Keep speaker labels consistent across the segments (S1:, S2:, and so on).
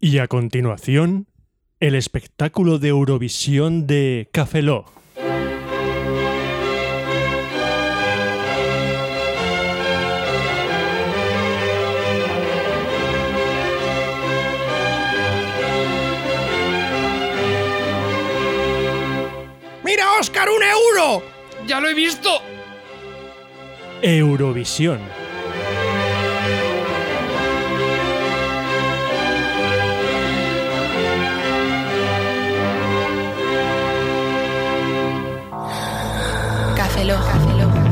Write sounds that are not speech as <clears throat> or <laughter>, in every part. S1: Y a continuación, el espectáculo de Eurovisión de Cafeló.
S2: ¡Mira, Oscar, un euro!
S3: ¡Ya lo he visto!
S1: Eurovisión.
S4: Café Lock, Café Lock.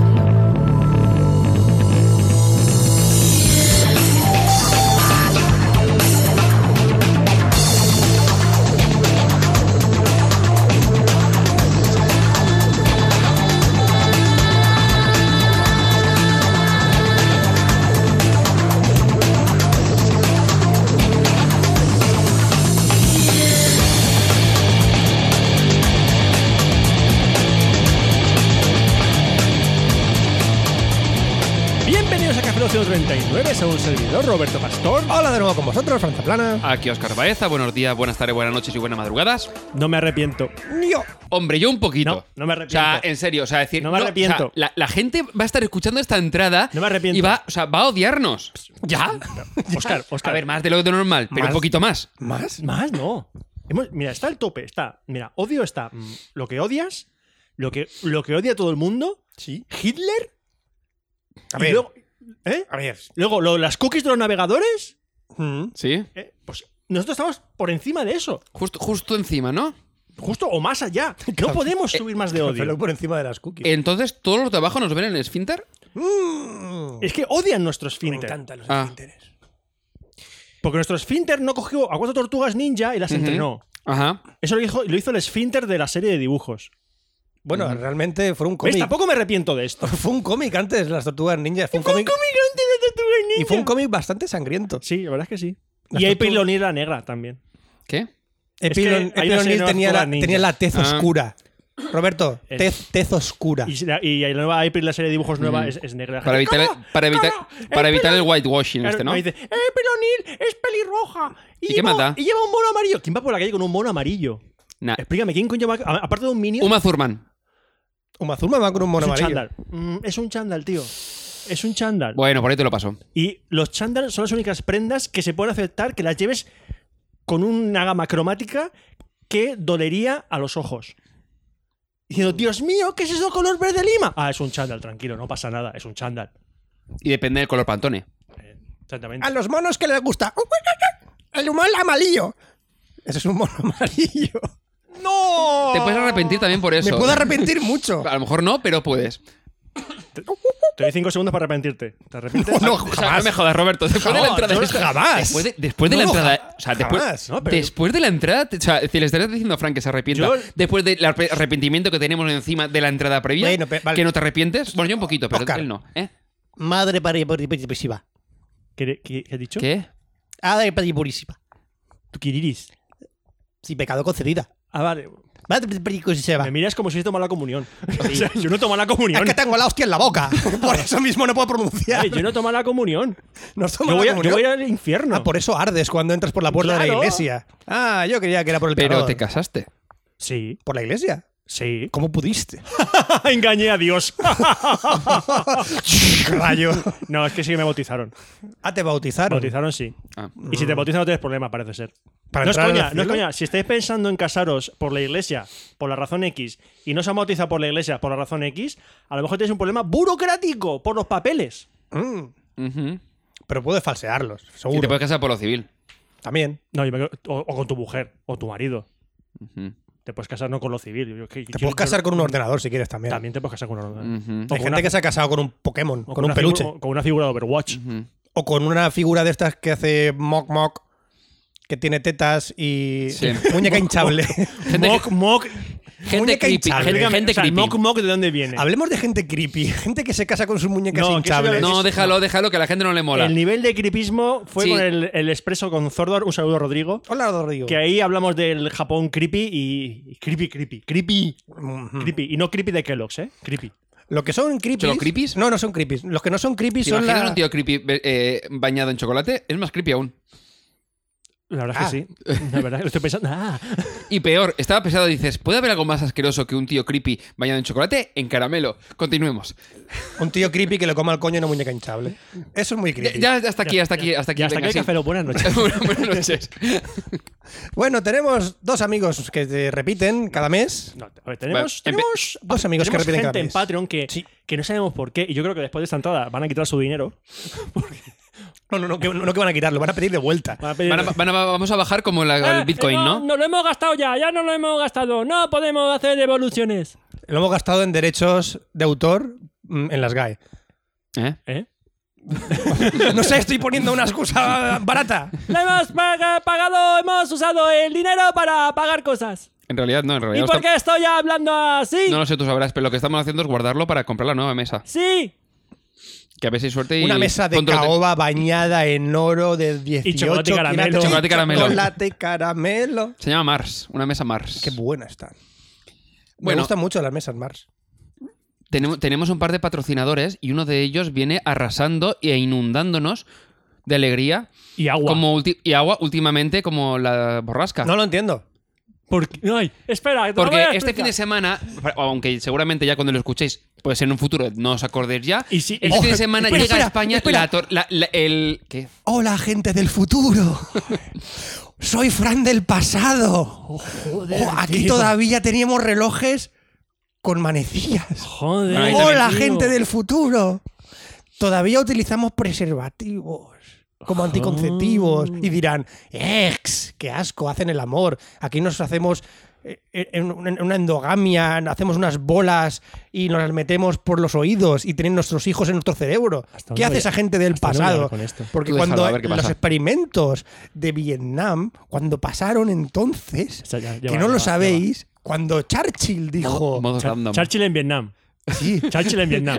S1: Bienvenidos a Café Lock 139, soy un servidor, Roberto Pastor.
S2: Hola de nuevo con vosotros, Franza Plana.
S3: Aquí Oscar Baeza, buenos días, buenas tardes, buenas noches y buenas madrugadas.
S1: No me arrepiento.
S2: Yo.
S3: Hombre, yo un poquito.
S1: No, no me arrepiento.
S3: O sea, en serio, o sea, decir.
S1: No me arrepiento.
S3: o sea, la, la gente va a estar escuchando esta entrada.
S1: No me arrepiento.
S3: Y va, o sea, va a odiarnos. ¿Ya?
S1: Oscar, Oscar.
S3: <laughs> A ver, más de lo de normal, pero
S1: Más.
S3: un poquito más.
S2: ¿Más?
S1: Más no. Hemos- mira, está el tope, está. Mira, odio está mm, lo que odias, lo que, lo que odia todo el mundo,
S2: Sí.
S1: Hitler.
S2: A
S1: y
S2: ver.
S1: Luego, ¿eh?
S2: A ver.
S1: Luego, lo- las cookies de los navegadores.
S2: Mm.
S3: Sí.
S1: eh, pues nosotros estamos por encima de eso.
S3: Justo, justo encima, ¿no?
S1: Justo o más allá. No podemos subir más
S3: Eh,
S1: de
S2: Café Lock
S1: odio.
S2: por encima de las cookies.
S3: Entonces, ¿todos los de abajo nos ven en el esfínter?
S2: Mm.
S1: Es que odian nuestro
S2: Me
S1: esfínter.
S2: encantan los
S3: Ah.
S2: esfínteres.
S1: Porque nuestro esfínter no cogió a cuatro tortugas ninja y las entrenó.
S3: Ajá.
S1: Eso lo hizo, lo hizo el esfínter de la serie de dibujos.
S2: Bueno, realmente fue un
S1: ¿Ves?
S2: cómic.
S1: Tampoco me arrepiento de esto.
S2: Fue un cómic antes, las tortugas ninjas. Fue un cómic.
S1: antes de tortugas ninja.
S2: Y fue un cómic bastante sangriento.
S1: Sí, la verdad es que sí.
S2: Las
S1: y hay
S2: tortugas-
S1: Pilonira negra también.
S3: ¿Qué?
S1: que
S2: Epilon,
S1: hay una serie de
S2: tenía, la,
S1: tortugas ninjas.
S2: tenía la tez
S3: Ah.
S2: oscura. Roberto,
S1: El-
S2: tez, tez oscura.
S1: Y, la- y la nueva April, la serie de dibujos nueva,
S3: Mm.
S1: es, es negra.
S3: Ah. Para evitar, el- para evitar, para evitar el whitewashing este, ¿no?
S1: dice, ¡Eh, Pilonil! ¡Es pelirroja!
S3: ¿Y qué mata?
S1: Y lleva un mono amarillo. ¿Quién va por la calle con un mono amarillo?
S3: Nah.
S1: Explícame, ¿quién coño va? a- Aparte de un minion.
S3: Uma Thurman.
S2: Umazurma va con un mono
S1: es un
S2: amarillo.
S1: chándal. Mm, es un chándal, tío. Es un chándal.
S3: Bueno, por ahí te lo paso.
S1: Y los chándal son las únicas prendas que se pueden aceptar que las lleves con una gama cromática que dolería a los ojos. Diciendo, Dios mío, ¿qué es eso color verde lima? Ah, es un chándal, tranquilo, no pasa nada, es un chándal.
S3: Y depende del color pantone.
S1: Exactamente.
S3: Ah,
S2: A los monos que les gusta. El humor amarillo. Ese es un mono <laughs> amarillo. ¡No!
S3: Te puedes arrepentir también por eso.
S2: Me puedo arrepentir
S3: <laughs>
S2: mucho.
S3: A lo mejor no, pero puedes.
S1: Te doy cinco segundos para arrepentirte. ¿Te arrepientes? Ah,
S3: No, o sea, no me jodas, Roberto. Después de la
S2: Jamás,
S3: entrada.
S2: no,
S3: esta-
S2: jamás.
S3: Después de, después de la
S2: No,
S3: entrada.
S2: ja-
S3: O sea, después,
S2: jamás, no, pero-
S3: después de la entrada. te- O sea, si le estarías diciendo a Frank que se arrepienta.
S1: Yo-
S3: después del arpe- arrepentimiento que tenemos encima de la entrada previa.
S2: Bueno, pe- vale.
S3: Que no te arrepientes. Bueno, yo un poquito, pero
S2: Oscar.
S3: él no. ¿eh?
S2: Madre paripurísima.
S1: ¿Qué, qué, qué has dicho?
S3: ¿Qué?
S2: Madre paripurísima.
S1: Tu Kiriris.
S2: Sin pecado concedida.
S1: Ah, vale.
S2: Madre paripurísima.
S3: Ah.
S1: Me miras como si se tomara la
S3: <laughs>
S1: comunión. O sea, yo no tomo la comunión.
S2: Es que tengo la hostia en la boca. <laughs> Por eso mismo no puedo pronunciar.
S1: Ay, yo no tomo la comunión.
S2: Nos toma
S1: Yo
S2: la
S1: voy, a- yo
S2: comunión.
S1: voy al infierno.
S2: Ah, por eso ardes cuando entras por la puerta de la
S1: Claro.
S2: iglesia. Ah, yo creía que era por el
S3: Pero
S2: tarot.
S3: te casaste.
S1: Sí,
S2: ¿Por la iglesia?
S1: sí.
S2: ¿Cómo pudiste?
S1: <laughs> Engañé a Dios.
S2: <laughs> Rayo.
S1: no, es que sí que me bautizaron.
S2: <laughs> Ah, te bautizaron.
S1: Bautizaron sí.
S3: Ah.
S1: Y si te bautizan no tienes problema, parece ser.
S2: Mm. ¿Para
S1: no es
S2: entrar al
S1: coña, no es
S2: cielo?
S1: coña. Si estáis pensando en casaros por la iglesia, por la razón X, y no se han bautizado por la iglesia, por la razón X, a lo mejor tenéis un problema burocrático por los papeles.
S2: Mm,
S3: Ujú.
S2: pero puedes falsearlos,
S3: Y te
S2: seguro.
S3: puedes casar por lo civil.
S2: También.
S1: No, yo me quedo- o, o con tu mujer, o tu marido.
S3: Ujú.
S1: Te puedes casar no con lo civil. Yo- que-
S2: Te
S1: yo-
S2: puedes casar
S1: yo-
S2: con un ordenador si quieres mm, también.
S1: También te puedes casar con un ordenador.
S3: Ujú.
S1: O
S2: Hay
S1: una-
S2: gente que se ha casado con un Pokémon,
S1: o
S2: con un
S1: una figu-
S2: peluche.
S1: o con una figura de Overwatch.
S3: Ujú.
S2: O con una figura de estas que hace Mock Mock, que tiene tetas y
S3: Sí.
S2: <laughs> muñeca hinchable. <laughs>
S3: Gente
S1: mock, mock.
S3: Gente
S2: Muñeca
S3: creepy.
S2: hinchable.
S3: Gente, gente
S1: o sea,
S3: creepy.
S1: mock, mock, ¿de dónde viene?
S2: Hablemos de gente creepy, <laughs> gente que se casa con sus muñecas
S1: No, que eso ya
S2: hinchables.
S3: No, déjalo, déjalo, que a la gente no le mola.
S1: El nivel de creepismo fue
S3: Sí.
S1: con el, el expreso con Zordor. Un saludo, Rodrigo.
S2: Hola, Rodrigo.
S1: Que ahí hablamos del Japón creepy y. y Creepy, creepy. Creepy.
S2: Ujú.
S1: Creepy. Y no creepy de Kellogg's, ¿eh? Creepy.
S2: Lo que son creepy.
S3: ¿Son creepies?
S2: No, no son creepy. Los que no son creepy
S3: ¿Te
S2: son
S3: imaginas
S2: la...
S3: un tío creepy eh, bañado en chocolate? Es más creepy aún.
S1: La verdad es que sí. La verdad, lo estoy pensando. Ah.
S3: Y peor, estaba pensado, dices, ¿puede haber algo más asqueroso que un tío creepy bañado en chocolate? En caramelo. Continuemos.
S2: Un tío creepy que le coma el coño a una muñeca hinchable. Eso es muy
S3: Ya,
S2: creepy.
S3: ya hasta aquí, hasta aquí, hasta aquí.
S1: Y hasta
S3: venga,
S1: aquí el
S3: sí.
S1: café.
S3: <laughs>
S1: Lo buenas noches.
S3: Buenas buenas noches.
S2: Bueno, tenemos dos amigos que te repiten cada mes.
S1: No, a ver, tenemos,
S3: Vale, empe-
S1: tenemos-
S2: Dos amigos que
S1: tenemos
S2: repiten
S1: gente
S2: cada
S1: en
S2: mes.
S1: Patreon que,
S2: Sí.
S1: que no sabemos por qué, y yo creo que después de esta entrada van a quitar su dinero.
S2: No, no, no, que, no que van a quitarlo, van a pedir de vuelta.
S1: Van a pedir-
S3: Van a- van a- vamos a bajar como la-
S1: Ah,
S3: el Bitcoin, ¿no?
S1: No lo hemos gastado ya, ya no lo hemos gastado. No podemos hacer devoluciones.
S2: Lo hemos gastado en derechos de autor mm, en las GAE.
S3: ¿Eh?
S1: ¿Eh?
S2: No sé, estoy poniendo una excusa barata.
S1: La hemos paga- pagado, hemos usado el dinero para pagar cosas.
S3: En realidad no,
S1: ¿Y
S3: en realidad. lo
S1: por
S3: estamos-
S1: qué estoy hablando así?
S3: No lo sé, tú sabrás, pero lo que estamos haciendo es guardarlo para comprar la nueva mesa.
S1: Sí.
S3: Que a ver si hay suerte y.
S2: Una mesa de
S3: control-
S2: caoba bañada en oro de 18
S1: chocolate
S2: quilates-
S1: caramelo.
S3: Chocolate caramelo.
S2: Chocolate caramelo.
S3: Se llama Mars, una mesa Mars.
S2: Qué buena está. Me
S3: Bueno.
S2: gustan mucho las mesas Mars.
S3: Tenemos, tenemos un par de patrocinadores y uno de ellos viene arrasando e inundándonos de alegría
S1: Y agua.
S3: como ulti- y agua últimamente como la borrasca.
S2: No lo entiendo.
S1: Ay, espera,
S3: Porque este fin de semana, aunque seguramente ya cuando lo escuchéis, pues en un futuro no os acordéis ya,
S1: Y sí-
S3: este
S1: Oh,
S3: fin de semana
S2: espera,
S3: llega
S2: espera,
S3: a España
S2: espera.
S3: la tor- la- la- el... ¿Qué?
S2: Hola, gente del futuro. <laughs> Soy Fran del pasado. Oh, aquí
S1: tío.
S2: todavía teníamos relojes con manecillas.
S1: Joder.
S3: Ahí también,
S2: Hola, gente del futuro. Todavía utilizamos preservativos como anticonceptivos
S1: Ah.
S2: y dirán, ex, qué asco, hacen el amor. Aquí nos hacemos eh, en una en una endogamia, hacemos unas bolas y nos las metemos por los oídos y tienen nuestros hijos en nuestro cerebro.
S1: Hasta dónde
S2: ¿Qué hace
S1: voy-
S2: esa gente del
S1: hasta dónde voy a
S2: pasado?
S1: hablar con esto?
S2: Porque
S3: Tú déjalo,
S2: cuando
S3: a ver qué
S2: los
S3: pasa.
S2: experimentos de Vietnam, cuando pasaron entonces,
S1: O sea, ya- ya
S2: que
S1: va,
S2: no
S1: ya
S2: lo
S1: va, ya
S2: sabéis, cuando Churchill dijo,
S3: Modo
S1: Char-
S3: random.
S1: Churchill en Vietnam.
S2: sí,
S1: <laughs> Churchill en
S3: <laughs>
S1: Vietnam.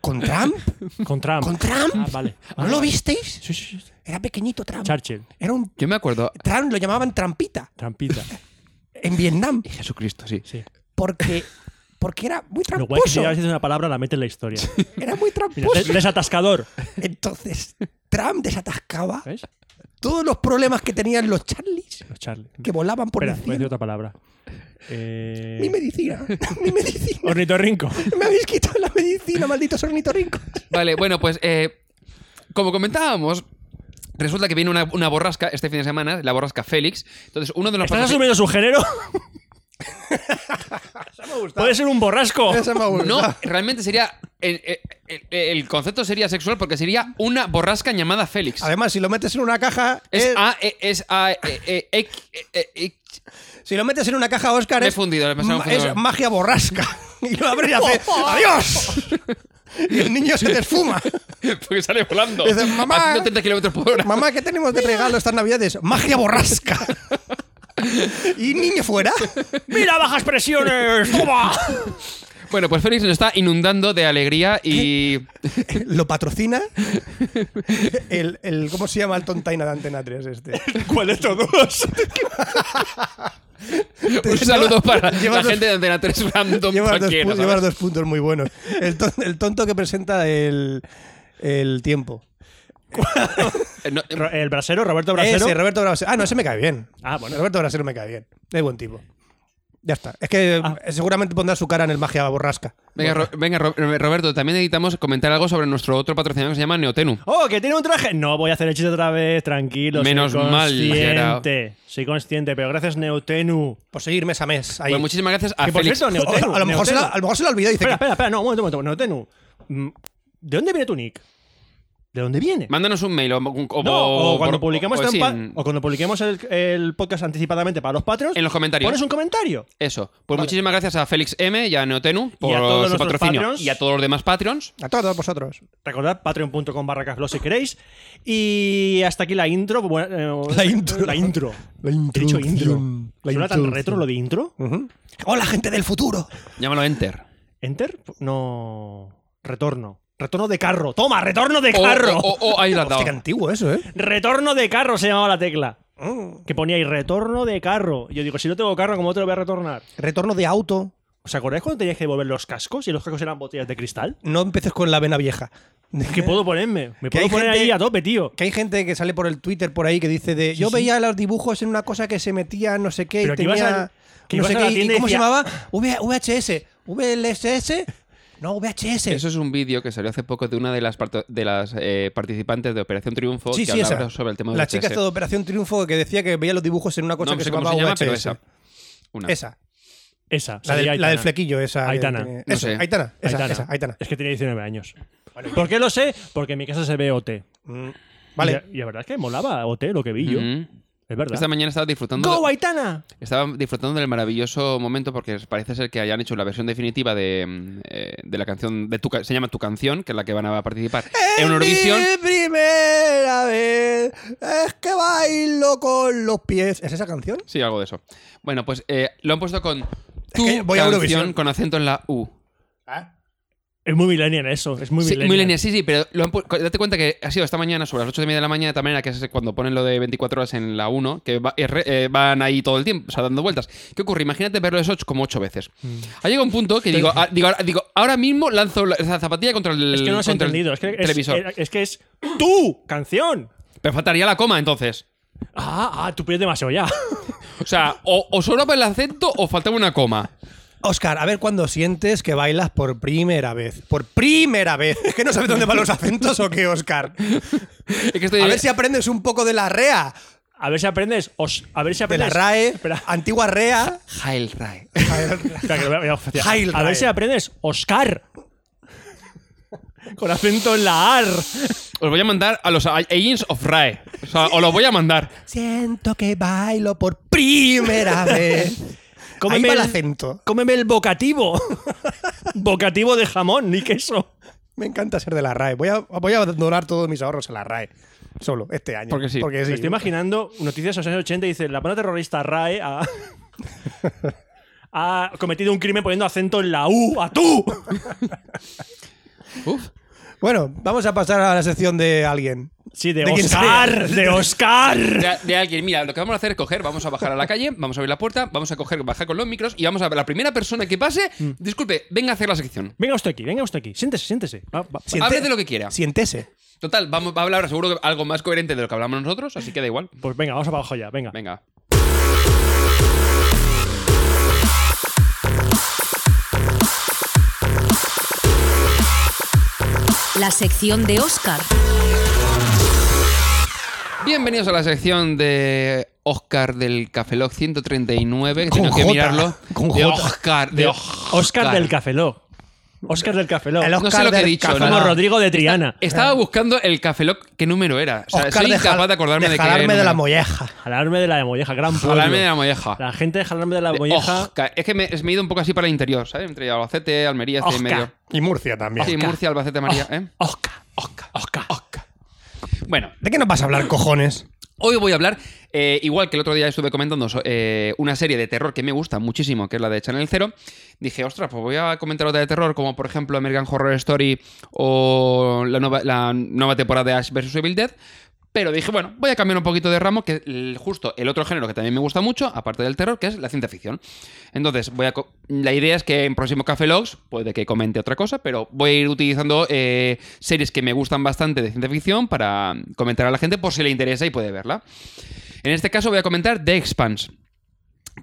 S2: con Trump,
S1: Con Trump.
S2: con Trump,
S1: Ah, vale.
S2: ¿no lo visteis?
S1: Sí, sí, sí.
S2: Era pequeñito Trump.
S1: Churchill.
S2: Era un
S3: Yo me acuerdo...
S2: Trump, lo llamaban Trampita
S1: Trampita.
S2: en Vietnam
S3: Jesucristo, sí.
S1: Sí.
S2: porque, porque era muy
S1: Lo guay es que
S2: tramposo.
S1: si ya dices una palabra, la mete en la historia.
S2: Era muy
S1: Mira,
S2: tramposo.
S1: des-
S3: <laughs>
S1: desatascador.
S2: Entonces, Trump desatascaba
S1: ¿Ves?
S2: todos los problemas que tenían los Charlies
S1: Los Charlie.
S2: que volaban por
S1: Espera,
S2: el
S1: voy a decir
S2: cielo.
S1: otra palabra. Eh...
S2: Mi medicina, mi medicina. <laughs>
S1: Ornitorrinco.
S2: Me habéis quitado la medicina, malditos ornitorrincos.
S3: Vale, bueno, pues eh, como comentábamos, resulta que viene una, una borrasca este fin de semana, la borrasca Félix. Entonces, uno de los
S1: ¿Estás
S3: patrocin-
S1: asumiendo su
S2: <laughs>
S1: género? Puede ser un borrasco.
S2: Esa me ha
S3: No,
S2: gustado.
S3: realmente sería. El, el- el concepto sería sexual porque sería una borrasca llamada Félix.
S2: Además, si lo metes en una caja,
S3: Es
S2: eh,
S3: A, E, es A, E, E, E, E, E, E.
S2: si lo metes en una caja, Oscar,
S3: Me he
S2: es,
S3: fundido, me he
S2: ma- es
S3: fundido.
S2: magia borrasca. <laughs> Y lo abres y hace ¡Adiós! Y el niño se te esfuma.
S3: <laughs> Porque sale volando.
S2: Dices, "Mamá".
S3: Haciendo 30 kilómetros por hora.
S2: Mamá, ¿qué tenemos de regalo estas navidades? Magia borrasca. <laughs> y niño fuera. <laughs>
S1: ¡Mira, bajas presiones! ¡Toma!
S3: Bueno, pues Félix nos está inundando de alegría y.
S2: Lo patrocina el, el- ¿cómo se llama el tontaina de Antena 3 este?
S1: ¿Cuál de todos?
S3: <laughs> Un saludo para
S2: Llevas
S3: la
S2: dos-
S3: gente de Antena 3 Random
S2: Llevas dos,
S3: cualquiera.
S2: pu- llevas
S3: ¿sabes?
S2: dos puntos muy buenos. El, ton- el tonto que presenta el, el tiempo.
S3: Eh, no, eh,
S1: El brasero, Roberto Brasero.
S2: Ese, Roberto Brasero. Ah, no, ese me cae bien.
S1: Ah, bueno.
S2: Roberto Brasero me cae bien. Es buen tipo. Ya está. Es que
S1: Ah.
S2: eh, seguramente pondrá su cara en el magia borrasca.
S3: Venga, Ro- venga, Ro- eh, Roberto, también necesitamos comentar algo sobre nuestro otro patrocinador que se llama Neotenu.
S1: Oh, que tiene un traje. No voy a hacer el chiste otra vez, tranquilo.
S3: Menos
S1: soy
S3: mal,
S1: consciente. Soy consciente, pero gracias Neutenu.
S2: Por seguir mes a mes. Ahí.
S3: Pues muchísimas gracias a
S1: Que por
S3: Félix.
S1: cierto,
S2: O-
S1: Neutenu.
S2: a, lo mejor se
S1: Neutenu.
S2: la- a lo mejor se lo olvidó y dice
S1: Espera,
S2: que-
S1: espera, espera, no, un momento, un momento. Neutenu. Mm, ¿De dónde viene tu nick? ¿De dónde viene?
S3: Mándanos un mail o, o-
S1: No, o,
S3: o-
S1: cuando
S3: o-
S1: publiquemos
S3: o-
S1: tan
S3: sí,
S1: pa-
S3: en-
S1: o cuando publiquemos el, el podcast anticipadamente para los patrons
S3: En los comentarios.
S1: pones un comentario
S3: Eso. Pues muchísimas gracias a Félix M y a Neotenu por
S1: todos
S3: su
S1: nuestros
S3: patrocinio.
S1: Patreons.
S3: Y a todos los demás Patreons.
S2: A todos vosotros.
S1: recordad patreon.com barra Caflo si queréis y hasta aquí la intro bueno, eh,
S2: La intro.
S1: la intro
S2: La
S1: He dicho intro
S2: introducción. La
S1: suena tan
S2: introducción.
S1: retro lo de intro
S2: Hola, gente del futuro.
S3: Llámalo Enter.
S1: enter no retorno retorno de carro toma retorno de
S3: O,
S1: carro
S3: o, o- o- ahí la has
S2: Hostia,
S3: dado.
S2: qué antiguo eso, ¿eh?
S1: retorno de carro se llamaba la tecla
S2: Mm.
S1: que ponía ahí retorno de carro Y yo digo si no tengo carro cómo te lo voy a retornar
S2: Retorno de auto.
S1: ¿Os acordáis cuando teníais que devolver los cascos y los cascos eran botellas de cristal?
S2: No empeces con la vena vieja.
S1: ¿Qué puedo ponerme? Me puedo
S2: hay
S1: poner
S2: gente-
S1: ahí a tope, tío.
S2: Que hay gente que sale por el Twitter por ahí que dice de yo veía los dibujos en una cosa que se metía no sé qué
S1: Pero
S2: y
S1: que ibas
S2: tenía
S1: al- que
S2: no
S1: ibas
S2: sé
S1: a la
S2: qué, y
S1: tienda y
S2: cómo se
S1: decía-
S2: llamaba V- VHS, VLSS, no VHS.
S3: Eso es un vídeo que salió hace poco de una de las, parto- de las eh, participantes de Operación Triunfo
S2: sí,
S3: que
S2: sí,
S3: hablaba
S2: esa.
S3: sobre el tema de
S2: la
S3: VHS.
S2: chica esta de Operación Triunfo que decía que veía los dibujos en una cosa
S3: no,
S2: que
S3: sé
S2: se
S3: cómo
S2: llamaba
S3: se llama,
S2: VHS.
S3: pero esa. Una.
S2: Esa,
S1: Esa,
S2: la,
S1: salía
S2: del- la del
S1: Aitana.
S2: flequillo, esa. que
S1: Aitana.
S2: tiene-
S3: No
S2: eso,
S3: sé.
S2: Aitana, esa,
S1: Aitana.
S2: esa, Aitana.
S1: Es que tenía 19 años. ¿Por qué lo sé? Porque en mi casa se ve OT.
S2: Mm, Vale.
S1: Y, y la verdad es que molaba OT lo que vi yo.
S3: Ujú.
S1: Es verdad.
S3: Esta mañana estaba disfrutando.
S1: ¡Go, Aitana!
S3: Estaba disfrutando del maravilloso momento porque parece ser que hayan hecho la versión definitiva de, mm, eh, de la canción de tu, ca- se llama Tu canción, que es la que van a participar en Eurovisión.
S2: Mi primera vez es que bailo con los pies. ¿Es esa canción?
S3: Sí, algo de eso. Bueno, pues eh, lo han puesto con tu
S2: que voy a
S3: canción
S2: Eurovisión.
S3: con acento en la U.
S1: Es muy millennial eso. Es muy
S3: Sí,
S1: millennial.
S3: millennial, sí, sí, pero lo han pu- date cuenta que ha sido esta mañana, sobre las 8 y media de la mañana, de tal manera que es cuando ponen lo de 24 horas en la 1, que va- es re- eh, van ahí todo el tiempo, o sea, dando vueltas. ¿Qué ocurre? Imagínate verlo eso ocho- como 8 veces.
S1: Mm.
S3: Ha llegado un punto que digo, ah, digo, ahora- digo, ahora mismo lanzo la esa zapatilla contra el,
S1: Es que no has
S3: contra el
S1: entendido. Es que es,
S3: televisor.
S1: era- es que es tu canción.
S3: Pero faltaría la coma entonces.
S1: Ah, ah, tú pides demasiado ya. <laughs>
S3: O sea, o, o sobraba el acento o faltaba una coma.
S2: Oscar, a ver cuándo sientes que bailas por primera vez. Por primera vez. Es que no sabes dónde van los acentos o qué, Oscar.
S3: Es que estoy-
S2: A ver si aprendes un poco de la REA,
S1: A ver si aprendes. os- a ver si
S2: de la
S1: aprendes.
S2: RAE,
S1: Espera.
S2: antigua REA.
S3: Jael Rae.
S1: Espera, que lo voy a- voy a ofrecer.
S2: Heil
S1: A ver
S2: Rae.
S1: si aprendes Oscar. <laughs> Con acento en la AR.
S3: Os voy a mandar a los Agents of Rae. O sea, os los voy a mandar.
S2: Siento que bailo por primera vez. Ahí va el acento.
S1: Cómeme el <laughs> vocativo. vocativo de jamón, ni queso.
S2: Me encanta ser de la RAE. Voy a, voy a donar todos mis ahorros a la RAE. Solo, este año.
S3: Porque sí.
S2: Porque
S1: Me estoy imaginando noticias de los años 80 y dice la banda terrorista RAE
S3: <laughs>
S1: ha, ha cometido un crimen poniendo acento en la U. ¡A tú!
S3: Uf.
S2: Bueno, vamos a pasar a la sección de alguien.
S1: Sí, de,
S2: ¿De quién
S1: Oscar.
S2: sea?
S1: De
S3: <laughs> De,
S1: Oscar.
S3: a- de alguien, mira, lo que vamos a hacer es coger, vamos a bajar a la calle, vamos a abrir la puerta, vamos a coger, bajar con los micros y vamos a ver la primera persona que pase.
S2: Mm.
S3: Disculpe, venga a hacer la sección.
S1: Venga usted aquí, venga usted aquí. Siéntese, siéntese. Va, va.
S2: Siente-
S3: Hable de lo que quiera.
S2: Siéntese.
S3: Total, vamos, va a hablar ahora seguro que algo más coherente de lo que hablamos nosotros, así que da igual.
S1: Pues venga, vamos abajo ya, venga.
S3: Venga.
S5: La sección de Oscar.
S3: Bienvenidos a la sección de Oscar del Cafelog 139.
S2: Con
S3: Tengo que
S2: J,
S3: mirarlo.
S2: con
S3: de
S2: J.
S3: Oscar. De Oscar,
S1: Oscar del Cafeló. Oscar del Cafeló.
S2: El
S3: No sé lo que he
S2: del
S3: dicho,
S2: café.
S3: no,
S1: Como Rodrigo de Triana.
S3: Estaba buscando el Cafelog, ¿qué número era? O sea,
S2: Oscar
S3: soy
S2: de
S3: incapaz
S2: jal-
S3: de acordarme de, qué
S2: jalarme de la
S3: número.
S2: molleja.
S1: Jalarme de la molleja, gran pueblo.
S3: Jalarme de la molleja.
S1: La gente de Jalarme de la
S3: De
S1: molleja.
S3: Oscar. Es que me, es- me he ido un poco así para el interior, ¿sabes? Entre Albacete, Almería, estoy en
S1: Oscar.
S3: medio.
S2: Y Murcia también.
S3: Sí, Murcia, Albacete, María. ¿eh?
S1: Oscar, Oscar, Oscar, Oscar.
S3: Bueno,
S2: ¿De qué nos vas a hablar, cojones?
S3: hoy voy a hablar, eh, igual que el otro día estuve comentando so- eh, una serie de terror que me gusta muchísimo, que es la de Channel Zero. Dije, ostras, pues voy a comentar otra de terror, como por ejemplo American Horror Story o la nueva, la nueva temporada de Ash vs. Evil Dead. Pero dije, bueno, voy a cambiar un poquito de ramo, que el- justo el otro género que también me gusta mucho, aparte del terror, que es la ciencia ficción. Entonces, voy a co- la idea es que en próximo Café Logs puede que comente otra cosa, pero voy a ir utilizando eh, series que me gustan bastante de ciencia ficción para comentar a la gente por si le interesa y puede verla. En este caso voy a comentar The Expanse,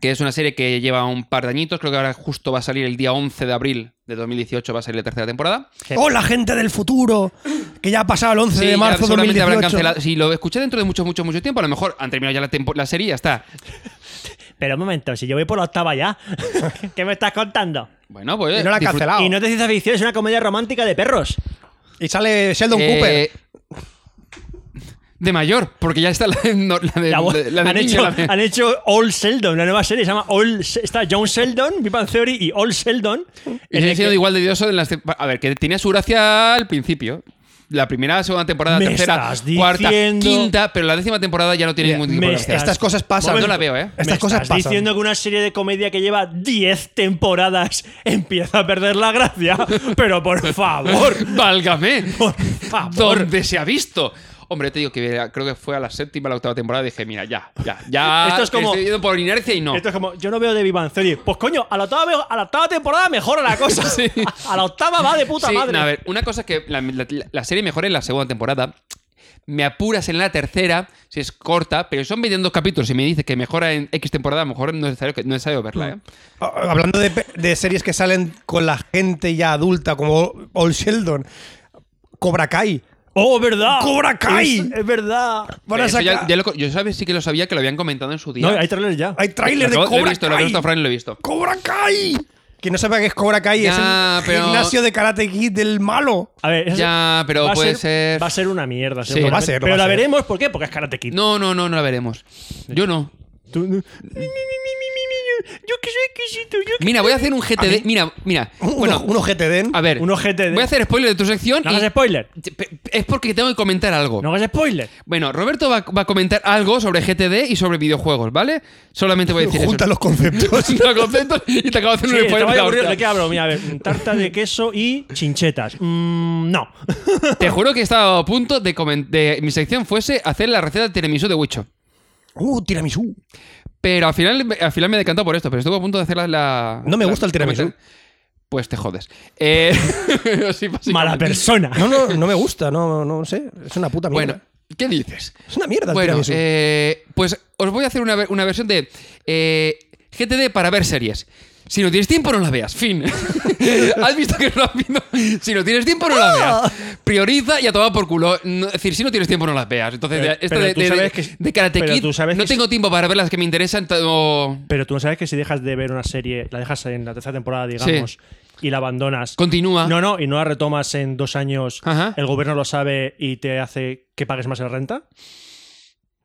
S3: que es una serie que lleva un par de añitos, creo que ahora justo va a salir el día 11 de abril de 2018, va a salir la tercera temporada.
S2: Hola, Oh, gente del futuro, que ya ha pasado el 11
S3: Sí,
S2: de
S3: ya
S2: marzo de
S3: seguramente habrán
S2: 2018.
S3: cancelado. Si lo escuché dentro de mucho, mucho, mucho tiempo, a lo mejor han terminado ya la, tempo- la serie y ya está.
S1: Pero un momento, si yo voy por la octava ya, <laughs> ¿qué me estás contando?
S3: Bueno, pues...
S2: Y no la han
S3: disfrut-
S2: cancelado.
S1: Y no te ciencia ficción, es una comedia romántica de perros.
S2: Y sale Sheldon
S3: Eh,
S2: Cooper.
S3: De mayor, porque ya está la de, no, la de-
S1: La bo-
S3: la de
S1: han,
S3: niño,
S1: hecho,
S3: la de-
S1: han hecho All Sheldon, una nueva serie, se llama All Se- Está John Sheldon, Big Bang Theory y All Sheldon.
S3: Y
S1: en
S3: sigue
S1: el
S3: siendo
S1: que-
S3: igual de odioso en las tem- A ver, que tenía su gracia al principio. La primera, segunda temporada,
S1: Me
S3: tercera,
S1: estás
S3: cuarta,
S1: diciendo-
S3: quinta, pero la décima temporada ya no tiene
S2: Mira,
S3: ningún tipo de
S1: me
S3: gracia.
S1: estás-
S2: Estas cosas pasan.
S3: Momento. No la veo, ¿eh?
S2: Estas
S1: me
S2: cosas
S1: estás
S2: pasan.
S1: diciendo que una serie de comedia que lleva 10 temporadas <laughs> empieza a perder la
S3: <laughs>
S1: gracia. Pero por favor,
S3: ¡Válgame!
S1: <laughs> por favor.
S3: ¿Dónde se ha visto? Hombre, yo te digo que era- creo que fue a la séptima, la octava temporada, dije, mira, ya, ya, ya.
S1: Esto es como-
S3: Estoy yendo por inercia y no.
S1: Esto es como, yo no veo de Vivan Series. Pues coño, a la octava, veo- a la octava temporada mejora la
S3: <laughs>
S1: cosa. A, la octava va de puta
S3: Sí,
S1: madre.
S3: no, a ver, una cosa es que la, la- la serie mejora en la segunda temporada. Me apuras en la tercera, si es corta, pero son 22 capítulos y me dices que mejora en X temporada, a lo mejor no es necesario, que- no es necesario verla,
S1: Mm.
S3: ¿eh?
S2: Ah, Hablando de, pe- de series que salen con la gente ya adulta, como Old Sheldon, Cobra Kai.
S1: ¡Oh, verdad!
S2: ¡Cobra Kai!
S1: Es, es verdad.
S2: Van a
S3: Eh, Eso ya-
S2: sacar-
S3: ya lo- yo sabes, sí que lo sabía, que lo habían comentado en su día.
S1: No, hay trailers ya.
S2: Hay tráiler de
S3: Lo
S2: Cobra
S3: he visto, lo he
S2: Kai.
S3: visto, Fran, lo he visto.
S2: ¡Cobra Kai! Quien no sabe qué es Cobra Kai
S3: Ya,
S2: es el
S3: pero-
S2: gimnasio de Karate Kid del malo.
S1: A ver, eso-
S3: Ya, pero
S1: va a
S3: puede ser-
S1: Va a ser una mierda.
S3: Sí.
S1: seguramente.
S3: Lo va
S2: a ser, lo
S1: pero
S2: va a
S1: la
S2: ser.
S1: veremos, ¿por qué? Porque es Karate Kid.
S3: No, no, no, no la veremos. Yo no.
S1: Tú- mi, mi, mi, mi, mi, mi, mi, yo que soy exquisito, yo que-
S3: Mira, voy a hacer un GTD. Mira, mira.
S2: Un,
S3: Bueno,
S1: <laughs>
S2: un ojete den.
S3: a ver.
S1: un OGTD.
S3: Voy a hacer spoiler de tu sección.
S1: No
S3: y-
S1: hagas spoiler.
S3: Pe- Es porque tengo que comentar algo.
S1: No hagas spoiler.
S3: Bueno, Roberto va, va a comentar algo sobre GTD y sobre videojuegos, ¿vale? Solamente voy a decir
S2: Junta
S3: <laughs> eso.
S2: los conceptos. <laughs>
S3: Junta los conceptos y te acabo de hacer
S1: Sí,
S3: un
S1: te
S3: spoiler.
S1: voy
S3: de
S1: a
S3: la
S1: aburrir,
S3: hostia.
S1: ¿de qué hablo? Mira, a ver, mm, tarta de queso y chinchetas. Mm, no.
S3: Te juro que estaba a punto de, comen- de mi sección fuese hacer la receta de tiramisú de Wicho.
S2: Uh, tiramisú.
S3: Pero al final, al final me he decantado por esto, pero estuve a punto de hacer la... la-
S2: No me
S3: la-
S2: gusta el tiramisú.
S3: comentar. Pues te jodes. Eh, <laughs> sí, básicamente.
S1: Mala persona.
S2: No, no, no me gusta, no, no sé. Es una puta mierda.
S3: Bueno, ¿qué dices?
S2: es una mierda el
S3: Bueno,
S2: tiramisú.
S3: eh, pues os voy a hacer una, ver- una versión de eh, GTD para ver series. Si no tienes tiempo, no la veas. Fin.
S2: <laughs>
S3: Has visto que no la has visto? Si no tienes tiempo, no la
S2: ¡Ah!
S3: veas. Prioriza y a tomar por culo. No- es decir, si no tienes tiempo, no las veas. Entonces,
S1: Pero-
S3: esto
S1: pero
S3: de,
S1: tú
S3: de-
S1: sabes
S3: de-
S1: que-
S3: de Karate
S1: pero
S3: Kid,
S1: tú sabes
S3: no
S1: que-
S3: tengo tiempo para ver las que me interesan. todo-
S1: Pero tú no sabes que si dejas de ver una serie, la dejas en la tercera temporada, digamos, y la abandonas.
S3: Continúa.
S1: No, no, y no la retomas en dos años,
S3: Ah. Ajá.
S1: el gobierno lo sabe y te hace que pagues más en renta.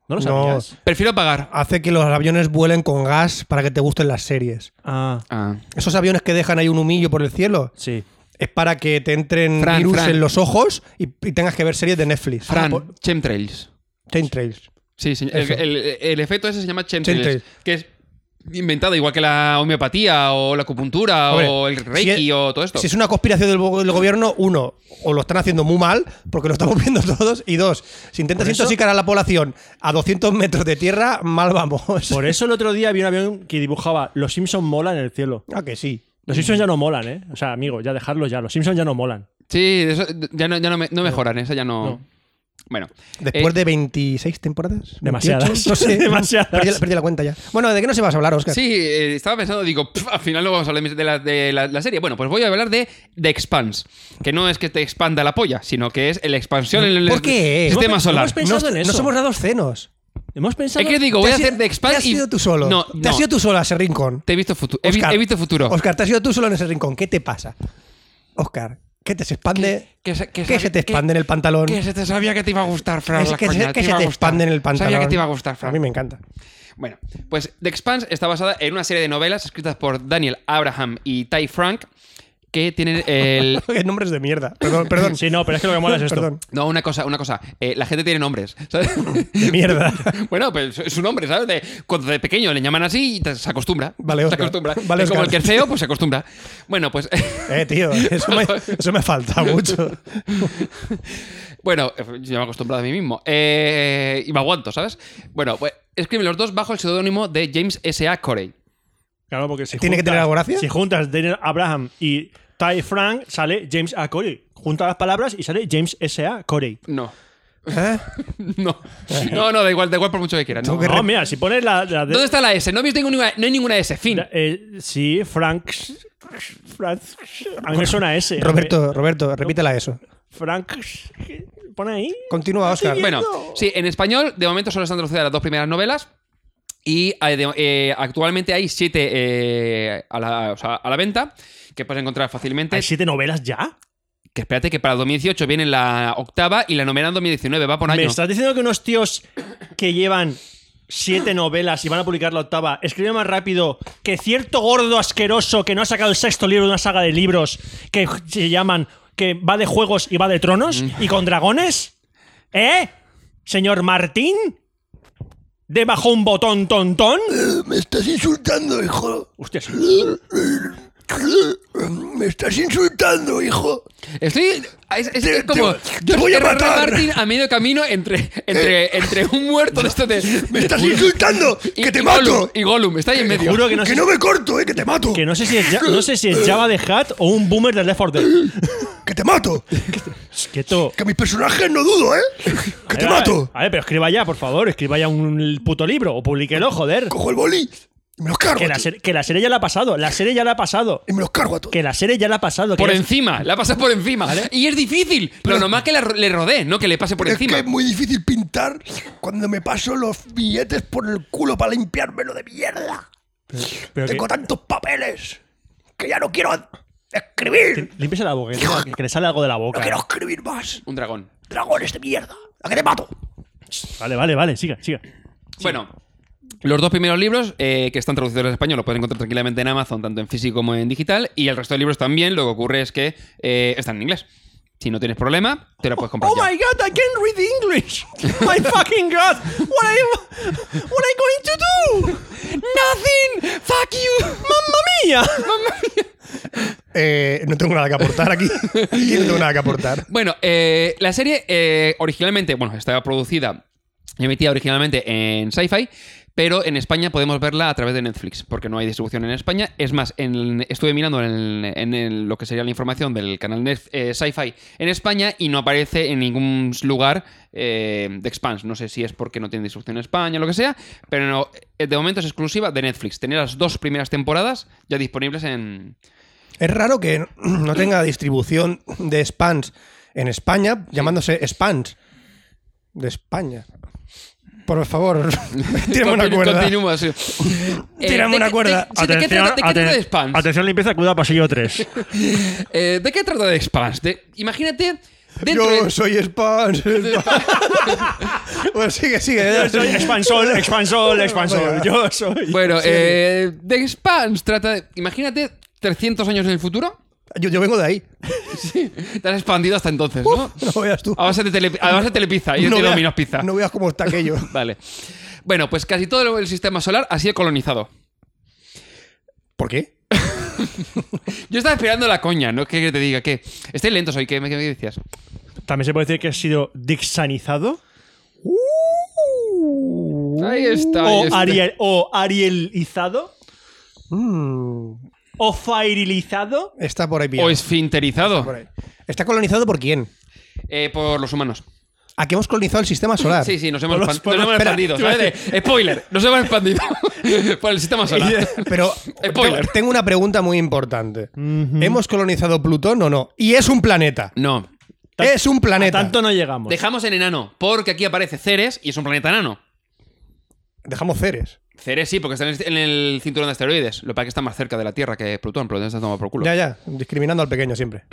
S1: No lo
S2: No.
S1: sabías.
S3: Prefiero pagar.
S2: Hace que los aviones vuelen con gas para que te gusten las series.
S1: Ah,
S3: Ah.
S2: Esos aviones que dejan ahí un humillo por el cielo
S1: sí.
S2: es para que te entren
S3: Fran,
S2: virus
S3: Fran.
S2: en los ojos y, y tengas que ver series de Netflix.
S3: Fran,
S2: Ah, por-
S3: chemtrails.
S2: Chemtrails.
S3: Sí, señor. El,
S2: Eso.
S3: el- el efecto ese se llama chemtrails,
S2: Chemtrails.
S3: que es inventado igual que la homeopatía o la acupuntura
S2: Hombre,
S3: o el reiki
S2: si es-
S3: o todo esto.
S2: Si es una conspiración del, bo- del gobierno, uno, o lo están haciendo muy mal, porque lo estamos <laughs> viendo todos, y dos, si intentas
S1: Por eso-
S2: intoxicar a la población a 200 metros de tierra, mal vamos.
S1: Por eso el otro día vi un avión que dibujaba Los Simpsons molan en el cielo.
S2: <laughs> Ah, que sí.
S1: Los Simpsons ya no molan, ¿eh? O sea, amigo, ya dejarlos ya. Los Simpsons ya no molan.
S3: Sí, de eso- ya no, ya no, me- no mejoran, esa ya no. Bueno.
S2: Después
S3: Eh,
S2: de 26 temporadas. 28,
S1: Demasiadas.
S3: <laughs>
S2: no sé,
S1: Demasiadas.
S2: Perdí, la- perdí la cuenta ya. Bueno, ¿de qué nos ibas a hablar, Oscar?
S3: Sí, eh, estaba pensando, digo, "Pf, al final no vamos a hablar de, la, de la- la serie. Bueno, pues voy a hablar de The Expanse, que no es que te expanda la polla, sino que es la expansión en el
S2: ¿Por qué?
S3: sistema
S1: Hemos-
S3: solar.
S1: hemos pensado
S2: no,
S1: en eso.
S2: no somos dados cenos.
S1: Hemos pensado.
S3: Es que digo, voy a hacer The
S2: Te
S3: Expanse
S2: has
S3: y-
S2: ido tú solo.
S3: No,
S2: Te has
S3: no.
S2: ido tú solo a ese rincón.
S3: Te he visto futuro. He, vi-
S2: Oscar,
S3: he visto futuro.
S2: Oscar, te has ido tú solo en ese rincón. ¿Qué te pasa? Oscar, ¿qué te se expande?
S3: ¿Qué se- qué
S2: ¿Qué
S3: sabe-
S2: se te
S3: qué-
S2: expande en el pantalón?
S3: Que se te sabía que te iba a gustar, Fran.
S2: Es
S3: la
S2: que,
S3: coña,
S2: se, que
S3: te
S2: se
S3: iba a
S2: te
S3: gustar.
S2: expande en el pantalón.
S3: Sabía que te iba a gustar, Fran.
S2: A mí me encanta.
S3: Bueno, pues The Expanse está basada en una serie de novelas escritas por Daniel Abraham y Ty Frank que tienen
S2: <laughs>
S3: el... <laughs>
S2: Qué nombres de mierda. Perdón, perdón. <laughs>
S1: Sí, no, pero es que lo que mola es esto.
S2: Perdón.
S3: No, una cosa, una cosa. Eh, la gente tiene nombres, ¿sabes? <laughs>
S2: De mierda. <laughs>
S3: bueno, pues es un nombre, ¿sabes? De- cuando de pequeño le llaman así y te- se acostumbra.
S2: Vale,
S3: se
S2: Oscar.
S3: acostumbra.
S2: <laughs> Vale,
S3: es como el
S2: Oscar.
S3: que es feo, pues se acostumbra. Bueno, pues... <laughs>
S2: Eh, tío, eso me, eso me falta mucho.
S3: Bueno, yo me he acostumbrado a mí mismo. Eh, y me aguanto, ¿sabes? Bueno, pues escriben los dos bajo el seudónimo de James S.A. Corey.
S1: Claro, porque si
S2: ¿Tiene que tener algo gracia?
S1: Si juntas Daniel Abraham y Ty Frank, sale James A. Corey. Junta las palabras y sale James S.A. Corey.
S3: No.
S2: ¿Eh?
S3: <laughs> No. No, no, da igual, da igual por mucho que quieras. No.
S2: Tengo que
S1: No, mira, si pones la, la de-
S3: ¿Dónde está la S? No, he visto ninguna, no hay ninguna S. Fin.
S1: la- eh, sí, Frank. Frank. A mí me suena ese.
S2: Roberto, Roberto, repítela eso.
S1: Frank. Pone ahí.
S2: Continúa, Oscar.
S3: Bueno, sí, en español de momento solo están traducidas las dos primeras novelas. Y eh, de- eh, actualmente hay siete eh, a, la, o sea, a la venta que puedes encontrar fácilmente.
S1: ¿Hay siete novelas ya?
S3: Que espérate que para 2018 viene la octava y la novena en 2019, va por
S1: ¿Me
S3: año.
S1: estás diciendo que unos tíos que llevan siete novelas y van a publicar la octava escriben más rápido que cierto gordo asqueroso que no ha sacado el sexto libro de una saga de libros que se llaman que va de juegos y va de tronos y con dragones? ¿Eh? ¿Señor Martín? ¿De bajo un botón tontón?
S2: Eh, Me estás insultando, hijo.
S1: Hostia, sí.
S2: Me estás insultando, hijo.
S3: Estoy. Es, es-
S2: Te-
S3: es como.
S2: te- te
S3: George
S2: voy a
S3: R. R.
S2: matar. Eh.
S3: Martin a medio camino entre, entre, entre un muerto de esto de.
S2: Me estás insultando.
S3: y-
S2: Que te
S3: y Gollum,
S2: mato.
S3: y Gollum, está ahí en medio.
S1: Juro que no,
S2: Que
S1: sé,
S2: no me Eh. corto, eh, que te mato.
S1: que no sé si es, Ja- no sé si es Java de Hat o un boomer de Left 4
S2: Eh.
S1: Dead.
S2: Que te mato.
S1: Quieto.
S2: Que mis personajes no dudo, eh. Que te
S1: A ver,
S2: mato.
S1: A ver, pero escriba ya, por favor. Escriba ya un puto libro o publíquelo, joder.
S2: Cojo el boli y me los cargo.
S1: Que la,
S2: tío.
S1: ser- que la serie ya la ha pasado. La serie ya la ha pasado.
S2: Y me los cargo a todos.
S1: Que la serie ya la ha pasado. que
S3: Por
S1: ya-
S3: encima, la pasa por encima. Y es difícil, pero nomás que la- le rodee, no que le pase por
S2: es
S3: encima.
S2: que es muy difícil pintar cuando me paso los billetes por el culo para limpiármelo de mierda.
S1: pero que-
S2: Tengo tantos papeles que ya no quiero escribir.
S1: Límpiese la boca, que tenga- que le sale algo de la boca.
S2: No quiero escribir más.
S3: Un dragón.
S2: Dragones de mierda. ¿A qué te mato?
S1: Vale, vale, vale, siga, siga.
S3: Bueno, los dos primeros libros eh, que están traducidos al español los pueden encontrar tranquilamente en Amazon, tanto en físico como en digital, y el resto de libros también. Lo que ocurre es que eh, están en inglés. Si no tienes problema, te lo puedes comprar.
S1: Oh
S3: ya.
S1: my god, I can't read English! My fucking god! What are you, what are you going to do? Nothing! Fuck you! Mamma mía!
S2: Eh, no tengo nada que aportar
S3: <laughs>
S2: aquí. no tengo nada que aportar.
S3: Bueno, eh, la serie eh, originalmente, bueno, estaba producida y emitida originalmente en Sci-Fi, pero en España podemos verla a través de Netflix, porque no hay distribución en España. Es más, en- estuve mirando en, en el- lo que sería la información del canal Net- eh, Sci-Fi en España y no aparece en ningún lugar eh, de Expanse. No sé si es porque no tiene distribución en España o lo que sea, pero no, eh, de momento es exclusiva de Netflix. Tener las dos primeras temporadas ya disponibles en...
S2: Es raro que no tenga distribución de spans en España, llamándose spans de España. Por
S3: <laughs>
S2: favor, tírame una
S3: Continu-
S2: cuerda. <laughs>
S3: continúa, sí. Eh,
S2: Tírame
S3: ¿de
S2: una
S3: qué-
S2: cuerda.
S3: de- sí, ¿De qué trata- de qué trata de Spans?
S1: atención, limpieza, cuidado, pasillo
S2: <laughs>
S1: 3.
S3: Eh, ¿De qué trata de Spans? De- imagínate dentro
S2: Yo
S3: de-
S2: soy
S3: <laughs>
S2: spans. bueno, sigue, sigue.
S1: soy expansor, expansor, expansor. Yo soy.
S2: Pues-
S3: Bueno, eh, de Spans trata de... Imagínate 300 años en el futuro.
S2: <laughs> Yo, yo vengo de ahí.
S3: Te has expandido hasta entonces, ¿no?
S2: No veas tú.
S3: A base de, tele- a base de telepizza y de
S2: veas-
S3: Domino's Pizza.
S2: no veas cómo está
S3: <laughs>
S2: aquello.
S3: Vale. Bueno, pues casi todo el sistema solar ha sido colonizado.
S2: ¿Por qué?
S3: Yo estaba esperando la coña, ¿no? Que te diga que... Estoy lento hoy, ¿qué me qué me decías?
S1: También se puede decir que has sido dixanizado
S3: Ahí está. este. ahí
S1: o,
S3: está.
S1: ariel, o arielizado o firilizado.
S2: Está por ahí pillado.
S3: O esfinterizado.
S2: Por ahí. ¿Está colonizado por quién?
S3: Eh, por los humanos.
S2: ¿A qué hemos colonizado el sistema solar? <laughs>
S3: Sí, sí, nos hemos,
S1: Por los-
S3: expan-
S1: por
S3: nos
S1: los-
S3: hemos
S1: espera,
S3: expandido.
S1: te <laughs> iba a
S3: ¿sabes? De- spoiler, nos
S1: <laughs>
S3: hemos expandido por el sistema solar.
S2: Pero
S3: Spoiler.
S2: tengo una pregunta muy importante. ¿Hemos colonizado Plutón o no? Y es un planeta.
S3: No,
S1: Tan-
S2: es un planeta.
S1: Tanto no llegamos.
S3: dejamos en enano, porque aquí aparece Ceres y es un planeta enano.
S2: Dejamos Ceres.
S3: Ceres sí, porque está en el, en el cinturón de asteroides. Lo que pasa es que está más cerca de la Tierra que Plutón, Plutón está tomado por culo.
S2: Ya, ya. Discriminando al pequeño siempre.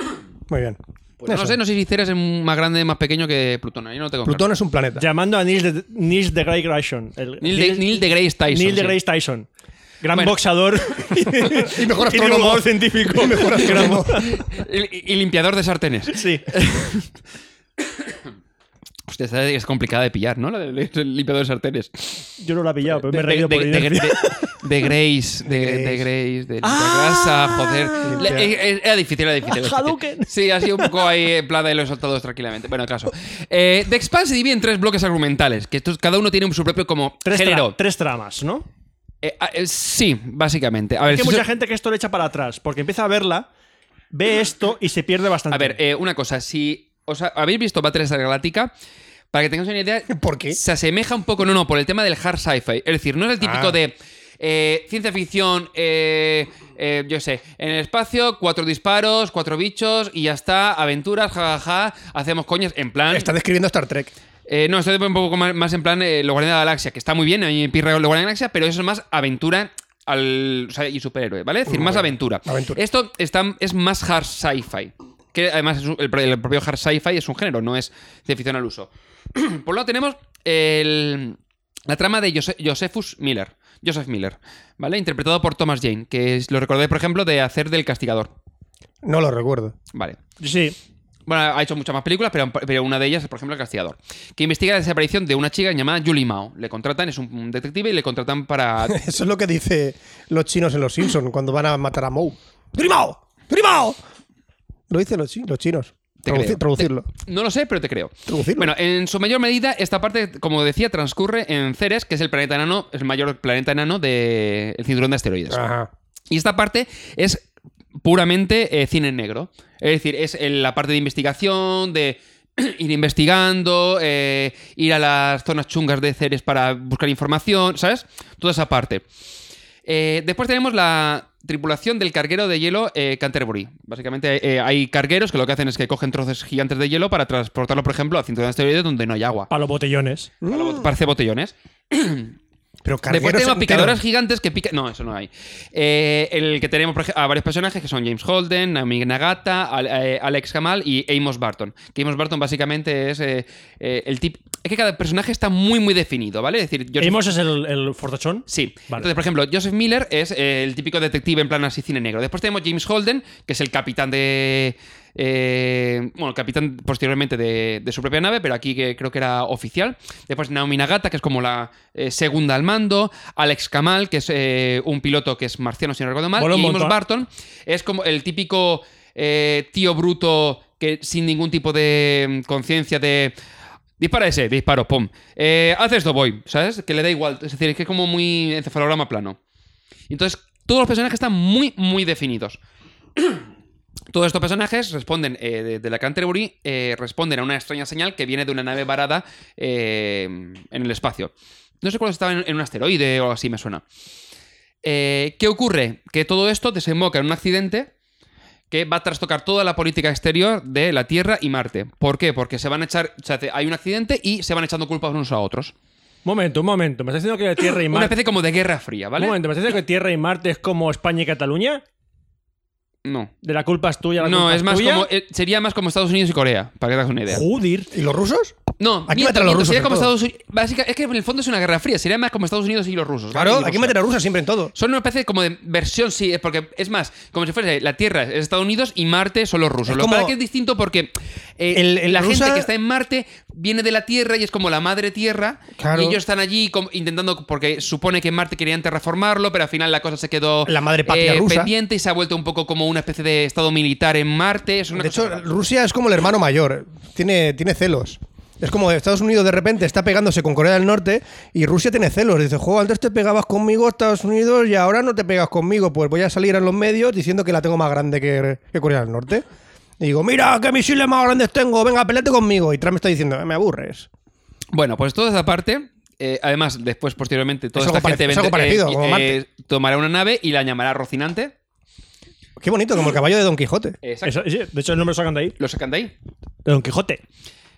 S2: Muy bien.
S3: Pues no
S2: Eso.
S3: sé, no sé si Ceres es más grande, más pequeño que Plutón. Ahí no tengo
S2: Plutón es un planeta.
S1: Llamando a Neil de, Neil de Grey Grayson. El-
S3: Neil de- Neil deGrasse Tyson,
S1: Neil de
S3: sí.
S1: Grey Tyson. Gran
S3: Bueno. <laughs>
S1: boxador
S2: Y mejor
S1: y
S2: astrónomo.
S1: divulgador científico.
S2: Mejor astrónomo.
S3: claro. <laughs> Y, y limpiador de sartenes.
S1: Sí.
S3: Hostia, esta es complicada de pillar, ¿no? La del del limpiador de sartenes.
S1: Yo no lo he pillado, pero me he
S3: De, de,
S1: reído por
S3: de- de-
S1: inercia.
S3: de- de Grace, de, de Grace, de, de grasa, joder. Le- eh, eh, era difícil, era difícil. era difícil.
S1: Ah. <laughs> Hadouken.
S3: Sí, ha sido un poco ahí en plan y lo he soltado dos tranquilamente. Bueno, el caso. Eh, The Expanse se divide en tres bloques argumentales, que estos, cada uno tiene su propio como
S1: Tres, tra-
S3: género.
S1: tres tramas, ¿no?
S3: Eh, ah, eh, sí, básicamente. A ver,
S1: que
S3: si
S1: mucha
S3: so-
S1: gente que esto le echa para atrás, porque empieza a verla, ve esto y se pierde bastante.
S3: a ver eh, una cosa. Si os ha- habéis visto Battlestar Galáctica, para que tengáis una idea,
S2: <laughs> ¿Por qué?
S3: se asemeja un poco, no, no, por el tema del hard sci-fi. Es decir, no es el típico
S2: Ah.
S3: de eh, ciencia ficción, eh, eh, yo sé, en el espacio, cuatro disparos, cuatro bichos y ya está, aventuras, jajaja, hacemos coñas, en plan...
S2: Está describiendo Star Trek.
S3: Eh, no, estoy un poco más, más en plan eh, Los Guardianes de la Galaxia, que está muy bien, a mí me pirra Los Guardianes de la Galaxia, pero eso es más aventura al, o sea, y superhéroe, ¿vale? Es decir, más aventura.
S2: Aventura.
S3: Esto está, es más hard sci-fi. Que además es un- el, pro- el propio hard sci-fi es un género, no es de ficción al uso. <clears throat> Por un lado tenemos el- la trama de Jose- Josephus Miller. Joseph Miller, ¿vale? Interpretado por Thomas Jane, que es- lo recordé, por ejemplo, de hacer del castigador.
S2: No lo recuerdo. <laughs>
S3: Vale.
S1: Sí.
S3: Bueno, ha hecho muchas más películas, pero, pero una de ellas es, por ejemplo, El Castigador, que investiga la desaparición de una chica llamada Julie Mao. Le contratan, es un detective y le contratan para.
S2: Eso es lo que dicen los chinos en los Simpsons cuando van a matar a Moe. ¡Grimao! quemado! Lo dicen los, chi- los chinos.
S3: Te
S2: Traduci-
S3: creo.
S2: Traducirlo.
S3: No lo sé, pero te creo.
S2: Traducirlo.
S3: Bueno, en su mayor medida, esta parte, como decía, transcurre en Ceres, que es el planeta enano, el mayor planeta enano del cinturón de asteroides.
S2: Ajá.
S3: Y esta parte es puramente eh, cine negro. Es decir, es el- la parte de investigación, de <clears throat> ir investigando, eh, ir a las zonas chungas de Ceres para buscar información, ¿sabes? Toda esa parte. Eh, después tenemos la tripulación del carguero de hielo eh, Canterbury. Básicamente eh, hay cargueros que lo que hacen es que cogen trozos gigantes de hielo para transportarlo, por ejemplo, a cinturón de asteroides donde no hay agua.
S1: Para los botellones.
S3: Parece botellones.
S2: Pero
S3: Después
S2: cargueros
S3: tenemos
S2: enteros.
S3: picadoras gigantes que pican. No, eso no hay. Eh, el que tenemos por ej- a varios personajes que son James Holden, Naomi Nagata, Al- eh, Alex Kamal y Amos Barton. Que Amos Barton básicamente es eh, eh, el tipo. Es que cada personaje está muy, muy definido, ¿vale? Es decir, Joseph-
S1: E Amos es el, el fortachón.
S3: Sí.
S1: Vale.
S3: Entonces, por ejemplo, Joseph Miller es eh, el típico detective en plan así cine negro. Después tenemos James Holden, que es el capitán de. eh, bueno, el capitán posteriormente de, de su propia nave, pero aquí que creo que era oficial. Después Naomi Nagata, que es como la eh, segunda al mando. Alex Kamal, que es eh, un piloto que es marciano, si no recuerdo mal.
S1: Mola un
S3: y Amos
S1: montón.
S3: Barton es como el típico eh, tío bruto que sin ningún tipo de mm, conciencia de. Dispara ese, disparo, pum. Eh, haz esto, voy, ¿sabes? Que le da igual. Es decir, es que es como muy encefalograma plano. Entonces, todos los personajes están muy, muy definidos. <clears throat> Todos estos personajes responden eh, de, de la Canterbury, eh, responden a una extraña señal que viene de una nave varada eh, en el espacio. No sé cuál estaba en, en un asteroide o así, me suena. Eh, ¿Qué ocurre? Que todo esto desemboca en un accidente que va a trastocar toda la política exterior de la Tierra y Marte. ¿Por qué? Porque se van a echar. O sea, hay un accidente y se van echando culpas unos a otros.
S1: Momento, un momento. ¿Me estás diciendo
S3: <coughs>
S1: que Tierra y
S3: Una
S1: Marte.
S3: especie como de guerra fría, ¿vale?
S1: Un momento, ¿me estás diciendo que Tierra y Marte es como España y Cataluña?
S3: No.
S1: De la culpa es tuya, la
S3: No,
S1: culpa
S3: es más
S1: tuya.
S3: como. eh, sería más como Estados Unidos y Corea, para que te hagas una idea.
S1: Joder.
S2: ¿Y los rusos?
S3: No,
S2: Aquí
S3: miento,
S2: matan a los
S3: miento,
S2: rusos
S3: sería
S2: en
S3: como
S2: todo.
S3: Estados Unidos. Básica, es que en el fondo es una guerra fría. Sería más como Estados Unidos y los rusos. ¿vale?
S2: Claro,
S3: Y
S2: aquí
S3: Rusia.
S2: meten a rusos siempre en todo.
S3: Son una especie como de versión, sí, eh, porque es más, como si fuese la Tierra es Estados Unidos y Marte son los rusos.
S2: Es
S3: lo que
S2: como-
S3: pasa es que es distinto porque eh,
S2: El- el
S3: la
S2: rusa-
S3: gente que está en Marte viene de la Tierra y es como la madre Tierra.
S2: Claro.
S3: Y ellos están allí como intentando, porque supone que en Marte querían terraformarlo, pero al final la cosa se quedó eh,
S2: La madre patria rusa.
S3: pendiente y se ha vuelto un poco como una especie de estado militar en Marte. Es una
S2: De
S3: cosa
S2: hecho,
S3: rara.
S2: Rusia es como el hermano mayor. Tiene, tiene celos. Es como Estados Unidos de repente está pegándose con Corea del Norte y Rusia tiene celos. Dice, jo, antes te pegabas conmigo Estados Unidos y ahora no te pegas conmigo. Pues voy a salir a los medios diciendo que la tengo más grande que, que Corea del Norte. Y digo, mira, qué misiles más grandes tengo, venga, peleate conmigo. Y Trump está diciendo, me aburres.
S3: Bueno, pues toda esa parte. eh, además, después, posteriormente, toda
S2: Es
S3: esta
S2: algo
S3: gente
S2: parec- es algo
S3: vende- eh,
S2: parecido, como Marte.
S3: tomará una nave y la llamará Rocinante.
S2: Qué bonito, como el caballo de Don Quijote.
S3: Exacto.
S1: Eso- sí, de hecho, el nombre lo sacan de ahí.
S3: Lo sacan de ahí.
S1: De Don Quijote.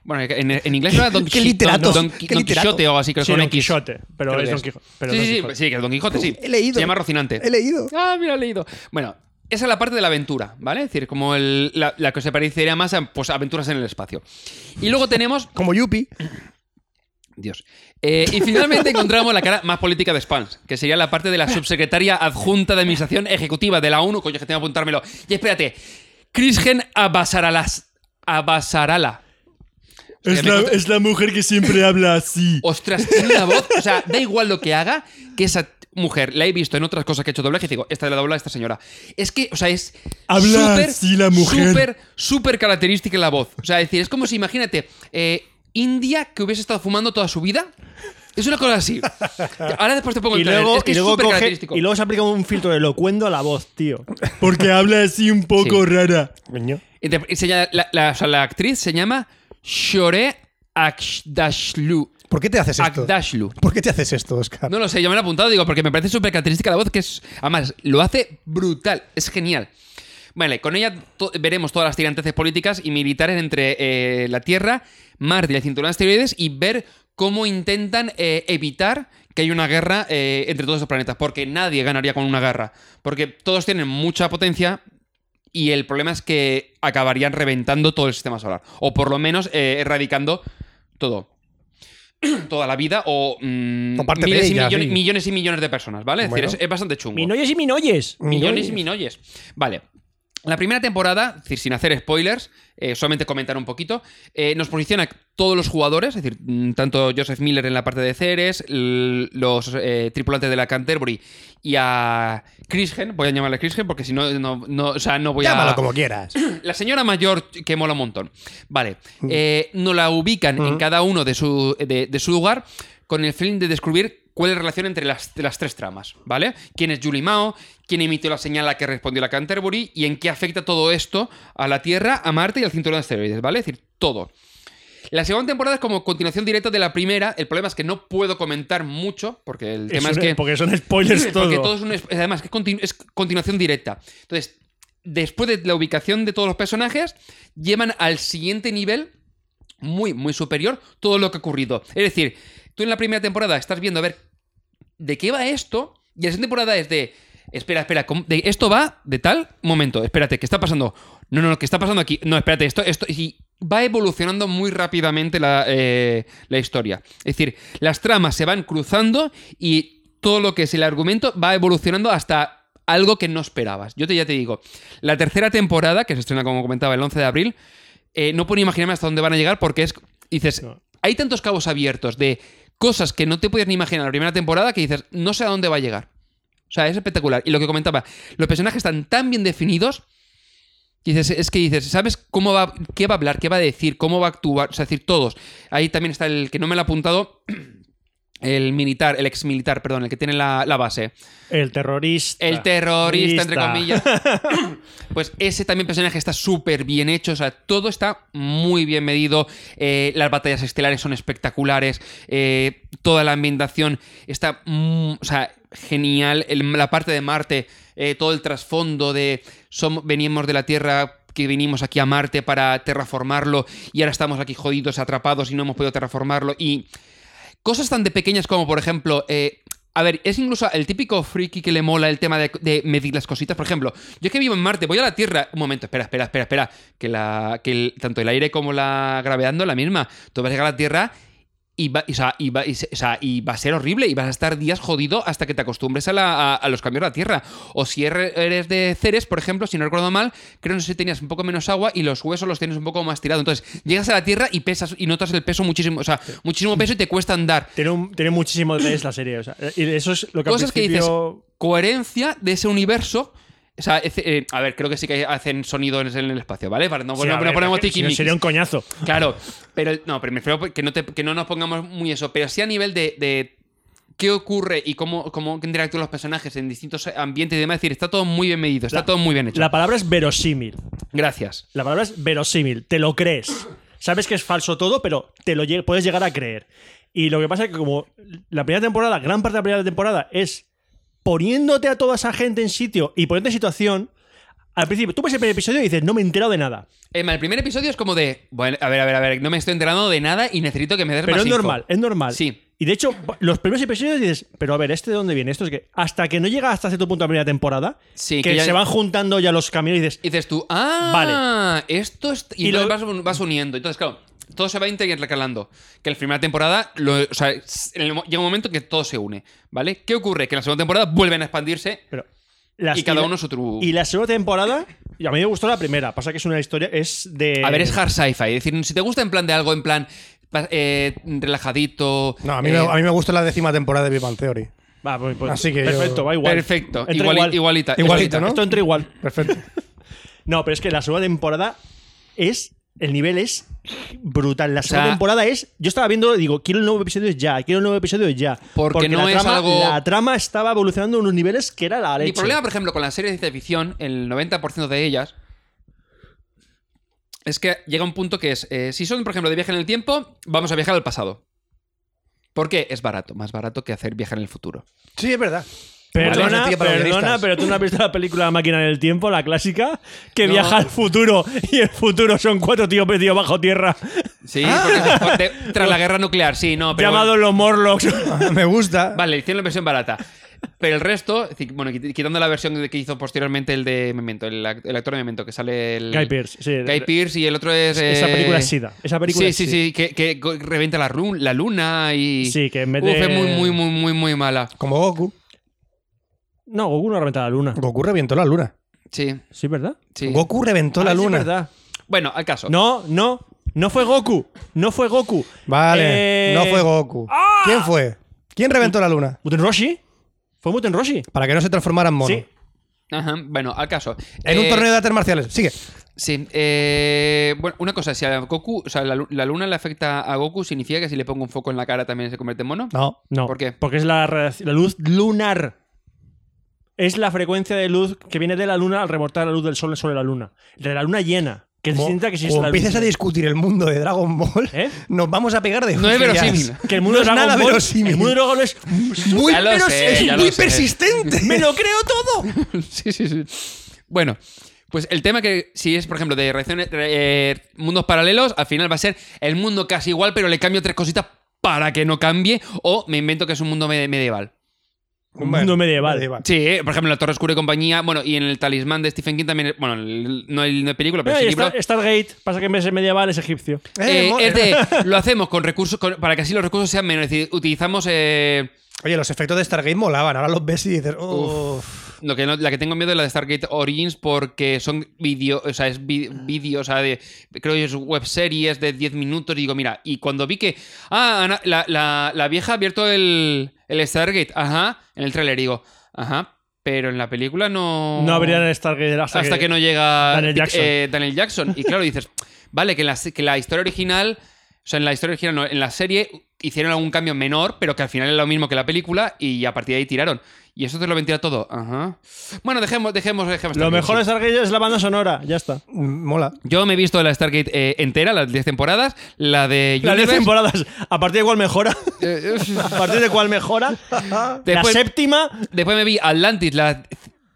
S3: Bueno, en, en inglés era Don,
S2: <laughs> Qué
S3: Qui-
S2: literatos,
S3: Don- Don Qui-
S2: qué
S3: Don
S2: literato.
S3: Quijote o así, creo que
S1: Sí,
S3: con
S1: Don
S3: X.
S1: Quijote, pero
S3: Creo
S1: es
S3: que
S1: Don Quijote. pero
S3: sí,
S1: Don
S3: sí,
S1: Quijote.
S3: sí, sí, que es Don Quijote, sí.
S2: He leído.
S3: Se llama Rocinante.
S2: He leído.
S3: Ah, mira, he leído. Bueno, esa es la parte de la aventura, ¿vale? Es decir, como el- la, la que se parecería más a pues, aventuras en el espacio. Y luego tenemos
S2: Como Yuppie.
S3: Dios. Eh, y
S2: <laughs>
S3: finalmente encontramos la cara más política de Spans, que sería la parte de la subsecretaria adjunta de Administración Ejecutiva de la ONU. Coño, que tengo que apuntármelo. Y espérate, Krisgen Abasaralas. Abasarala. Es la- es
S1: mujer que siempre habla
S2: <laughs>
S1: así.
S3: Ostras, tiene una voz. O sea, da igual lo que haga, que esa mujer la he visto en otras cosas que he hecho doblaje y digo, esta la dobla esta señora. Es que, o sea, es.
S1: Habla
S3: súper,
S1: así la mujer.
S3: Súper, súper característica la voz. O sea, es decir, es como si, imagínate, eh, India que hubiese estado fumando toda su vida. Es una cosa así. Ahora después te pongo el
S1: Y
S3: trailer.
S1: luego,
S3: es que
S1: y,
S3: es
S1: luego
S3: súper
S1: coge-
S3: característico.
S1: y luego se aplica un filtro de locuendo a la voz, tío. Porque habla así un
S3: poco
S1: rara.
S3: Y te- y señala- la, la- o sea, la actriz se llama Shore Akdashlu.
S2: ¿Por qué te haces esto?
S3: Akdashlu.
S2: ¿Por qué te haces esto, Oscar?
S3: No lo sé, yo me lo he apuntado, digo, porque me parece súper característica la voz, que es. Además, lo hace brutal, es genial. Vale, con ella to- veremos todas las tiranteces políticas y militares entre eh, la Tierra, Marte y el cinturón de asteroides y ver cómo intentan eh, evitar que haya una guerra eh, entre todos esos planetas, porque nadie ganaría con una guerra, porque todos tienen mucha potencia y el problema es que acabarían reventando todo el sistema solar, o por lo menos eh, erradicando todo. <clears throat> Toda la vida o, mm,
S2: O parte de
S3: miles, y
S2: ella,
S3: millones,
S2: sí.
S3: millones y millones de personas, ¿vale? Es decir,
S2: Bueno.
S3: es, es bastante chungo.
S1: Minoyes y minoyes.
S3: Millones y minoyes. Vale. La primera temporada, es decir, sin hacer spoilers, eh, solamente comentar un poquito, eh, nos posiciona todos los jugadores, es decir, mm, tanto Joseph Miller en la parte de Ceres, l- los eh, tripulantes de la Canterbury y a Chrisgen, voy a llamarle Chrisgen porque si no, no, no- o sea, no voy
S2: Llámalo
S3: a...
S2: como quieras.
S3: <clears throat> La señora mayor que mola un montón. Vale. Eh, nos la ubican en cada uno de su, de, de su lugar con el feeling de descubrir cuál es la relación entre las, de las tres tramas, ¿vale? ¿Quién es Julie Mao? ¿Quién emitió la señal a la que respondió la Canterbury? ¿Y en qué afecta todo esto a la Tierra, a Marte y al cinturón de asteroides, ¿vale? Es decir, todo. La segunda temporada es como continuación directa de la primera. El problema es que no puedo comentar mucho, porque el tema
S1: Es
S3: es
S1: un-
S3: que...
S1: Porque son spoilers todo.
S3: <laughs> Porque todo es un- es- además, que es, continu- es continuación directa. Entonces, después de la ubicación de todos los personajes, llevan al siguiente nivel, muy, muy superior, todo lo que ha ocurrido. Es decir, tú en la primera temporada estás viendo a ver de qué va esto, y la siguiente temporada es de. Espera, espera, ¿cómo- de- esto va de tal momento. Espérate, ¿qué está pasando? No, no, no, ¿qué está pasando aquí? No, espérate, esto, esto. Y va evolucionando muy rápidamente la, eh, la historia. Es decir, las tramas se van cruzando y todo lo que es el argumento va evolucionando hasta algo que no esperabas. Yo te, ya te digo, la tercera temporada, que se estrena, como comentaba, el 11 de abril, eh, no puedo imaginarme hasta dónde van a llegar porque es. Dices,
S1: No.
S3: hay tantos cabos abiertos de cosas que no te podías ni imaginar en la primera temporada que dices, no sé a dónde va a llegar. O sea, es espectacular. Y lo que comentaba, los personajes están tan bien definidos. que Dices, es que dices, ¿sabes cómo va, qué va a hablar, qué va a decir, cómo va a actuar? O sea, es decir, todos. Ahí también está el que no me lo ha apuntado, <clears throat> el militar, el ex militar, perdón, el que tiene la, la base.
S1: El terrorista.
S3: El terrorista, entre
S1: Lista.
S3: comillas. Pues ese también personaje está súper bien hecho. O sea, todo está muy bien medido. eh, las batallas estelares son espectaculares. eh, toda la ambientación está mm, o sea, genial. el- la parte de Marte, eh, todo el trasfondo de som- venimos de la Tierra que vinimos aquí a Marte para terraformarlo y ahora estamos aquí jodidos, atrapados y no hemos podido terraformarlo y cosas tan de pequeñas como, por ejemplo, eh, a ver, es incluso el típico friki que le mola el tema de, de medir las cositas. Por ejemplo, yo que vivo en Marte, voy a la Tierra. Un momento, espera, espera, espera, espera. Que, la, que el- tanto el aire como la gravedad no es la misma. Tú vas a llegar a la Tierra y va, y, o sea, y va, y se- o sea, y va a ser horrible y vas a estar días jodido hasta que te acostumbres a, la- a- a los cambios de la Tierra. O si er- eres de Ceres, por ejemplo, si no recuerdo mal, creo no sé si tenías un poco menos agua y los huesos los tienes un poco más tirados. Entonces, llegas a la Tierra y pesas y notas el peso muchísimo, o sea, muchísimo peso y te cuesta andar.
S1: Tiene, un- tiene muchísimo detalles la serie. O sea, y eso es lo que al
S3: Cosas que dices,
S1: principio-
S3: coherencia de ese universo. O sea, es- eh, a ver, creo que sí que hacen sonido en el- en el espacio, ¿vale? Para no,
S1: Sí,
S3: no-
S1: a
S3: no
S1: ver,
S3: "Ah, ponemos
S1: es que si no
S3: tiquimiquis.
S1: Sería un coñazo.
S3: Claro, pero el- no, pero me refiero que no, te- que no nos pongamos muy eso, pero sí a nivel de, de qué ocurre y cómo, cómo interactúan los personajes en distintos ambientes y demás. Es decir, está todo muy bien medido, está
S1: La-
S3: todo muy bien hecho.
S1: La palabra es verosímil.
S3: Gracias.
S1: La palabra es verosímil. Te lo crees. Sabes que es falso todo, pero te lo lle- puedes llegar a creer. Y lo que pasa es que como la primera temporada, gran parte de la primera temporada es poniéndote a toda esa gente en sitio y poniéndote en situación, al principio tú ves el primer episodio y dices, no me he enterado de nada.
S3: Emma, el primer episodio es como de, bueno, a ver, a ver, a ver, no me estoy enterando de nada y necesito que me des
S1: Pero
S3: más
S1: es
S3: info.
S1: normal, es normal.
S3: Sí.
S1: Y de hecho, los primeros episodios dices, pero a ver, ¿este de dónde viene? Esto es que hasta que no llega hasta cierto punto la primera temporada,
S3: Sí,
S1: que,
S3: que ya-
S1: se van juntando ya los caminos y dices,
S3: Y dices tú, ah, esto es... Y,
S1: Y lo-
S3: entonces vas, vas uniendo. Entonces, claro, todo se va intercalando. Que en la primera temporada, lo- o sea, es- en el mo- llega un momento que todo se une, ¿vale? ¿Qué ocurre? Que en la segunda temporada vuelven a expandirse
S1: pero... las-
S3: y cada
S1: la-
S3: uno su truco.
S1: Y la segunda temporada, y a mí me gustó la primera, pasa que es una historia, es de...
S3: A ver,
S2: Eh.
S3: es hard sci-fi. Es decir, si te gusta en plan de algo, en plan pa- eh, relajadito...
S2: No, a mí,
S3: eh,
S2: me, a mí me gusta la décima temporada de Big Bang Theory.
S1: Va, pues- pues-
S2: Así que yo-
S1: perfecto, va igual.
S3: Perfecto,
S1: Entra
S3: iguali-
S1: igual.
S3: igualita.
S2: Igualita, ¿no?
S1: Esto entra igual.
S2: Perfecto.
S1: No, pero es que la segunda temporada es... El nivel es brutal. La segunda
S3: sea-
S1: temporada es... Yo estaba viendo, digo, quiero el nuevo episodio ya, quiero el nuevo episodio ya.
S3: Porque no
S1: la
S3: es
S1: trama,
S3: algo-
S1: La trama estaba evolucionando en unos niveles que era la
S3: Mi
S1: leche.
S3: problema, por ejemplo, con las series de ciencia ficción, el 90% de ellas, es que llega un punto que es, eh, si son, por ejemplo, de viaje en el tiempo, vamos a viajar al pasado. Porque es barato, más barato que hacer viajar en el futuro.
S2: <laughs> Sí, es verdad. Vale,
S1: Perdona,
S2: esa tía para
S1: perdona,
S2: guionistas.
S1: pero tú no has visto la película La Máquina del Tiempo, la clásica, que
S3: No.
S1: viaja al futuro y el futuro son cuatro tíos metidos bajo tierra,
S3: Sí, porque es fuerte.
S1: <laughs>
S3: tras la Ah. guerra nuclear, sí, no, pero...
S1: llamados los Morlocks.
S2: me gusta.
S3: Vale, hicieron la versión barata. Pero el resto, es decir, bueno, quit- quitando la versión que hizo posteriormente el de Memento, el, act- el actor de Memento, que sale el...
S1: Guy Pearce, sí.
S3: Guy Pearce y el otro es...
S1: Esa
S3: eh,
S1: película es Sida. Esa película
S3: sí,
S1: es
S3: sí,
S1: Sida.
S3: sí, que, que go- reventa la, ru- la luna y...
S1: Sí, que en vez
S3: Uf,
S1: de-
S3: es muy, muy, muy, muy, muy mala.
S2: Como Goku.
S1: No, Goku no reventa la luna.
S2: Goku revientó Pues la luna.
S3: Sí,
S1: Sí, ¿verdad?
S3: sí.
S2: Goku reventó la
S1: Ah, sí,
S2: luna.
S1: ¿verdad?
S3: Bueno, al caso.
S1: No, no. No fue Goku. No fue Goku.
S2: Vale,
S1: Eh, Ah.
S2: no fue Goku. ¿Quién fue? ¿Quién reventó la luna?
S1: Muten Roshi. Fue Muten Roshi.
S2: Para que no se transformaran en mono.
S1: Sí.
S3: Ajá, bueno, al caso.
S2: En un
S3: Eh,
S2: torneo de artes marciales. Sigue.
S3: Sí. eh, bueno, una cosa, si a Goku, o sea, la, lu- la luna le afecta a Goku, ¿significa que si le pongo un foco en la cara también se convierte en mono?
S2: No.
S1: No.
S3: ¿Por qué?
S1: Porque es la, radiación- la luz lunar. Es la frecuencia de luz que viene de la luna al rebotar la luz del sol sobre la luna. De la luna llena. Que es
S2: Como-
S1: distinta que si es
S2: como
S1: la luz-
S2: empiezas a discutir el mundo de Dragon Ball,
S1: ¿Eh?
S2: nos vamos a pegar de
S3: No es
S2: hostias.
S3: verosímil.
S1: Que el mundo de
S2: No es
S1: Dragon
S2: nada
S1: Ball-
S2: verosímil.
S1: El mundo de Dragon Ball es.
S2: Muy,
S3: Ya lo
S2: veros-
S3: sé,
S2: es
S3: ya lo
S2: muy
S3: sé.
S2: persistente.
S1: ¡Me lo creo todo!
S3: <laughs> sí, sí, sí. Bueno, pues el tema que si es, por ejemplo, de reacciones, re- eh, mundos paralelos, al final va a ser el mundo casi igual, pero le cambio tres cositas para que no cambie, o me invento que es un mundo mede- medieval.
S1: Un mundo medieval.
S3: Sí, eh, por ejemplo, en la Torre Oscura y compañía, bueno, y en el Talismán de Stephen King también, bueno, el- no hay, no hay película, pero
S1: Mira,
S3: sí
S1: y
S3: libro.
S1: Star- Stargate. Pasa que en vez de medieval es egipcio.
S2: Eh,
S3: Eh,
S2: mo-
S3: es de, lo hacemos con recursos, con- para que así los recursos sean menos. Es decir, utilizamos eh,
S2: Oye, los efectos de Stargate molaban. Ahora los ves y dices, "Oh, uff.
S3: Lo que no- la que tengo miedo es la de Stargate Origins porque son vídeo, o sea, es vi- vídeo, o sea, de, creo que es web series de 10 minutos y digo, mira, y cuando vi que, ah, Ana- la, la- la vieja ha abierto el, el Stargate, ajá, en el tráiler digo, ajá, pero en la película no...
S1: No habría en el Stargate
S3: Hasta, que, no llega
S1: Daniel Jackson.
S3: eh, Daniel Jackson. Y
S1: <laughs>
S3: claro, dices, vale, que en la, se- que la historia original, o sea, en la historia original, no, en la serie hicieron algún cambio menor, pero que al final es lo mismo que la película y a partir de ahí tiraron. Y eso te lo mentira todo. Ajá. Bueno, dejemos, dejemos, dejemos.
S1: Lo
S3: Stargate,
S1: mejor
S3: sí.
S1: de Stargate es la banda sonora. Ya está.
S2: Mola.
S3: Yo me he visto la Stargate eh, entera, las 10 temporadas, la de
S1: Las 10
S3: Universe,
S1: temporadas. ¿A partir de cuál mejora?
S3: eh, eh,
S1: ¿A partir de cuál mejora?
S3: Después-
S1: La séptima.
S3: después me vi Atlantis, las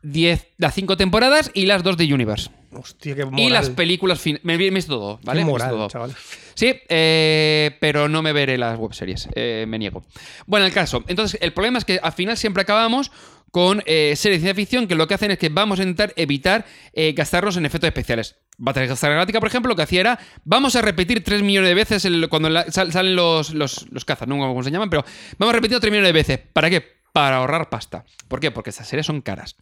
S3: 10, las 5 temporadas y las 2 de Universe.
S2: Hostia, qué moral.
S3: Y las películas fin- Me vi me he visto todo, ¿vale?
S2: Qué
S3: Me he visto
S2: moral,
S3: todo.
S2: chaval.
S3: Sí, eh, pero no me veré las webseries, eh, me niego. Bueno, el caso. Entonces, el problema es que al final siempre acabamos con eh, series de ciencia ficción que lo que hacen es que vamos a intentar evitar eh, gastarnos en efectos especiales. Batalla Galáctica, por ejemplo, lo que hacía era, vamos a repetir 3 millones de veces el- cuando la- sal- salen los, los, los cazas, no sé cómo se llaman, pero vamos a repetir 3 millones de veces. ¿Para qué? Para ahorrar pasta. ¿Por qué? Porque estas series son caras.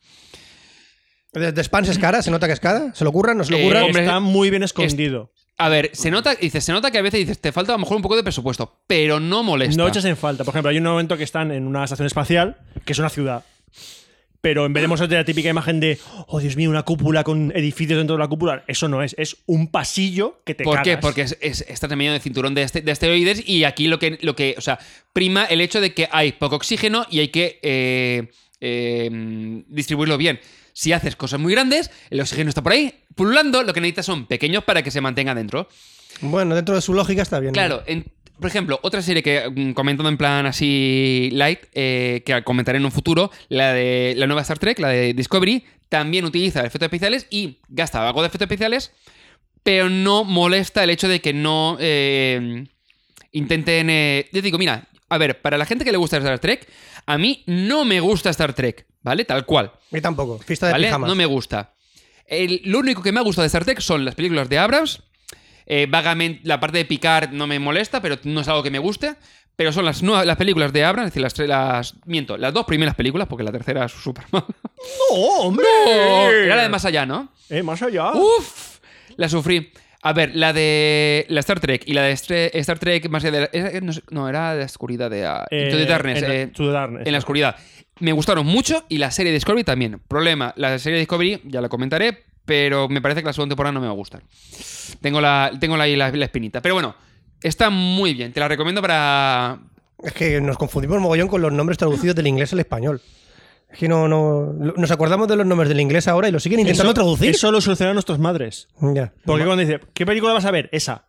S2: De, de Spans es cara, se nota que es cara. ¿Se lo ocurra? ¿No se lo
S3: Eh,
S2: ocurra?
S3: hombre,
S1: está muy bien escondido.
S3: A ver, se nota, dices, se nota que a veces dices, te falta a lo mejor un poco de presupuesto, pero no molesta.
S1: No echas en falta. Por ejemplo, hay un momento que están en una estación espacial, que es una ciudad. Pero en vez de mostrarte la típica imagen de, oh Dios mío, una cúpula con edificios dentro de la cúpula, eso no es. Es un pasillo que te
S3: ¿Por qué?
S1: cagas.
S3: Porque es, es- estás en medio del cinturón de, este, de asteroides y aquí lo que, lo que, o sea, prima el hecho de que hay poco oxígeno y hay que eh, eh, distribuirlo bien. Si haces cosas muy grandes, el oxígeno está por ahí pululando, lo que necesitas son pequeños para que se mantenga dentro.
S2: Bueno, dentro de su lógica está bien.
S3: Claro, en- por ejemplo, otra serie que mm, comentando en plan así light, eh, que comentaré en un futuro, la de la nueva Star Trek, la de Discovery, también utiliza efectos especiales y gasta algo de efectos especiales, pero no molesta el hecho de que no eh, intenten... eh, yo digo, mira, a ver, para la gente que le gusta Star Trek, a mí no me gusta Star Trek, ¿vale? Tal cual.
S2: A mí tampoco. Fiesta de
S3: ¿Vale?
S2: pijamas.
S3: No me gusta. El- lo único que me ha gustado de Star Trek son las películas de Abrams. Eh, vagamente, la parte de Picard no me molesta, pero no es algo que me guste. Pero son las, nuevas- las películas de Abrams, es decir, las, tres- las. Miento, las dos primeras películas, porque la tercera es súper
S2: <laughs>
S3: mala. Oh,
S1: ¡No, hombre!
S3: Era Uh, la de más allá, ¿no?
S1: Eh, más allá.
S3: ¡Uf! La sufrí. A ver, la de la Star Trek y la de Stre- Star Trek más allá de la- era- no, sé- no, era la oscuridad de ah,
S1: Eh,
S3: Into the Darkness,
S1: en la-
S3: eh,
S1: To the Darkness.
S3: en la oscuridad. Me gustaron mucho y la serie Discovery también. Problema, la serie Discovery ya la comentaré, pero me parece que la segunda temporada no me va a gustar. Tengo la tengo la, ahí la, la espinita, pero bueno, está muy bien, te la recomiendo para
S2: Es que nos confundimos mogollón con los nombres traducidos del inglés al español. Es que no, no. lo- Nos acordamos de los nombres del inglés ahora y lo siguen intentando
S1: Eso-
S2: traducir.
S1: Eso lo solucionaron nuestras madres.
S2: Ya.
S1: Porque cuando dice, ¿qué película vas a ver? Esa.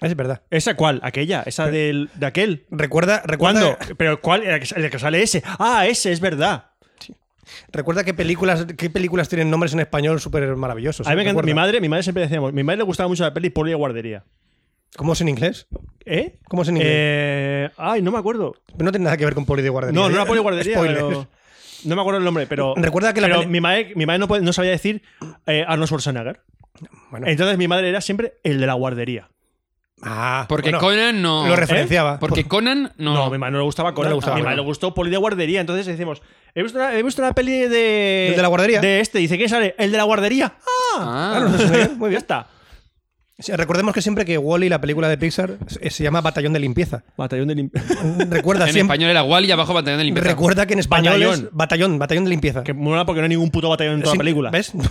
S2: Es verdad.
S1: ¿Esa cuál? ¿Aquella? ¿Esa del, de aquel?
S2: Recuerda, recuerda,
S1: ¿Cuándo? ¿Pero cuál? El que- el que sale ese. Ah, ese, es verdad.
S2: recuerda qué películas, qué películas tienen nombres en español súper maravillosos.
S1: A mí me encanta-
S2: Recuerda.
S1: Mi madre, mi madre siempre decíamos, mi madre le gustaba mucho la peli Poli de guardería.
S2: ¿Cómo es en inglés?
S1: ¿Eh?
S2: ¿Cómo es en inglés?
S1: Eh, ay, no me acuerdo.
S2: No tiene nada que ver con poli de guardería.
S1: No,
S2: <laughs>
S1: no era Poli de guardería,
S2: Spoiler.
S1: pero- no me acuerdo el nombre, pero
S2: Recuerda que la
S1: pero
S2: peli-
S1: mi madre, mi madre no, puede- no sabía decir eh, Arnold Schwarzenegger.
S2: Bueno,
S1: Entonces mi madre era siempre el de la guardería.
S2: Ah,
S3: Porque
S2: bueno,
S3: Conan no.
S2: Lo referenciaba. <laughs>
S3: Porque
S2: Por-
S3: Conan no.
S1: No, a mi madre no le gustaba Conan.
S2: No le gustaba
S1: a mi madre
S2: Conan.
S1: le gustó Poli de guardería. Entonces decimos, he visto una, he visto una peli de...
S2: ¿El de la guardería? pues
S1: De este. Dice, ¿qué sale? El de la guardería. Ah,
S3: Ah.
S1: claro, no sé, muy bien. Ya está.
S2: Sí, Recordemos que siempre que Wally, la película de Pixar, se se llama Batallón de Limpieza.
S1: Batallón de lim- <laughs>
S2: Recuerda
S3: <laughs> en
S2: siempre.
S3: español era Wally y abajo batallón de limpieza.
S2: Recuerda que en español
S1: Batallón.
S2: es batallón, batallón de limpieza.
S1: Que mola porque no hay ningún puto batallón en toda
S2: Sí,
S1: la película.
S3: <laughs>
S2: ¿Ves?
S1: No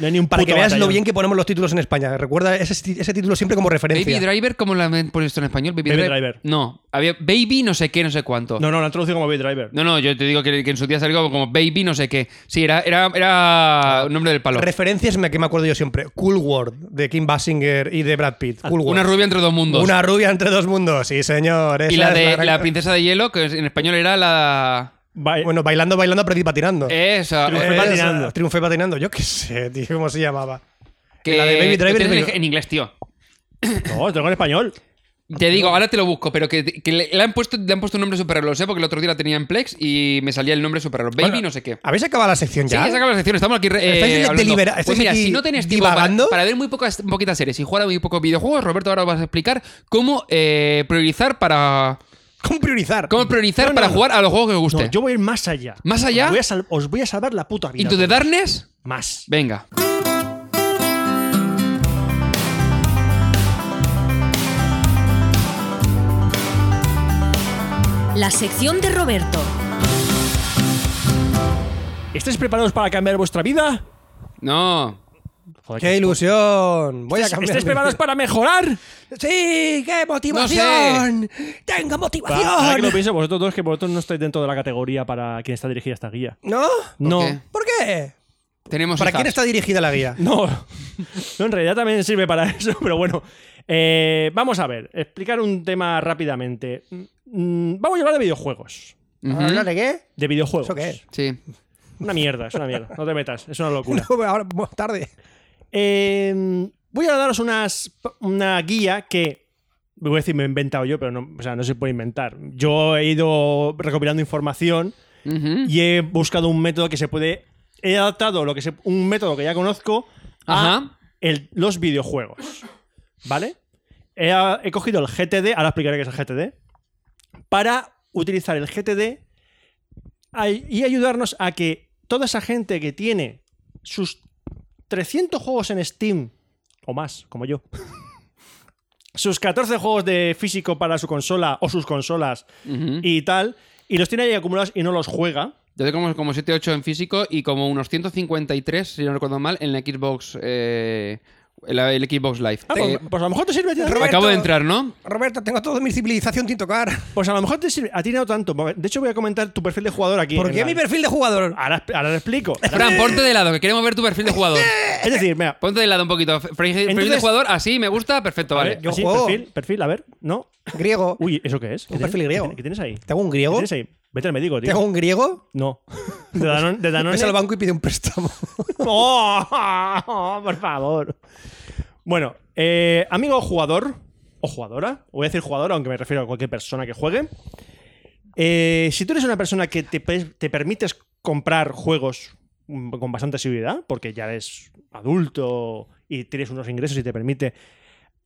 S1: hay ni un
S2: Para que
S1: puto
S2: veas lo
S1: batallón.
S2: bien que ponemos los títulos en España. Recuerda ese, esti- ese título siempre como referencia.
S3: Baby Driver, ¿cómo la han puesto en español? Baby,
S1: Baby
S3: Drive-
S1: Driver.
S3: No, había Baby no sé qué, no sé cuánto.
S1: No, no, la han traducido como Baby Driver.
S3: No, no, yo te digo que, que en su día salió como Baby, no sé qué. Sí, era, era, era un nombre del palo.
S2: Referencias me- que me acuerdo yo siempre. Cool World, de Kim Basinger y de Brad Pitt. Cool World.
S3: Ah, Una rubia entre dos mundos.
S2: Una rubia entre dos mundos, sí, señor.
S3: y
S2: Esa
S3: la
S2: es
S3: de
S2: gran-
S3: la princesa de hielo, que en español era la.
S1: Va-
S2: Bueno, bailando, bailando, perdí patinando.
S1: Triunfo
S2: Esa,
S3: Esa. eh,
S1: Triunfé patinando.
S2: Triunfé patinando. Yo qué sé, tío, cómo se llamaba.
S3: que
S2: la de Baby Driver,
S3: lo tienes
S2: pero-
S3: En inglés, tío.
S1: No, tengo en español.
S3: Te digo, ahora te lo busco, pero que, que le, le han puesto, le han puesto un nombre superhéroe, lo sé, porque el otro día la tenía en Plex y me salía el nombre superhéroe. Baby,
S2: Bueno,
S3: no sé qué.
S2: ¿Habéis acabado la sección
S3: Sí,
S2: ya?
S3: ya se acaba la sección, estamos aquí. eh,
S2: ¿Estáis de-
S3: hablando.
S2: delibera-
S3: Pues
S2: estáis
S3: mira,
S2: aquí
S3: si no tenéis tiempo para,
S2: divagando?
S3: para ver muy pocas, poquitas series y jugar a muy pocos videojuegos, Roberto ahora os vas a explicar cómo eh, priorizar para.
S2: ¿Cómo priorizar?
S3: Cómo priorizar para jugar a los juegos que os gusten.
S1: No, yo voy a ir más allá.
S3: ¿Más allá?
S1: Voy a sal- os voy a salvar la puta vida.
S3: ¿Into the Darkness?
S1: Más.
S3: Venga.
S5: La sección de Roberto.
S1: ¿Estáis preparados para cambiar vuestra vida?
S3: No.
S1: Joder,
S2: ¡Qué ilusión! <laughs> Voy a
S1: ¿Estáis,
S3: Este
S2: cambiar.
S1: estáis
S2: mi
S1: preparados para mejorar?
S2: Sí, qué motivación. Tengo motivación.
S1: Ahora que lo pienso, vosotros dos, que vosotros no estáis dentro de la categoría para quien está dirigida esta guía.
S2: ¿No?
S1: No.
S3: qué?
S2: ¿Por qué?
S3: Tenemos
S2: ¿Para
S3: hijas.
S2: quién está dirigida la guía?
S1: No, <laughs> no, en realidad también sirve para eso, pero bueno. Eh, vamos a ver, explicar un tema rápidamente. Mm, vamos a hablar de videojuegos.
S3: Ujú.
S2: ¿Ahora de qué? <laughs>
S1: De videojuegos.
S2: ¿Eso qué es?
S3: Sí.
S1: Una mierda, es una mierda. No te metas, es una locura.
S2: No, ahora más tarde.
S1: Eh, voy a daros unas, una guía que. Voy a decir, me he inventado yo, pero no, o sea, no se puede inventar. Yo he ido recopilando información
S3: Ujú.
S1: y he buscado un método que se puede. He adaptado lo que se- un método que ya conozco a
S3: Ajá.
S1: el- los videojuegos. ¿Vale? He, ah, he cogido el GTD, ahora explicaré qué es el GTD, para utilizar el GTD a- y ayudarnos a que toda esa gente que tiene sus 300 juegos en Steam, o más, como yo, <laughs> sus 14 juegos de físico para su consola o sus consolas
S3: Ujú.
S1: y tal, y los tiene ahí acumulados y no los juega,
S3: Yo tengo como, como 7 8 en físico y como unos 153, si no recuerdo mal, en la Xbox. Eh, en la- el Xbox Live.
S1: Ah, pues,
S3: Eh,
S1: pues a lo mejor te sirve. tío.
S2: Roberto-
S3: acabo de entrar, ¿no?
S2: Roberto, tengo toda mi civilización sin tocar.
S1: Pues a lo mejor te sirve. A ti no tanto. porque- De hecho, voy a comentar tu perfil de jugador aquí.
S2: ¿Por
S1: en
S2: qué
S1: la-
S2: mi perfil de jugador?
S1: Ahora, ahora lo explico.
S3: Fran, ponte de lado, que queremos ver tu perfil de jugador.
S1: Es decir, mira.
S3: Ponte de lado un poquito. F- Perfil, perfil de
S1: Entonces-
S3: jugador, así, me gusta, perfecto,
S1: a
S3: vale.
S1: ver,
S2: yo
S1: así,
S2: juego.
S1: Perfil, perfil, a ver. No.
S2: Griego.
S1: eh, Uy, ¿eso qué es? ¿Qué
S2: Un
S1: tienes-
S2: perfil griego.
S1: ¿Qué tienes ahí?
S2: ¿Te hago un griego?
S1: ¿Qué tienes ahí? Vete al médico,
S2: ¿Te
S1: tío.
S2: hago un griego? Ah,
S1: No. <laughs> De
S2: <laughs>
S1: Danone. De Danone.
S2: Ves al banco y pide un préstamo.
S1: ¡Oh! <laughs> Por favor. Bueno, eh, amigo jugador o jugadora, voy a decir jugadora, aunque me refiero a cualquier persona que juegue. Eh, si tú eres una persona que te, pe- te permites comprar juegos mm, con bastante seguridad, porque ya eres adulto y tienes unos ingresos y te permite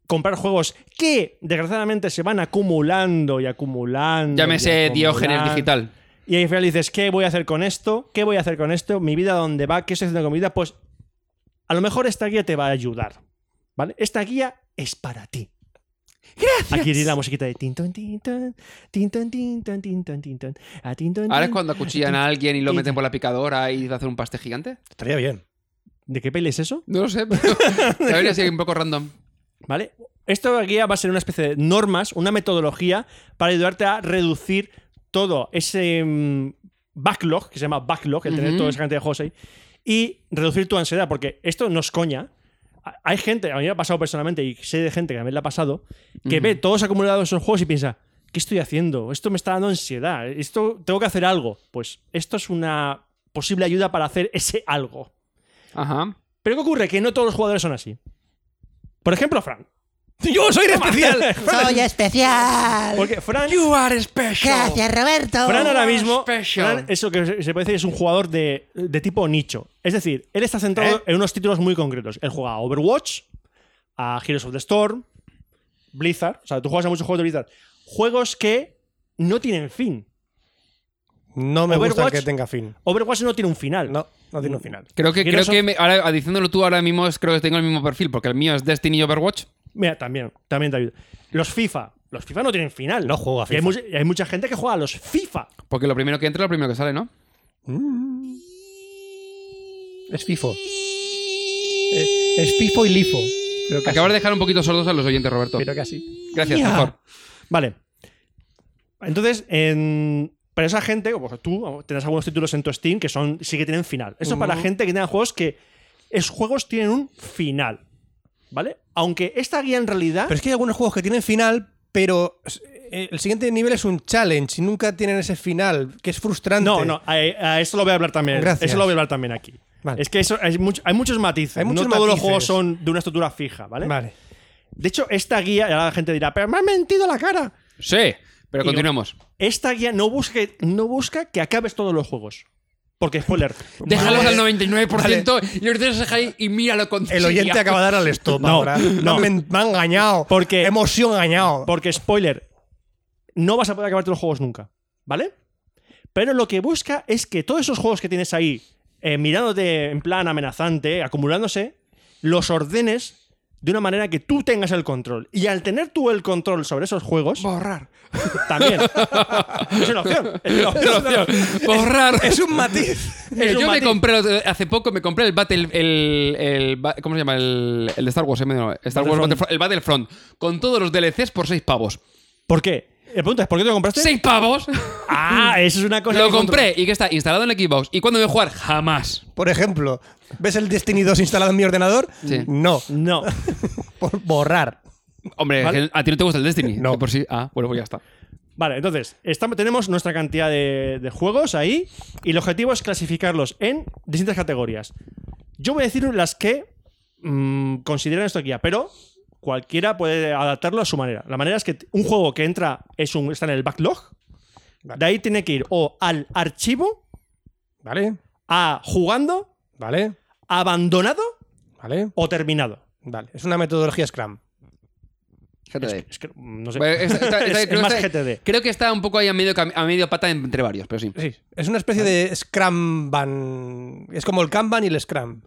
S1: comprar juegos que desgraciadamente se van acumulando y acumulando. y
S3: Llámese Diógenes
S1: acumulando.
S3: Digital.
S1: Y ahí al final dices, ¿qué voy a hacer con esto? ¿Qué voy a hacer con esto? ¿Mi vida dónde va? ¿Qué estoy haciendo con mi vida? Pues a lo mejor esta guía te va a ayudar. ¿Vale? Esta guía es para ti. Gracias. Aquí tiene la musiquita de tin ton, tin ton, tin ton, tin ton, tin ton, tin ton, a tin ton,
S3: Ahora es
S1: tin.
S3: cuando acuchillan a alguien y lo meten por la picadora y va a hacer un paste gigante.
S2: Estaría bien.
S1: ¿De qué peli es eso?
S3: No lo <laughs> sé, pero. La verdad así un poco random.
S1: ¿Vale? Esta guía va a ser una especie de normas, una metodología para ayudarte a reducir todo ese mm, backlog, que se llama backlog, el tener
S3: Ujú.
S1: toda esa cantidad de juegos ahí, y reducir tu ansiedad, porque esto no es coña. A- Hay gente, a mí me ha pasado personalmente, y sé de gente que a mí le ha pasado, que ve todos acumulados esos juegos y piensa, ¿qué estoy haciendo? Esto me está dando ansiedad, esto tengo que hacer algo. Pues esto es una posible ayuda para hacer ese algo.
S3: Ajá.
S1: Pero ¿qué ocurre? Que no todos los jugadores son así. Por ejemplo, Fran.
S2: <laughs> ¡Yo soy especial!
S6: Soy especial.
S1: <laughs> Porque Fran,
S3: are special.
S6: Gracias, Roberto.
S1: Fran ahora mismo
S3: special.
S1: Fran, eso que se puede decir es un jugador de, de tipo nicho. Es decir, él está centrado
S2: ¿Eh?
S1: en unos títulos muy concretos. Él juega a Overwatch, a Heroes of the Storm, Blizzard, o sea, tú juegas a muchos juegos de Blizzard, juegos que no tienen fin.
S2: <laughs> No me gusta
S1: Overwatch-
S2: que tenga fin.
S1: Overwatch no tiene un final.
S2: No, no tiene un final.
S3: Creo que,
S1: Y no
S3: creo
S1: son-
S3: que me- ahora, diciéndolo tú ahora mismo, es- creo que tengo el mismo perfil, porque el mío es Destiny y Overwatch.
S1: Mira, también, también David. Los FIFA. Los FIFA no tienen final.
S2: No juego a
S1: Y hay,
S2: FIFA.
S1: mu- y hay mucha gente que juega a los FIFA.
S3: Porque lo primero que entra es lo primero que sale, ¿no?
S2: Es FIFO. Eh, Es, FIFO y LIFO. Pero casi.
S3: Acabas de dejar un poquito sordos a los oyentes, Roberto.
S2: Pero casi.
S3: Gracias,
S2: Ya.
S3: mejor.
S1: Vale. Entonces, en- para esa gente, como tú, tendrás algunos títulos en tu Steam que son sí que tienen final. Eso para la gente que tenga juegos que esos juegos tienen un final. ¿Vale? Aunque esta guía en realidad.
S2: Pero es que hay algunos juegos que tienen final, pero eh, el siguiente nivel es un challenge y nunca tienen ese final, que es frustrante.
S1: no, no, a, a eso lo voy a hablar también.
S2: Gracias.
S1: Eso lo voy a hablar también aquí.
S2: Vale.
S1: Es que eso, hay, mucho- hay muchos matices.
S2: Hay muchos
S1: no todos los
S2: matices.
S1: juegos son de una estructura fija, ¿vale?
S2: Vale.
S1: De hecho, esta guía, y ahora la gente dirá, pero me han mentido la cara.
S3: Sí, pero
S1: Y-
S3: continuamos.
S1: Esta guía no busca, no busca que acabes todos los juegos. Porque spoiler.
S3: Déjalos
S2: Vale.
S3: al 99% y los dejas ahí y míralo con
S2: El oyente
S3: Cilia.
S2: acaba de dar al
S1: <laughs>
S2: stop
S1: No,
S2: ahora.
S1: no.
S2: Me, me ha engañado.
S1: Porque-
S2: Emoción engañado.
S1: Porque spoiler, no vas a poder acabarte los juegos nunca, ¿vale? Pero lo que busca es que todos esos juegos que tienes ahí, eh, mirándote en plan amenazante, acumulándose, los ordenes de una manera que tú tengas el control. Y al tener tú el control sobre esos juegos... Borrar. También. es una opción. Es una
S3: <laughs>
S1: opción.
S3: Borrar.
S2: <laughs> Es
S1: <laughs>
S2: un matiz.
S3: Eh,
S1: es un
S3: yo me
S1: matiz.
S3: compré otro- hace poco me compré el Battle el, el ba- ¿cómo se llama? El, el de Star Wars, eh, no, Star
S1: Battlefront.
S3: Wars Battlefront, el Battlefront con todos los DLCs por 6 pavos.
S1: ¿Por qué? La pregunta es, ¿por qué te lo compraste?
S2: <laughs>
S3: ¡6 pavos!
S1: Ah, eso es una cosa...
S3: Lo
S1: que
S3: compré y que está instalado en Xbox. ¿Y cuándo voy a jugar? Jamás.
S2: Por ejemplo, ¿ves el Destiny 2 instalado en mi ordenador?
S3: Sí.
S2: No.
S1: controlas. No.
S2: Por borrar.
S3: Hombre,
S1: Vale.
S3: a ti no te gusta el Destiny.
S2: No.
S3: De Por sí. Ah, bueno, pues ya está.
S1: Vale, entonces, estamos, tenemos nuestra cantidad de, de juegos ahí y el objetivo es clasificarlos en distintas categorías. Yo voy a decir las que mm, consideran esto aquí, pero cualquiera puede adaptarlo a su manera. La manera es que t- un juego que entra es un, está en el backlog, de ahí tiene que ir o al archivo,
S2: ¿Vale?
S1: a jugando,
S2: ¿Vale?
S1: abandonado
S2: ¿Vale?
S1: o terminado.
S2: Vale. Es una metodología Scrum.
S1: Es que, mm, no sé.
S3: Bueno, Pues, esta- esta- esta-
S1: <laughs> Es- es
S3: creo,
S1: más
S3: que está-
S1: GTD.
S3: creo que está un poco ahí a medio, cam- a medio pata entre varios, pero sí.
S2: Sí. Es una especie de Scrumban. Es como el Kanban y el Scrum.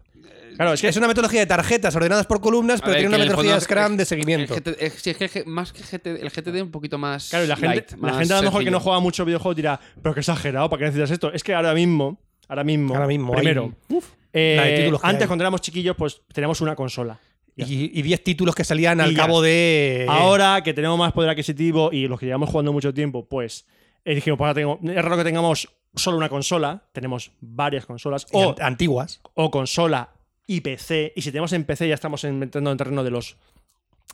S1: Claro, es que
S2: Es una metodología de tarjetas ordenadas por columnas,
S3: A
S2: pero
S3: ver,
S2: tiene una
S3: que en el
S2: metodología
S3: fondo es-
S2: Scrum de
S3: es-
S2: seguimiento.
S3: es GT- es- sí, es que es más que GTD, el GTD un poquito más.
S1: Claro, y la gente,
S3: light,
S1: la
S3: más
S1: gente a lo mejor que
S3: sencillo.
S1: no juega mucho videojuegos dirá, pero qué exagerado, ¿para qué necesitas esto? Es que ahora mismo, ahora mismo,
S2: Ahora mismo,
S1: primero,
S2: hay-
S1: eh,
S2: la de títulos que
S1: antes
S2: hay.
S1: cuando éramos chiquillos, pues teníamos una consola.
S2: Y y 10 títulos que salían
S1: Y
S2: al
S1: ya.
S2: cabo de.
S1: Ahora que tenemos más poder adquisitivo y los que llevamos jugando mucho tiempo, pues eh, dijimos, pues ahora tengo, es raro que tengamos solo una consola, tenemos varias consolas,
S2: Y
S1: o,
S2: an- antiguas.
S1: o consola y PC, y si tenemos en PC ya estamos en- entrando en terreno de los,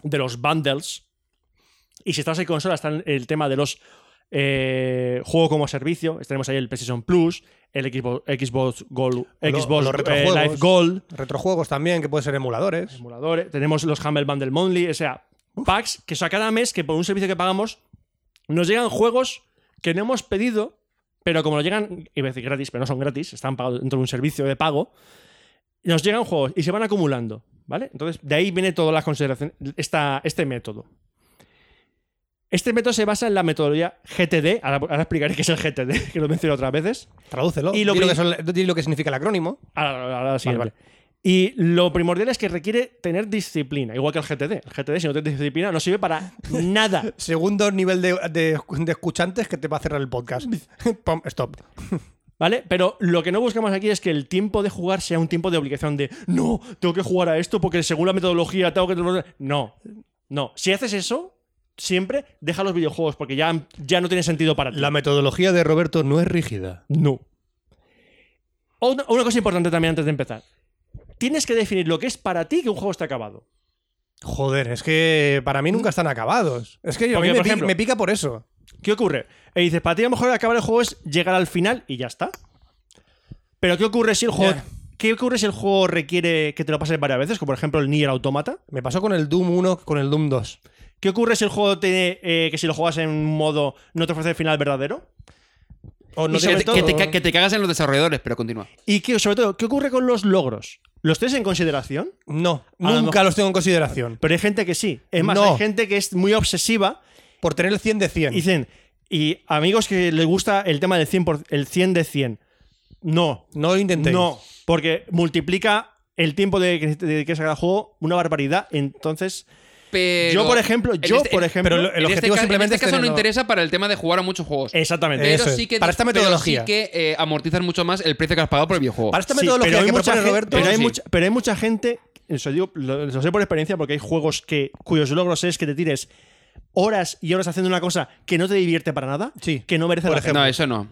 S1: de los bundles, y si estás en consola está el tema de los eh, juego como servicio, tenemos ahí el PlayStation Plus, el Xbox, Xbox Gold,
S2: O lo-
S1: Xbox
S2: los
S1: eh,
S2: retrojuegos.
S1: Live Gold,
S2: Retrojuegos también, que pueden ser emuladores.
S1: emuladores, tenemos los Humble Bundle Monthly, o sea, packs que o sea, cada mes que por un servicio que pagamos nos llegan juegos que no hemos pedido, pero como nos llegan, iba a decir gratis, pero no son gratis, están pagados dentro de un servicio de pago, nos llegan juegos y se van acumulando, ¿vale? Entonces, de ahí viene todas las consideraciones, esta, este método. Este método se basa en la metodología GTD, ahora, ahora explicaré qué es el GTD, <laughs> que lo mencioné otras veces.
S2: Tradúcelo.
S1: Y
S2: Y
S1: lo
S2: lo,
S1: prim-
S2: que son- di lo que significa el acrónimo.
S1: Ahora, ahora sí,
S2: Vale,
S1: vale. Y lo primordial es que requiere tener disciplina, igual que el GTD. El GTD, si no tienes disciplina, no sirve <laughs> para nada.
S2: Segundo nivel de, de- de escuchantes que te va a cerrar el <laughs> podcast. Pom, stop.
S1: ¿Vale? Pero lo que no buscamos aquí es que el tiempo de jugar sea un tiempo de obligación de no, tengo que jugar a esto porque según la metodología tengo que. No, no. Si haces eso, siempre deja los videojuegos porque ya, ya no tiene sentido para ti.
S2: La metodología de Roberto no es rígida.
S1: No. O Una, una cosa importante también antes de empezar. Tienes que definir lo que es para ti que un juego está acabado.
S2: Joder, es que para mí nunca están acabados. Es que a
S1: Porque,
S2: mí me,
S1: por
S2: pi-
S1: ejemplo-
S2: me pica por eso.
S1: ¿Qué ocurre? Y dices, para ti a lo mejor acabar el juego es llegar al final y ya está. Pero ¿qué ocurre si el juego,
S2: Ya.
S1: ¿qué ocurre si el juego requiere que te lo pases varias veces? Como por ejemplo el Nier Automata.
S2: Me pasó con el Doom 1, con el Doom 2.
S1: ¿Qué ocurre si el juego tiene eh, que si lo juegas en un modo no te ofrece el final verdadero?
S2: O no
S3: Y
S2: tiene
S3: que, te- que te,
S2: todo.
S3: ca- que te cagas en los desarrolladores, pero continúa.
S1: Y que, sobre todo, ¿qué ocurre con los logros? ¿Los tres en consideración?
S2: No,
S1: A lo
S2: nunca
S1: mejor-
S2: los tengo en consideración.
S1: Pero hay gente que sí. Es más,
S2: No.
S1: hay gente que es muy obsesiva
S2: Por tener el 100 de 100.
S1: y dicen, y amigos que les gusta el tema del 100, por- el 100 de 100. No,
S2: No lo intentéis.
S1: no, porque multiplica el tiempo de que, de que se haga el juego una barbaridad. Entonces,
S3: Pero
S1: yo, por ejemplo,
S3: en
S1: yo,
S3: este-
S1: por ejemplo,
S2: pero lo- el
S3: en este
S2: objetivo
S3: ca-
S2: simplemente
S3: en este
S2: es
S3: caso no
S2: tenerlo-
S3: interesa para el tema de jugar a muchos juegos.
S1: exactamente.
S3: pero
S2: Eso es.
S3: sí que
S2: Para esta
S3: pero sí
S2: metodología.
S3: que eh, amortizas mucho más el precio que has pagado por el videojuego.
S2: Para esta
S1: Sí,
S2: metodología
S1: pero hay
S2: que
S1: mucha
S2: propone
S1: gen-
S2: Roberto.
S1: pero hay,
S3: sí.
S1: mucha, pero hay mucha gente, eso digo, lo, lo sé por experiencia, porque hay juegos que, cuyos logros es que te tires horas y horas haciendo una cosa que no te divierte para nada,
S2: Sí.
S1: que no merece
S2: Por
S1: la
S2: ejemplo,
S3: No, eso no.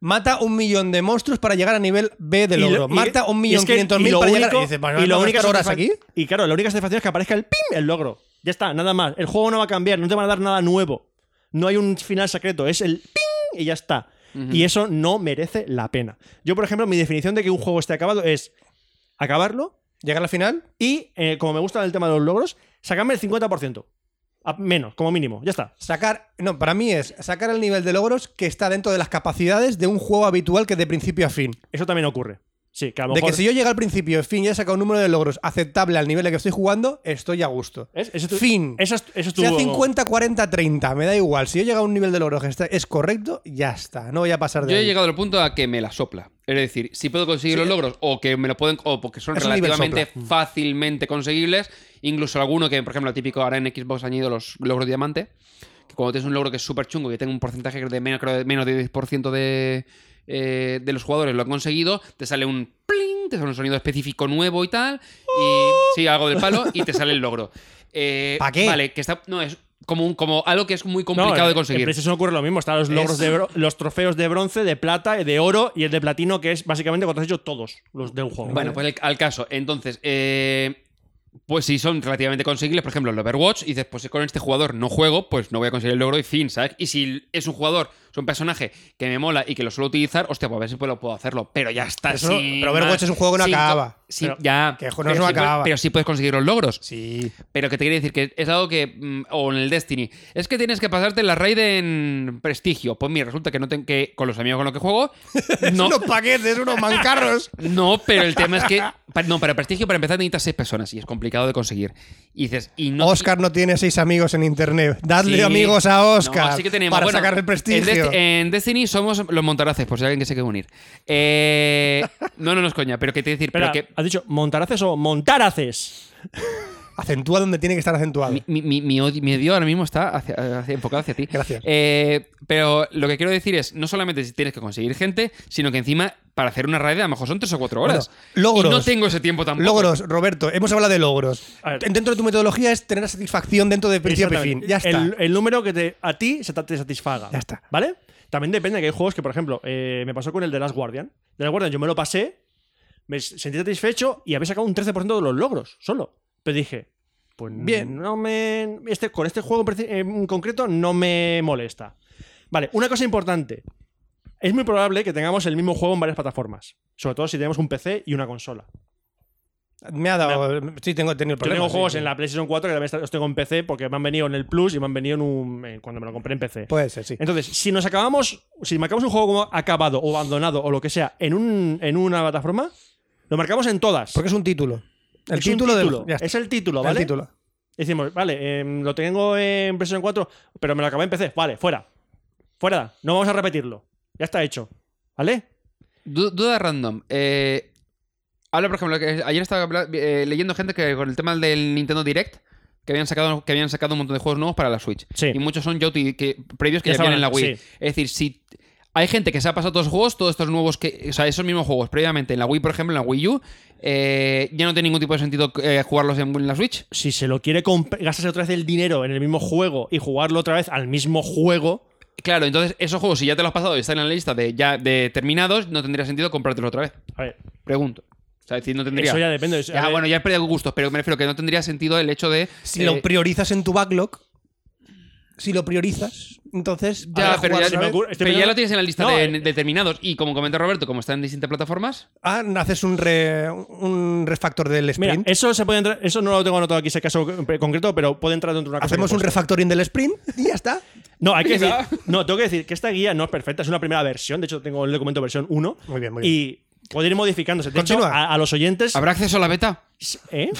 S2: Mata un millón de monstruos para llegar a nivel B del
S1: Y lo-
S2: logro.
S1: y-
S2: Mata un millón
S1: es que-
S2: quinientos
S1: y
S2: mil
S1: lo
S2: para llegar.
S1: único-
S2: Y dices, bueno,
S1: y
S2: ¿no
S1: la
S2: van a
S1: única
S2: estar horas
S1: satisfac-
S2: aquí.
S1: Y claro, la única satisfacción es que aparezca el pim, el logro. Ya está, nada más. El juego no va a cambiar, no te van a dar nada nuevo. No hay un final secreto, es el ping y ya está. Y eso no merece la pena. Yo, por ejemplo, mi definición de que un juego esté acabado es acabarlo
S2: Llegar al final.
S1: y, eh, como me gusta el tema de los logros, sacarme el 50%. A- menos, como mínimo. Ya está.
S2: Sacar, no, para mí es sacar el nivel de logros que está dentro de las capacidades de un juego habitual que de principio a fin.
S1: Eso también ocurre. Sí, que a lo
S2: De
S1: mejor...
S2: que si yo llego al principio y fin ya he sacado un número de logros aceptable al nivel al que estoy jugando, estoy a gusto.
S1: ¿Ves? Eso es tu-
S2: fin.
S1: Eso es, eso es tu-
S2: Sea 50, 40, 30, me da igual. Si yo he llegado a un nivel de logros que está- es correcto, ya está. No voy a pasar de
S3: Yo he
S2: ahí.
S3: llegado al punto a que me la sopla. Es decir, si puedo conseguir los logros o que me lo pueden o porque son
S2: Es un nivel Mm.
S3: relativamente fácilmente conseguibles, incluso alguno que, por ejemplo, lo típico ahora en Xbox han ido los logros diamante, que cuando tienes un logro que es súper chungo y tenga un porcentaje de menos, creo, de menos de 10% de, eh, de los jugadores lo han conseguido, te sale un pling, te sale un sonido específico nuevo y tal, y sí, algo del palo y te sale el
S2: <laughs>
S3: logro. Eh,
S2: Uh. ¿Pa qué?
S3: Vale, que está no es como un- como algo que es muy complicado
S1: No,
S3: de
S1: en- En
S3: conseguir.
S1: PlayStation ocurre lo mismo. Están los logros
S3: Es-
S1: de bro- los trofeos de bronce, de plata, de oro y el de platino, que es básicamente cuando has hecho todos los de un juego.
S3: Bueno, pues el- al caso. Entonces, eh, pues si son relativamente conseguibles, por ejemplo, el Overwatch, y dices, pues si con este jugador no juego, pues no voy a conseguir el logro y fin, ¿sabes? Y si es un jugador, es un personaje que me mola y que lo suelo utilizar, hostia, pues a ver si puedo, puedo hacerlo. Pero ya está.
S2: Eso-
S3: sin
S2: pero Overwatch
S3: más.
S2: es un juego que no
S3: Sin co-
S2: acaba.
S3: sin-
S1: Pero-
S3: ya.
S2: que el juego no
S3: Pero
S2: se
S3: sí
S2: acaba.
S3: puedes- pero sí puedes conseguir los logros.
S2: Sí.
S3: Pero que te quiere decir que es algo que. mm, O en el Destiny. Es que tienes que pasarte la raid en prestigio. Pues mira, resulta que no ten- que con los amigos con los que
S2: <laughs>
S3: juego. no,
S2: Unos paquetes,
S1: <laughs>
S2: unos mancarros.
S3: no, pero el tema es que. pa- No, para prestigio, para empezar, necesitas seis personas y es complicado de conseguir. Y dices, y no.
S2: Oscar no tiene seis amigos en internet. Dadle
S3: Sí.
S2: amigos a Oscar
S3: No, sí que tenemos.
S2: para
S3: Bueno, este,
S2: sacar el prestigio.
S3: En, Dest- en Destiny somos los montaraces, por si alguien que se quiere unir. Eh, no, no, no es coña, pero que te decir,
S1: Espera,
S3: pero que.
S1: ¿has dicho montaraces o montaraces?
S2: Acentúa donde tiene que estar acentuado.
S3: Mi, mi, mi, odi- mi odio ahora mismo está hacia- hacia- enfocado hacia ti.
S2: Gracias.
S3: Eh, pero lo que quiero decir es, no solamente si tienes que conseguir gente, sino que encima para hacer una raid a lo mejor son tres o cuatro horas.
S2: Bueno, logros.
S3: Y no tengo ese tiempo tampoco.
S2: Logros, Roberto, hemos hablado de logros.
S1: A ver.
S2: Dentro de tu metodología es tener la satisfacción dentro de principio a fin.
S1: Exactamente.
S2: Ya está.
S1: El, el número que te- a ti se te, te satisfaga.
S2: Ya está.
S1: ¿Vale? También depende que hay juegos que, por ejemplo, eh, me pasó con el de Last Guardian. De Last Guardian yo me lo pasé, me s- sentí satisfecho y había sacado un 13% de los logros solo. Pero dije, pues bien, no me. Este, con este juego en preci- en concreto no me molesta. Vale, una cosa importante. Es muy probable que tengamos el mismo juego en varias plataformas. Sobre todo si tenemos un PC y una consola.
S2: Me ha dado. Sí, tengo, he tenido
S1: Yo
S2: problemas.
S1: tengo
S2: sí,
S1: juegos
S2: sí.
S1: en la PlayStation 4 que también está- los tengo en PC porque me han venido en el Plus y me han venido en un, en- cuando me lo compré en PC.
S2: Puede ser, sí.
S1: Entonces, si nos acabamos, si marcamos un juego como acabado o abandonado o lo que sea en, un, en una plataforma, lo marcamos en todas.
S2: Porque es un título. El
S1: Es un
S2: título, del-
S1: título,
S2: ya está.
S1: es el título,
S2: El
S1: ¿vale?
S2: título.
S1: Decimos, vale, em, lo tengo en PlayStation 4, pero me lo acabé en PC. Vale, fuera. Fuera, no vamos a repetirlo. Ya está hecho. ¿Vale?
S3: Du- Duda random. Eh, habla, por ejemplo, que ayer estaba habla- eh, leyendo gente que con el tema del Nintendo Direct que habían sacado que habían sacado un montón de juegos nuevos para la Switch.
S1: Sí.
S3: Y muchos son ya uti- que, previos que
S1: Ya
S3: ya habían en la
S1: estaban,
S3: Wii.
S1: sí.
S3: Es decir, si hay gente que se ha pasado todos los juegos, todos estos nuevos que, o sea, esos mismos juegos previamente en la Wii, por ejemplo, en la Wii U, eh, ya no tiene ningún tipo de sentido eh, jugarlos en, en la Switch.
S1: Si se lo quiere comp- gastarse otra vez el dinero en el mismo juego y jugarlo otra vez al mismo juego,
S3: Claro, entonces esos juegos si ya te los has pasado y están en la lista de ya de terminados, no tendría sentido comprártelos otra vez.
S1: a ver,
S3: Pregunto. O sea, es decir, no tendría.
S1: Eso ya depende. Es- a
S3: Ya,
S1: ver,
S3: bueno, ya he perdido gustos, pero me refiero que no tendría sentido el hecho de.
S2: Si
S3: eh,
S2: lo priorizas en tu backlog, si lo priorizas, entonces.
S3: ya,
S2: habrá
S3: pero,
S2: jugado
S1: se Este
S3: ya,
S1: me
S2: otra vez.
S1: ocurre- estoy
S3: pero ya
S1: pensando-
S3: lo tienes en la lista
S1: No,
S3: de,
S1: eh,
S3: de terminados. Y como comenta Roberto, como está en distintas plataformas,
S2: Ah, haces un, re- un refactor del
S1: Mira,
S2: sprint.
S1: eso se puede entrar, eso no lo tengo anotado aquí si acaso en concreto, pero puede entrar dentro de una cosa.
S2: Hacemos
S1: que he
S2: un
S1: puesto.
S2: refactoring del sprint y
S1: <laughs>
S2: ya está.
S1: No, hay que decir,
S3: Mira.
S1: no, tengo que decir que esta guía no es perfecta, es una primera versión, de hecho tengo el documento versión 1.
S2: Muy bien, muy
S1: Y Puede ir modificándose. De hecho,
S2: Continúa.
S1: a, a los oyentes.
S3: ¿Habrá acceso a
S1: <laughs>
S3: la beta?
S1: ¿Eh?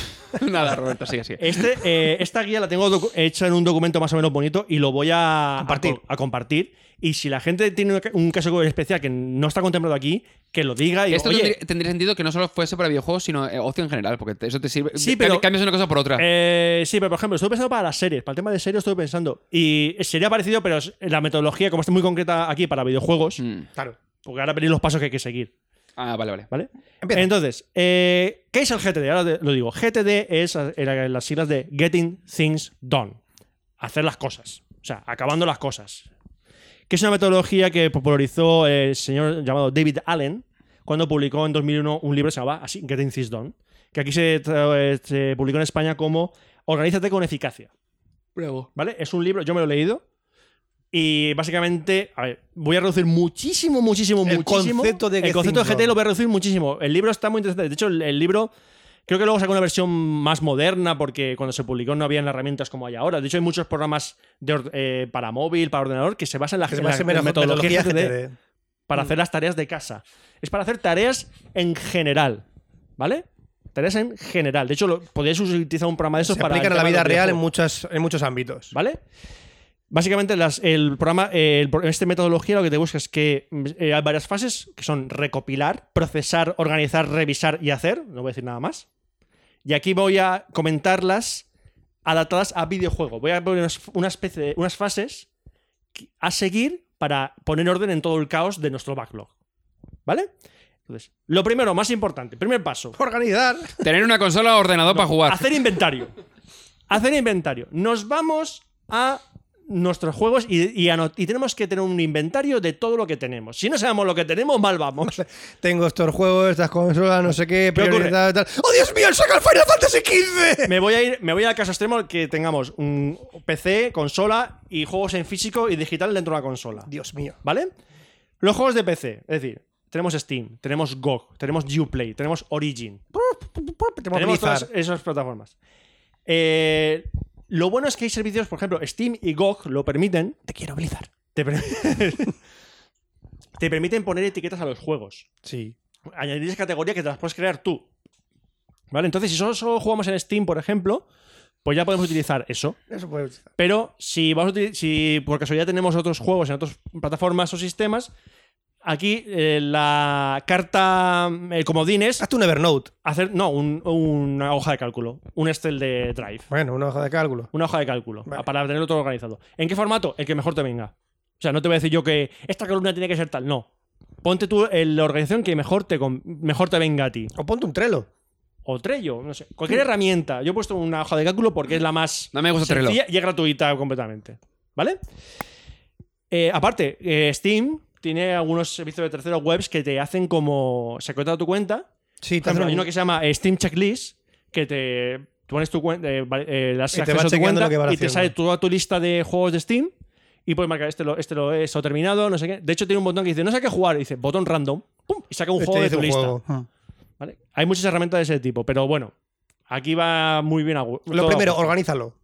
S3: Nada, Roberto, sigue así.
S1: Este, eh, esta guía la tengo docu- hecha en un documento más o menos bonito y lo voy a
S2: Compartir.
S1: A, co- a compartir. Y si la gente tiene un ca- un caso especial que no está contemplado aquí, que lo diga y
S3: Esto
S1: oye,
S3: tendría, tendría sentido que no solo fuese para videojuegos, sino eh, ocio en general, porque te- eso te sirve.
S1: Sí,
S3: cam-
S1: pero-
S3: Cambias una cosa por otra.
S1: Eh, sí, pero por ejemplo, estoy pensando para las series, para el tema de series estoy pensando. Y sería parecido, pero es- la metodología, como está muy concreta aquí para videojuegos,
S3: Mm.
S2: Claro.
S1: porque ahora venir los pasos que hay que seguir,
S3: Ah, vale, vale.
S1: ¿vale?
S2: Empieza.
S1: Entonces, eh, ¿qué es el GTD? Ahora te- lo digo. GTD es eh, la- las siglas de Getting Things Done. Hacer las cosas. O sea, acabando las cosas. Que es una metodología que popularizó el señor llamado David Allen cuando publicó en 2001 un libro que se llamaba así, Getting Things Done, que aquí se, tra- eh, se publicó en España como Organízate con eficacia. ¿Vale? Es un libro, yo me lo he leído. Y básicamente, a ver, voy a reducir muchísimo, muchísimo,
S2: El
S1: muchísimo.
S2: concepto de
S1: el
S2: Getting
S1: concepto de GT
S2: Done.
S1: lo voy a reducir muchísimo. El libro está muy interesante. De hecho, el, el libro creo que luego sacó una versión más moderna porque cuando se publicó no habían herramientas como hay ahora. De hecho, hay muchos programas de or- eh, para móvil, para ordenador, que se basan en la,
S2: Que se
S1: en la-
S2: basa en
S1: en la
S2: metodología
S1: GTD
S2: GTD.
S1: para hacer las tareas de casa. Es para hacer tareas en general, ¿vale? Tareas en general. De hecho, lo, podrías utilizar un programa de esos
S2: Se
S1: para...
S2: aplican a la
S1: el tema de
S2: vida
S1: los
S2: real en
S1: videojuegos.
S2: muchas, en muchos ámbitos.
S1: ¿Vale? Básicamente, las- el programa, eh, el pro- esta metodología lo que te busca es que mm, eh, hay varias fases que son recopilar, procesar, organizar, revisar y hacer. No voy a decir nada más. Y aquí voy a comentarlas adaptadas a videojuego. Voy a poner unas, una especie de- unas fases que- a seguir para poner orden en todo el caos de nuestro backlog. ¿Vale? Entonces, lo primero, más importante, primer paso.
S2: Organizar.
S3: Tener una consola o ordenador para jugar.
S1: Hacer inventario. Hacer inventario. Nos vamos a nuestros juegos y, y ano- y tenemos que tener un inventario de todo lo que tenemos. Si no sabemos lo que tenemos, mal vamos.
S2: <laughs> Tengo estos juegos, estas consolas, no sé qué,
S1: ¿Qué ocurre?
S2: prioridad, tal. ¡Oh, Dios mío! ¡El saca el Final Fantasy
S1: <laughs>
S2: XV!
S1: Me voy a ir, me voy al caso extremo que tengamos un PC, consola y juegos en físico y digital dentro de la consola.
S2: <laughs> Dios mío.
S1: ¿Vale? Los juegos de PC, es decir, tenemos Steam, tenemos GOG, tenemos Uplay, tenemos Origin.
S2: Tenemos
S1: Tenemos
S2: Blizzard.
S1: <laughs> todas esas plataformas. Eh, lo bueno es que hay servicios, por ejemplo, Steam y GOG lo permiten.
S2: Te quiero Blizzard.
S1: Te, per- <laughs> te permiten poner etiquetas a los juegos.
S2: Sí.
S1: Añadir categorías que te las puedes crear tú. ¿Vale? Entonces, si solo, solo jugamos en Steam, por ejemplo, pues ya podemos utilizar eso.
S2: Eso puede utilizar.
S1: Pero si, vamos a utili- si por casualidad tenemos otros juegos en otras plataformas o sistemas, aquí eh, la carta el comodín es
S2: Hazte un Evernote.
S1: hacer, no, un- una hoja de cálculo, un Excel de Drive.
S2: Bueno, una hoja de cálculo.
S1: Una hoja de cálculo.
S2: Vale.
S1: Para tenerlo todo organizado. ¿En qué formato? El que mejor te venga. O sea, no te voy a decir yo que esta columna tiene que ser tal. No. Ponte tú en la organización que mejor te, con- mejor te venga a ti.
S2: O ponte un Trello.
S1: O Trello, no sé. Cualquier herramienta. Yo he puesto una hoja de cálculo porque es la más
S3: No me gusta Trello.
S1: sencilla y es gratuita completamente. ¿Vale? Eh, aparte, eh, Steam tiene algunos servicios de terceros webs que te hacen como. Se conecta a tu cuenta
S2: Sí,
S1: por ejemplo, hay uno que se llama eh, Steam Checklist, que te tú pones tu cuenta, eh, vale, eh, le das
S2: Y te
S1: acceso
S2: va
S1: a tu
S2: chequeando
S1: cuenta
S2: lo que va
S1: y te
S2: haciendo.
S1: sale toda tu lista de juegos de Steam y puedes marcar este lo, este lo es, o terminado, no sé qué. De hecho, tiene un botón que dice, no sé a qué jugar, y dice botón random, pum, y
S2: Este
S1: saca un juego de tu lista. ¿vale? Hay muchas herramientas de ese tipo, pero bueno, aquí va muy bien. a gu- todo
S2: Lo
S1: a
S2: primero,
S1: gusto.
S2: organízalo.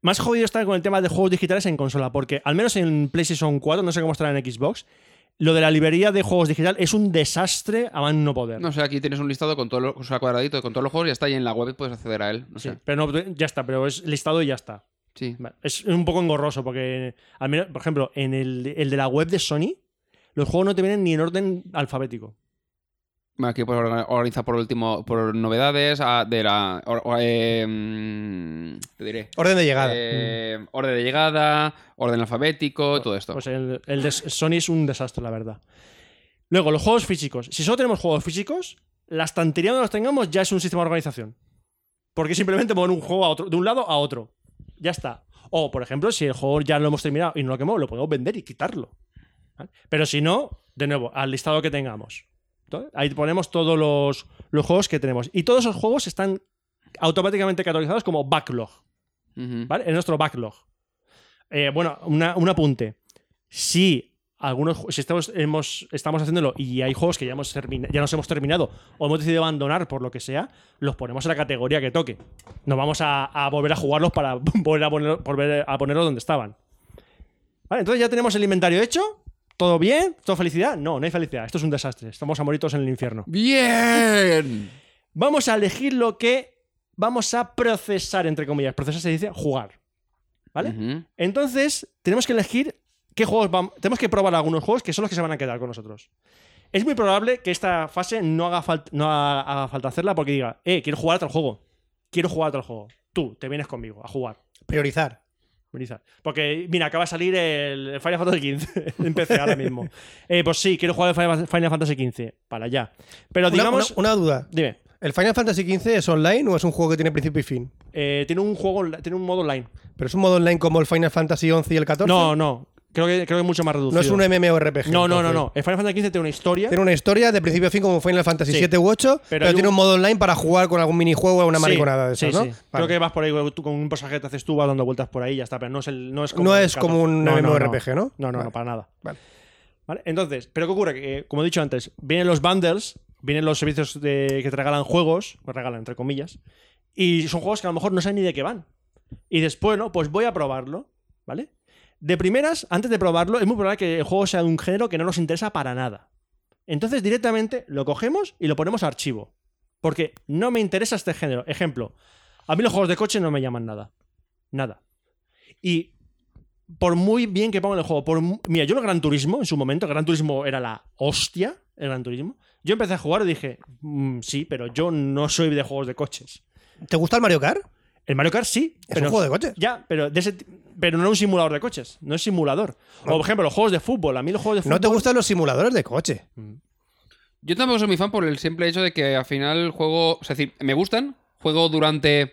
S1: Más jodido está con el tema de juegos digitales en consola, porque al menos en PlayStation 4, no sé cómo estará en Xbox, lo de la librería de juegos digital es un desastre a más no poder.
S3: No sé, aquí tienes un listado con todo lo, o sea, cuadradito con todos los juegos y está ahí en la web puedes acceder a él. No
S1: Sí,
S3: sé.
S1: pero no, ya está, pero es listado y ya está.
S3: Sí.
S1: Vale, Es un poco engorroso porque, al menos, por ejemplo, en el, el de la web de Sony, los juegos no te vienen ni en orden alfabético.
S3: Aquí puedes orga- organizar por último, por novedades, a- de la. or- o- eh, mm, te diré.
S2: Orden de llegada.
S3: Eh, Orden de llegada, orden alfabético, todo esto.
S1: Pues el, el de Sony es un desastre, la verdad. Luego, los juegos físicos. Si solo tenemos juegos físicos, la estantería donde los tengamos ya es un sistema de organización. Porque simplemente mover un juego a otro, de un lado a otro. Ya está. O, por ejemplo, si el juego ya lo hemos terminado y no lo quemamos, lo podemos vender y quitarlo. ¿Vale? Pero si no, de nuevo, al listado que tengamos. Entonces, ahí ponemos todos los, los juegos que tenemos. Y todos esos juegos están automáticamente categorizados como backlog.
S3: Ujú.
S1: ¿vale? En nuestro backlog. Eh, bueno, una- un apunte. Si algunos ju- si estamos, hemos- estamos haciéndolo y hay juegos que ya, hemos termina- ya nos hemos terminado o hemos decidido abandonar por lo que sea, los ponemos en la categoría que toque. No vamos a, a volver a jugarlos para <laughs> volver a, poner- volver a ponerlos donde estaban. Vale, entonces ya tenemos el inventario hecho, ¿Todo bien? ¿Todo felicidad? No, no hay felicidad. Esto es un desastre. Estamos a moritos en el infierno.
S3: ¡Bien!
S1: Vamos a elegir lo que vamos a procesar, entre comillas. Procesar se dice jugar. ¿Vale?
S3: Ujú.
S1: Entonces, tenemos que elegir qué juegos vamos. Tenemos que probar algunos juegos que son los que se van a quedar con nosotros. Es muy probable que esta fase no haga, falta no ha- haga falta hacerla porque diga, eh, quiero jugar a tal juego. Quiero jugar a tal juego. Tú, te vienes conmigo a jugar.
S2: Priorizar.
S1: Brisa. Porque, mira, acaba de salir el el Final Fantasy <laughs> XV. Empecé ahora mismo. Eh, pues sí, quiero jugar al Final- Final Fantasy XV. Para allá. Pero
S2: Una-
S1: digamos.
S2: una, una duda.
S1: Dime.
S2: ¿El Final Fantasy XV es online o es un juego que tiene principio y fin?
S1: eh, tiene un juego, onla- tiene un modo online.
S2: ¿Pero es un modo online como el Final Fantasy XI y el XIV?
S1: No, no. Creo que, creo que es mucho más reducido.
S2: No es un MMORPG.
S1: No, no, no,
S2: entonces.
S1: no. El Final Fantasy XV tiene una historia.
S2: Tiene una historia de principio a fin como Final Fantasy
S1: Sí.
S2: 7 u 8,
S1: Pero
S2: pero,
S1: hay
S2: tiene
S1: un-
S2: un modo online para jugar con algún minijuego o una mariconada de
S1: sí,
S2: esas,
S1: sí,
S2: ¿no?
S1: sí.
S2: Vale.
S1: Creo que vas por ahí tú con un personaje que te haces tú, vas dando vueltas por ahí y ya está. Pero no es, el- no es como,
S2: No
S1: el
S2: es como
S1: 14.
S2: un MMORPG, ¿no?
S1: No, no, no,
S2: Vale.
S1: para nada.
S2: Vale.
S1: ¿Vale? Entonces, ¿pero qué ocurre? Que, eh, como he dicho antes, vienen los bundles, vienen los servicios de- que te regalan juegos, que regalan entre comillas, y son juegos que a lo mejor no saben ni de qué van. Y después, ¿no? Pues voy a probarlo, ¿vale? De primeras, antes de probarlo, es muy probable que el juego sea de un género que no nos interesa para nada. Entonces, directamente lo cogemos y lo ponemos a archivo. Porque no me interesa este género. Ejemplo, a mí los juegos de coche no me llaman nada. Nada. Y por muy bien que pongan el juego, por mu- mira, yo el Gran Turismo en su momento, el Gran Turismo era la hostia, el Gran Turismo. Yo empecé a jugar y dije, "Mm, sí, pero yo no soy de juegos de coches.
S2: ¿Te gusta el Mario Kart?
S1: El Mario Kart sí,
S2: Es
S1: pero
S2: un juego de coches.
S1: ya, pero de ese ti- pero no es un simulador de coches, no es simulador. O por ejemplo, los juegos de fútbol, a mí los juegos de
S2: No te
S1: fútbol
S2: gustan los simuladores de coche.
S3: Yo tampoco soy muy fan por el simple hecho de que al final juego. Es decir, me gustan, juego durante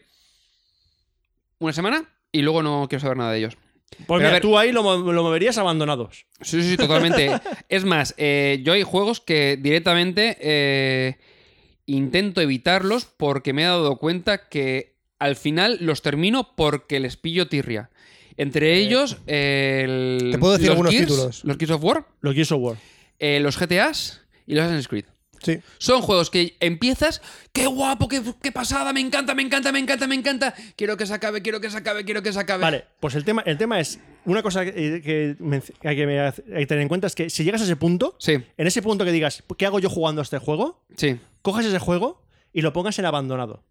S3: una semana y luego no quiero saber nada de ellos.
S1: Pues
S3: Pero a
S1: mira,
S3: ver-
S1: tú ahí lo, mo- lo moverías abandonados.
S3: Sí, sí,
S2: <laughs>
S3: sí, totalmente. es más, eh, yo hay juegos que directamente eh, intento evitarlos porque me he dado cuenta que al final los termino porque les pillo tirria. Entre ellos, eh, el-
S2: Te puedo decir
S3: los
S2: algunos
S3: Gears,
S2: títulos.
S3: Los Gears of War,
S1: Los Gears of War.
S3: eh, los GTAs y los Assassin's Creed.
S2: Sí.
S3: Son juegos que empiezas, qué guapo, qué, qué pasada, me encanta, me encanta, me encanta, me encanta. Quiero que se acabe, quiero que se acabe, quiero que se acabe.
S1: Vale, pues el tema, el tema es, una cosa que, eh, que men- que hay que me- hay que tener en cuenta es que si llegas a ese punto,
S3: Sí,
S1: en ese punto que digas, ¿qué hago yo jugando a este juego?
S3: sí.
S1: Cojas ese juego y lo pongas en abandonado.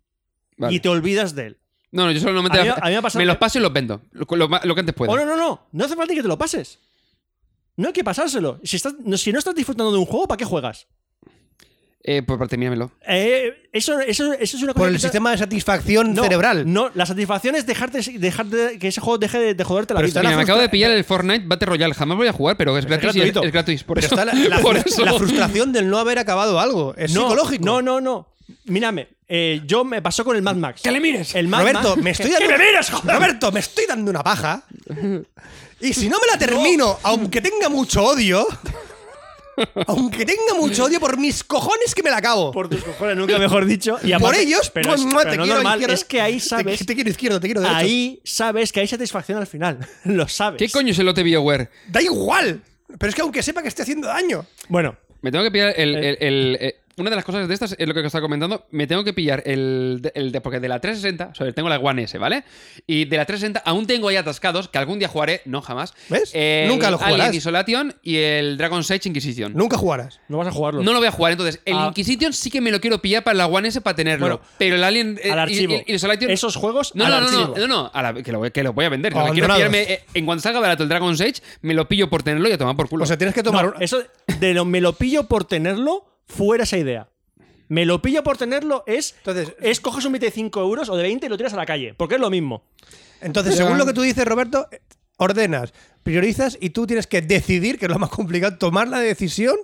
S3: vale.
S1: Y te olvidas de él.
S3: No, no, yo solamente
S1: A mí- a mí me ha pasado
S3: me los
S1: que-
S3: paso y los vendo. Lo, lo ma- lo que antes pueda.
S1: Oh, no, no, no. No hace falta que te lo pases. No hay que pasárselo. Si, estás- no, si no estás disfrutando de un juego, ¿para qué juegas?
S3: Eh, pues para terminármelo.
S1: Eh, eso, eso, eso es una cosa
S2: Por
S3: Pues
S1: que
S2: el
S1: está-
S2: sistema de satisfacción
S1: No,
S2: cerebral.
S1: No, la satisfacción es dejarte, dejarte que ese juego deje de, de joderte la
S2: Pero
S1: vida.
S2: está la
S3: Mira, me
S2: frustra-
S3: acabo de pillar el Fortnite Battle Royale. Jamás voy a jugar, pero es gratis. y es-
S1: gratuito.
S3: es, gratis. Por
S2: Pero
S3: eso.
S2: está la, la-
S3: <laughs> por
S2: la
S3: eso.
S2: frustración del no haber acabado algo. Es
S1: no,
S2: psicológico.
S1: No, no, no. Mírame. eh, yo me pasó con el Mad Max.
S3: ¡Que le mires!
S1: El Mad
S2: Roberto,
S1: Max-
S2: me
S1: <laughs>
S2: estoy dando.
S1: ¡Que me mires, joder!
S2: Roberto, me estoy dando una paja. Y si no me la termino, aunque tenga mucho odio. Aunque tenga mucho odio por mis cojones que me la acabo. Por,
S1: Por tus cojones, nunca mejor dicho. Y aparte-
S2: ellos,
S1: pero es,
S2: mua, mua,
S1: pero
S2: te
S1: no
S2: quiero
S1: normal,
S2: izquierda.
S1: es que ahí
S2: Te-
S1: sabes.
S2: Te, quiero izquierdo, te quiero derecho.
S1: Ahí sabes que hay satisfacción al final. <laughs> Lo sabes.
S3: ¿Qué coño es el lote BioWare?
S2: Da igual. Pero es que aunque sepa que esté haciendo daño.
S1: Bueno,
S3: Me tengo que pillar el. el- el- eh, una de las cosas de estas es lo que os estaba comentando. Me tengo que pillar el, de- el de. Porque de la 360, o sea, tengo la One S, ¿vale? Y de la 360 aún tengo ahí atascados, que algún día jugaré, no jamás.
S2: ¿Ves?
S3: el
S2: Nunca lo jugarás.
S3: Alien Isolation y el Dragon's Age Inquisition.
S2: Nunca jugarás.
S1: no vas a jugarlo.
S3: No lo voy a jugar, entonces. El
S1: Ah.
S3: Inquisition sí que me lo quiero pillar para la One S para tenerlo.
S1: Bueno,
S3: pero el Alien. eh,
S1: al
S3: y-
S1: archivo.
S3: y- y Isolation-
S1: Esos juegos
S3: No,
S1: al
S3: no, no,
S1: archivo.
S3: no, no, no, a la- que, lo, voy- que lo voy a vender. Lo que quiero
S2: Abandonados.
S3: pillarme, eh, en cuanto salga barato el Dragon's Age, me lo pillo por tenerlo y a tomar por culo.
S2: O sea, tienes que
S1: No,
S2: tomar. un-
S1: eso de lo, me lo pillo por tenerlo, fuera esa idea. Me lo pillo por tenerlo es,
S2: Entonces-
S1: es coges un billete de 5 euros o de 20 y lo tiras a la calle, porque es lo mismo.
S2: Entonces,
S3: Ya.
S2: según lo que tú dices, Roberto, eh, ordenas, priorizas y tú tienes que decidir, que es lo más complicado, tomar la decisión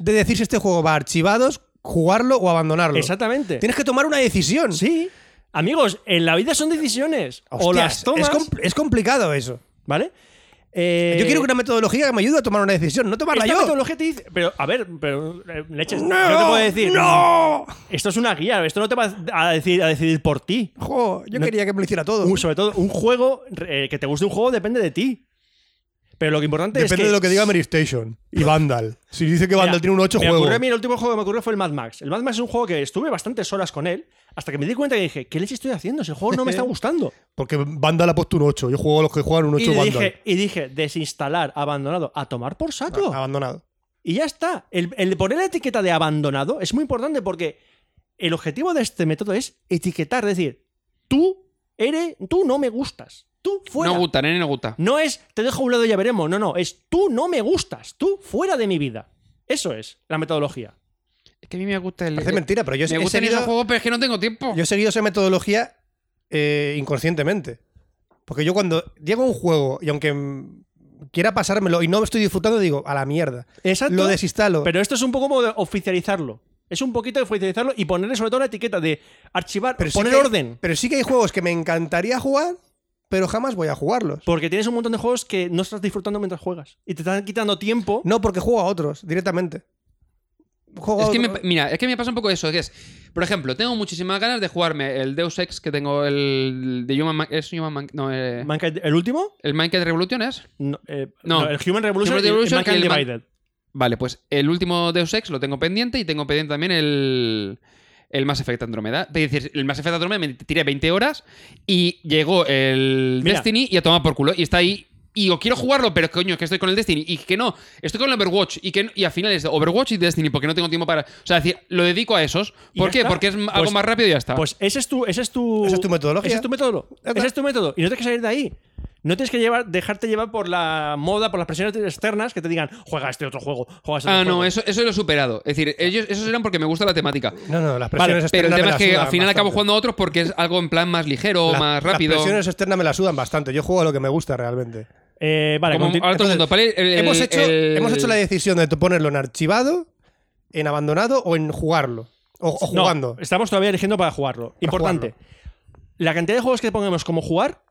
S2: de decir si este juego va a archivados, jugarlo o abandonarlo.
S1: Exactamente.
S2: Tienes que tomar una decisión.
S1: Sí. Amigos, en la vida son decisiones. o
S2: Hostias,
S1: las tomas,
S2: Es, compl- es complicado eso.
S1: ¿vale? Eh,
S2: Yo quiero una metodología que me ayude a tomar una decisión, no tomarla
S1: esta
S2: yo.
S1: metodología te dice, pero a ver, pero eh, leches,
S2: No,
S1: yo te puedo decir,
S2: ¡No!
S1: esto es una guía, esto no te va a decir a decidir por ti.
S2: Jo, yo
S1: No-
S2: quería que me lo hiciera todo.
S1: Un- sobre todo, un juego eh, que te guste un juego depende de ti. Pero lo que importante
S2: Depende
S1: es que.
S2: de lo que diga Mary Station y Vandal. Si dice que
S1: Mira,
S2: Vandal tiene un 8
S1: me
S2: juego.
S1: ocurrió a mí, el último juego que me ocurrió fue el Mad Max. El Mad Max es un juego que estuve bastantes horas con él hasta que me di cuenta que dije, ¿qué les estoy haciendo? Si el juego no
S2: <laughs>
S1: me está gustando.
S2: Porque Vandal ha puesto un 8. Yo juego a los que juegan un 8
S1: y, le
S2: Vandal.
S1: dije, y dije, desinstalar, abandonado, a tomar por saco.
S2: Abandonado.
S1: Y ya está. El, el poner la etiqueta de abandonado es muy importante porque el objetivo de este método es etiquetar, es decir, tú eres, tú no me gustas. Tú fuera.
S3: No gusta, nene, no gusta.
S1: No es te dejo a un lado y ya veremos. No, no, es tú no me gustas. Tú fuera de mi vida. Eso es la metodología.
S3: Es que a mí me gusta el.
S2: Parece mentira, pero yo he-
S3: me
S2: he
S3: gustan esos
S2: seguido-
S3: juegos, pero es que no tengo tiempo.
S2: Yo he seguido esa metodología eh, inconscientemente. Porque yo cuando llego a un juego y aunque mm, quiera pasármelo y no estoy disfrutando, digo, a la mierda.
S1: Exacto.
S2: Lo desinstalo.
S1: Pero esto es un poco como de oficializarlo. Es un poquito de oficializarlo y ponerle sobre todo la etiqueta de archivar,
S2: Pero sí
S1: poner
S2: que-
S1: orden.
S2: Pero sí que hay juegos que me encantaría jugar, pero jamás voy a jugarlos.
S1: Porque tienes un montón de juegos que no estás disfrutando mientras juegas. Y te están quitando tiempo.
S2: No, porque juego a otros directamente. Juego
S3: Es
S2: a
S3: que me,
S2: otro-
S3: mira, es que me pasa un poco eso, que es, por ejemplo, tengo muchísimas ganas de jugarme el Deus Ex que tengo el de Human Man- es Human Man- no, eh,
S1: Mankind- ¿El último?
S3: el Minecraft Revolution es.
S1: No, eh,
S3: No.
S1: no, el Human Revolution,
S3: Human
S1: y
S3: Revolution
S1: el Mankind
S3: y el Man-
S1: Divided.
S3: Vale, pues el último Deus Ex lo tengo pendiente y tengo pendiente también el, el Mass Effect Andromeda. Es decir, el Mass Effect Andromeda me tiré 20 horas y llegó el
S1: Mira.
S3: Destiny y a tomar por culo. Y está ahí. Y digo, quiero jugarlo, pero coño, que estoy con el Destiny. Y que no, estoy con el Overwatch. Y, que, no- y al final es Overwatch y Destiny porque no tengo tiempo para. O sea, es decir, lo dedico a esos.
S1: Y
S3: ¿Por
S1: ya
S3: qué?
S1: está.
S3: Porque es
S1: Pues-
S3: algo más rápido y ya está.
S1: Pues ese es tu, ese es tu,
S2: Esa es tu metodología.
S1: Ese es tu método.
S2: Ya está.
S1: Ese es tu método. Y no tienes que salir de ahí. No tienes que llevar, dejarte llevar por la moda, por las presiones externas que te digan, juega este otro juego, juega este
S3: ah,
S1: otro
S3: no,
S1: juego".
S3: eso, eso lo he superado. Es decir, ellos, esos eran porque me gusta la temática.
S1: Pues
S2: No, no, las presiones
S3: Pero el
S2: externas
S3: tema
S2: me
S3: es
S2: las
S3: que
S2: sudan
S3: al final acabo
S2: bastante.
S3: jugando a otros porque es algo en plan más ligero,
S2: Las-
S3: más rápido.
S2: Las presiones externas me las sudan bastante. Yo juego a lo que me gusta realmente.
S1: Eh, vale,
S3: Como
S1: conti-
S3: ahora todo el mundo,
S2: Entonces,
S3: ¿vale? El- el-
S2: hemos, hecho,
S3: el-
S2: hemos hecho la decisión de ponerlo en archivado, en abandonado o en jugarlo. O, o
S1: No,
S2: jugando.
S1: estamos todavía eligiendo para jugarlo. Importante. La cantidad de juegos que pongamos como jugar,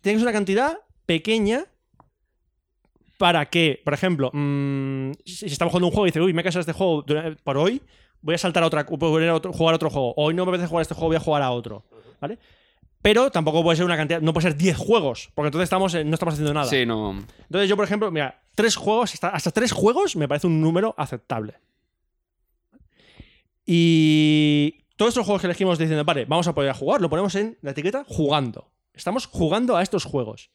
S1: tienes una cantidad pequeña para que, por ejemplo, mm, si, si estamos jugando un juego y dices, uy, me he cansado de este juego dura- por hoy, voy a saltar a otra, voy a otro- jugar a otro juego. Hoy no me apetece jugar a este juego, voy a jugar a otro. ¿Vale? Pero tampoco puede ser una cantidad, no puede ser 10 juegos, porque entonces estamos, eh, no estamos haciendo nada.
S3: Sí, no.
S1: Entonces yo, por ejemplo, mira, tres juegos, hasta, hasta tres juegos me parece un número aceptable. Y todos estos juegos que elegimos diciendo, vale, vamos a poder a jugar, lo ponemos en la etiqueta jugando. Estamos jugando a estos juegos.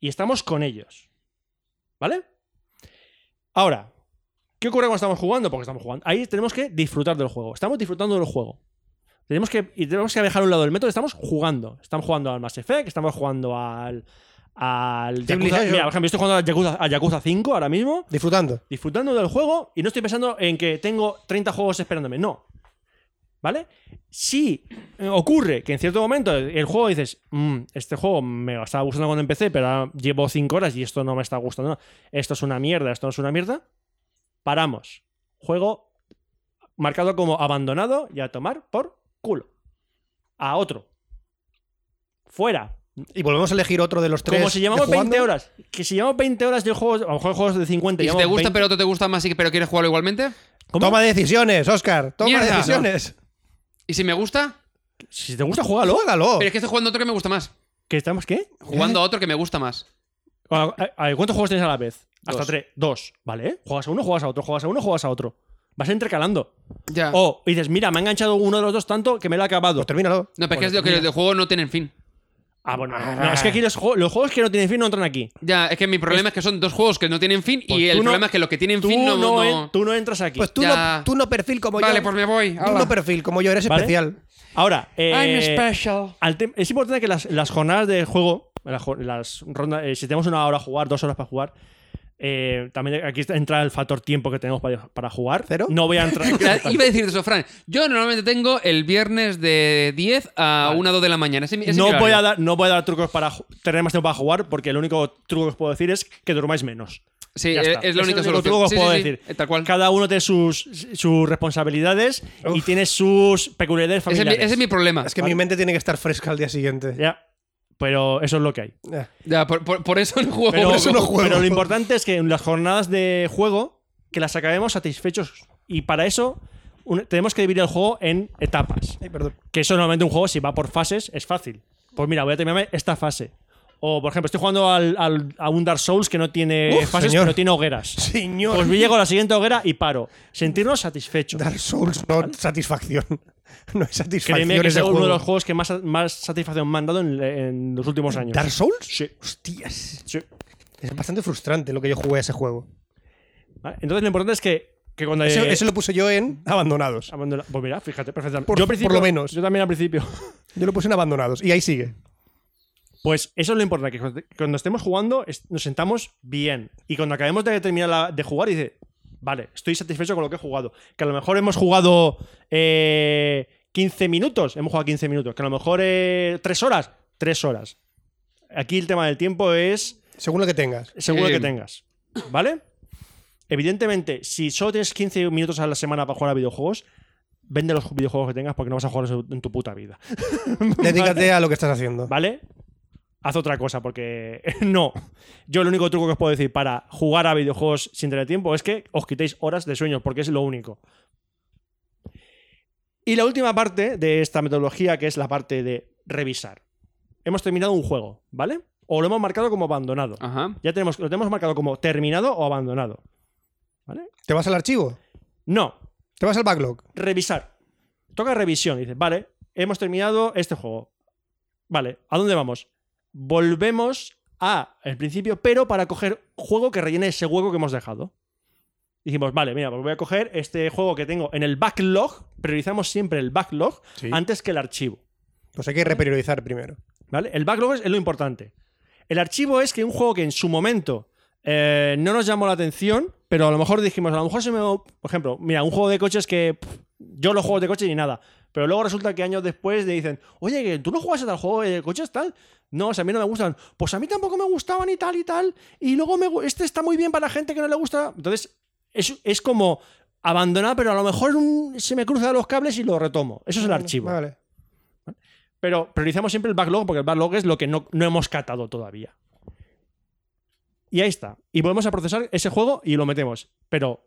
S1: Y estamos con ellos. ¿Vale? Ahora, ¿qué ocurre cuando estamos jugando? Porque estamos jugando. Ahí tenemos que disfrutar del juego. Estamos disfrutando del juego. Tenemos que, y tenemos que dejar a un lado el método. Estamos jugando. Estamos jugando al Mass Effect, estamos jugando al. al Yakuza.
S2: Civilization.
S1: Mira, por ejemplo, estoy jugando al Yakuza, al Yakuza 5 ahora mismo,
S2: Disfrutando.
S1: disfrutando del juego y no estoy pensando en que tengo 30 juegos esperándome. No. ¿Vale? Si eh, ocurre que en cierto momento el el juego dices, "Mm, este juego me estaba gustando cuando empecé, pero ahora llevo 5 horas y esto no me está gustando, no. esto es una mierda, esto no es una mierda, paramos. Juego marcado como abandonado y a tomar por culo. A otro. Fuera.
S2: Y volvemos a elegir otro de los tres.
S1: Como si llevamos
S2: de jugando.
S1: 20 horas. Que si llevamos 20 horas de juegos, a lo mejor hay juegos de 50
S3: ¿Y si te
S1: llevamos
S3: gusta,
S1: 20.
S3: pero otro te gusta más, y- pero quieres jugarlo igualmente?
S1: ¿Cómo?
S2: Toma decisiones, Oscar. Toma
S3: Mierda.
S2: decisiones.
S3: ¿Y si me gusta?
S1: Si te gusta, júgalo.
S2: Juégalo.
S3: Pero es que estoy jugando a otro que me gusta más.
S1: ¿Que estamos qué?
S3: Jugando a otro que me gusta más.
S1: A- a- a- ¿Cuántos juegos tienes a la vez? Hasta
S3: Dos.
S1: tres. Dos, ¿vale? Juegas a uno, juegas a otro, juegas a uno, juegas a otro. Vas intercalando.
S3: Ya.
S1: O dices, mira, me ha enganchado uno de los dos tanto que me lo ha acabado.
S2: Pues termínalo.
S3: no, pero es que es lo que
S1: mira.
S3: los de juego no tienen fin.
S1: Ah, bueno. No, es que aquí los, juegos- los juegos que no tienen fin no entran aquí.
S3: Ya, es que mi problema es, que son dos juegos que no tienen fin
S1: Pues
S3: y el
S1: tú no-
S3: problema es que los que tienen
S1: Tú
S3: fin no.
S1: no,
S3: no-
S1: en- tú no entras aquí.
S2: Pues tú
S3: Ya.
S2: no, tú no perfil como
S3: Vale,
S2: yo.
S3: pues me voy,
S2: Tú
S3: hala. <laughs>
S2: no perfil como yo, eres
S1: ¿Vale?
S2: especial.
S1: Ahora, eh,
S3: I'm special.
S1: al tem- es importante que las, las jornadas de juego, las, jo- las rondas, eh, si tenemos una hora a jugar, dos horas para jugar, eh, también aquí entra el factor tiempo que tenemos para, para jugar.
S2: ¿Cero?
S1: No voy a
S3: <laughs>
S1: entrar.
S3: Gra- Iba a decirte eso, Fran. Yo normalmente tengo el viernes de 10 a 1 o 2 de la mañana. Ese, mi- ese es mi
S1: no,
S3: horario.
S1: voy a dar, no voy a dar trucos para ju- tener más tiempo para jugar, porque el único truco que os puedo decir es que durmáis menos.
S3: Sí,
S1: Ya
S3: es,
S1: está.
S3: es la
S1: el
S3: única
S1: único
S3: solución.
S1: truco que os
S3: Sí, sí,
S1: puedo
S3: sí.
S1: decir.
S3: Eh, Tal cual.
S1: Cada uno tiene sus, sus responsabilidades y tiene sus peculiaridades
S3: Ese es, mi,
S1: familiares.
S3: ese es mi problema.
S2: Es que mi mente tiene que estar fresca al día siguiente.
S1: Ya. Pero eso es lo que hay.
S2: Eh.
S3: Ya, por, por- por Oh, eso no juego.
S1: Pero,
S2: eso no juego.
S1: pero lo importante es que en las jornadas de juego, que las acabemos satisfechos. Y para eso un- tenemos que dividir el juego en etapas.
S2: Ay, perdón.
S1: Que eso normalmente un juego, si va por fases, es fácil. Pues mira, voy a terminarme esta fase. O, por ejemplo, estoy jugando al, al- a un Dark Souls que no tiene
S2: Uf,
S1: fases,
S2: señor.
S1: pero tiene hogueras.
S2: <laughs> Señor.
S1: Pues me llego a la siguiente hoguera y paro. Sentirnos satisfechos.
S2: Dark Souls no satisfacción. <laughs> No es satisfacción
S1: Créeme que es
S2: ese
S1: uno
S2: juego.
S1: de los juegos que más, más satisfacción me han dado en, en los últimos años.
S2: ¿Dark Souls?
S1: Sí.
S2: Hostias.
S1: Sí.
S2: Es bastante frustrante lo que yo jugué a ese juego.
S1: Vale, Entonces lo importante es que, que cuando...
S2: Eso,
S1: eh,
S2: eso lo puse
S1: <laughs>
S2: yo en Abandonados.
S1: abandona- Pues mira, fíjate, perfectamente.
S2: Por-
S1: yo al
S2: por
S1: principio-
S2: lo menos.
S1: Yo también al principio.
S2: Yo lo puse en Abandonados. Y ahí sigue.
S1: Pues eso es lo importante, que cuando- cuando estemos jugando es- nos sentamos bien. Y cuando acabemos de terminar la- de jugar, dice, vale, estoy satisfecho con lo que he jugado. Que a lo mejor hemos jugado eh, 15 minutos, hemos jugado 15 minutos. Que a lo mejor eh, 3 horas, 3 horas. Aquí el tema del tiempo es
S2: Según lo que
S1: <laughs>
S2: tengas.
S1: según lo
S3: Sí.
S1: que tengas, ¿vale? Evidentemente, si solo tienes 15 minutos a la semana para jugar a videojuegos, vende los videojuegos que tengas porque no vas a jugar en tu puta vida.
S2: Dedícate a lo que estás haciendo.
S1: ¿Vale? Haz otra cosa, porque <laughs> no. Yo el único truco que os puedo decir para jugar a videojuegos sin tener tiempo es que os quitéis horas de sueños, porque es lo único. Y la última parte de esta metodología, que es la parte de revisar. Hemos terminado un juego, ¿vale? O lo hemos marcado como abandonado.
S3: Ajá.
S1: Ya tenemos, lo tenemos marcado como terminado o abandonado. ¿Vale?
S2: ¿Te vas al archivo?
S1: No,
S2: ¿Te vas al backlog?
S1: revisar. Toca revisión. Y dices, vale, hemos terminado este juego. Vale, ¿a dónde vamos? Volvemos a el principio, pero para coger juego que rellene ese hueco que hemos dejado. Dijimos, vale, mira, pues voy a coger este juego que tengo en el backlog. Priorizamos siempre el backlog
S2: Sí.
S1: antes que el archivo.
S2: Pues hay que repriorizar primero.
S1: ¿Vale? El backlog es, es lo importante. El archivo es que un juego que en su momento eh, no nos llamó la atención, pero a lo mejor dijimos, a lo mejor se me. Por ejemplo, mira, un juego de coches que. pff, yo los juegos de coches ni nada. Pero luego resulta que años después le dicen, oye, que tú no juegas a tal juego de coches tal. No, o sea, a mí no me gustan. Pues a mí tampoco me gustaban y tal y tal. Y luego me, gu- este está muy bien para la gente que no le gusta. Entonces, es, es como abandonar, pero a lo mejor un- se me cruzan los cables y lo retomo. Eso es el archivo.
S2: Vale.
S1: Pero priorizamos siempre el backlog porque el backlog es lo que no, no hemos catado todavía. Y ahí está. Y volvemos a procesar ese juego y lo metemos. Pero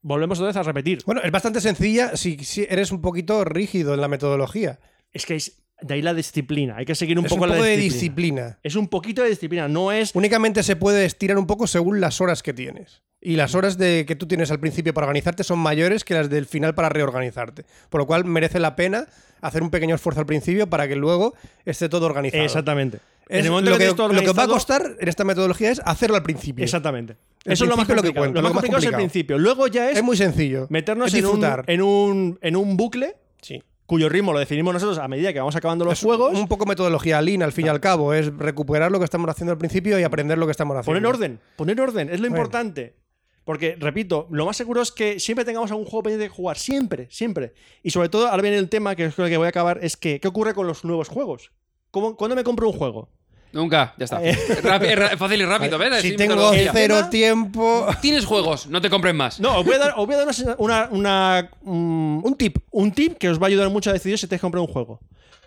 S1: volvemos otra vez a repetir.
S2: Bueno, es bastante sencilla si, si eres un poquito rígido en la metodología.
S1: Es que es, de ahí la disciplina. Hay que seguir un
S2: es
S1: poco
S2: un
S1: la
S2: poco de
S1: disciplina.
S2: disciplina.
S1: Es un poquito de disciplina. No es.
S2: Únicamente se puede estirar un poco según las horas que tienes. Y las horas de, que tú tienes al principio para organizarte son mayores que las del final para reorganizarte. Por lo cual merece la pena hacer un pequeño esfuerzo al principio para que luego esté todo organizado.
S1: Exactamente.
S2: Es
S1: En el momento
S2: lo, que,
S1: tienes todo
S2: lo que va a
S1: organizado-
S2: costar en esta metodología es hacerlo al principio.
S1: Exactamente.
S2: El
S1: Eso es lo más
S2: principio es lo que
S1: complicado.
S2: cuenta,
S1: lo más complicado es el
S2: complicado.
S1: principio. Luego ya es,
S2: Es muy sencillo.
S1: meternos
S2: Es
S1: en un,
S2: disfrutar.
S1: en, un, en un bucle
S2: Sí.
S1: cuyo ritmo lo definimos nosotros a medida que vamos acabando los
S2: Es
S1: juegos.
S2: Un poco metodología lean, al fin y al cabo. Es recuperar lo que estamos haciendo al principio y aprender lo que estamos haciendo.
S1: Poner orden, poner orden, es lo
S2: Bueno.
S1: importante. Porque, repito, lo más seguro es que siempre tengamos algún juego pendiente de jugar, siempre, siempre. Y sobre todo, ahora viene el tema que es con el que voy a acabar, es que, ¿qué ocurre con los nuevos juegos? ¿Cómo, ¿Cuándo me compro un juego?
S3: Nunca, ya está.
S2: <laughs>
S1: Eh.
S3: Rápi- es ra- fácil y rápido, ¿ves?
S2: Si
S3: Sí,
S2: tengo
S3: metodología.
S1: el-
S2: cero
S1: tema-
S2: tiempo. <laughs>
S3: Tienes juegos, no te compres más.
S1: No, os voy a dar, os voy a dar una sena- una, una, mm, un tip, un tip que os va a ayudar mucho a decidir si te comprar un juego.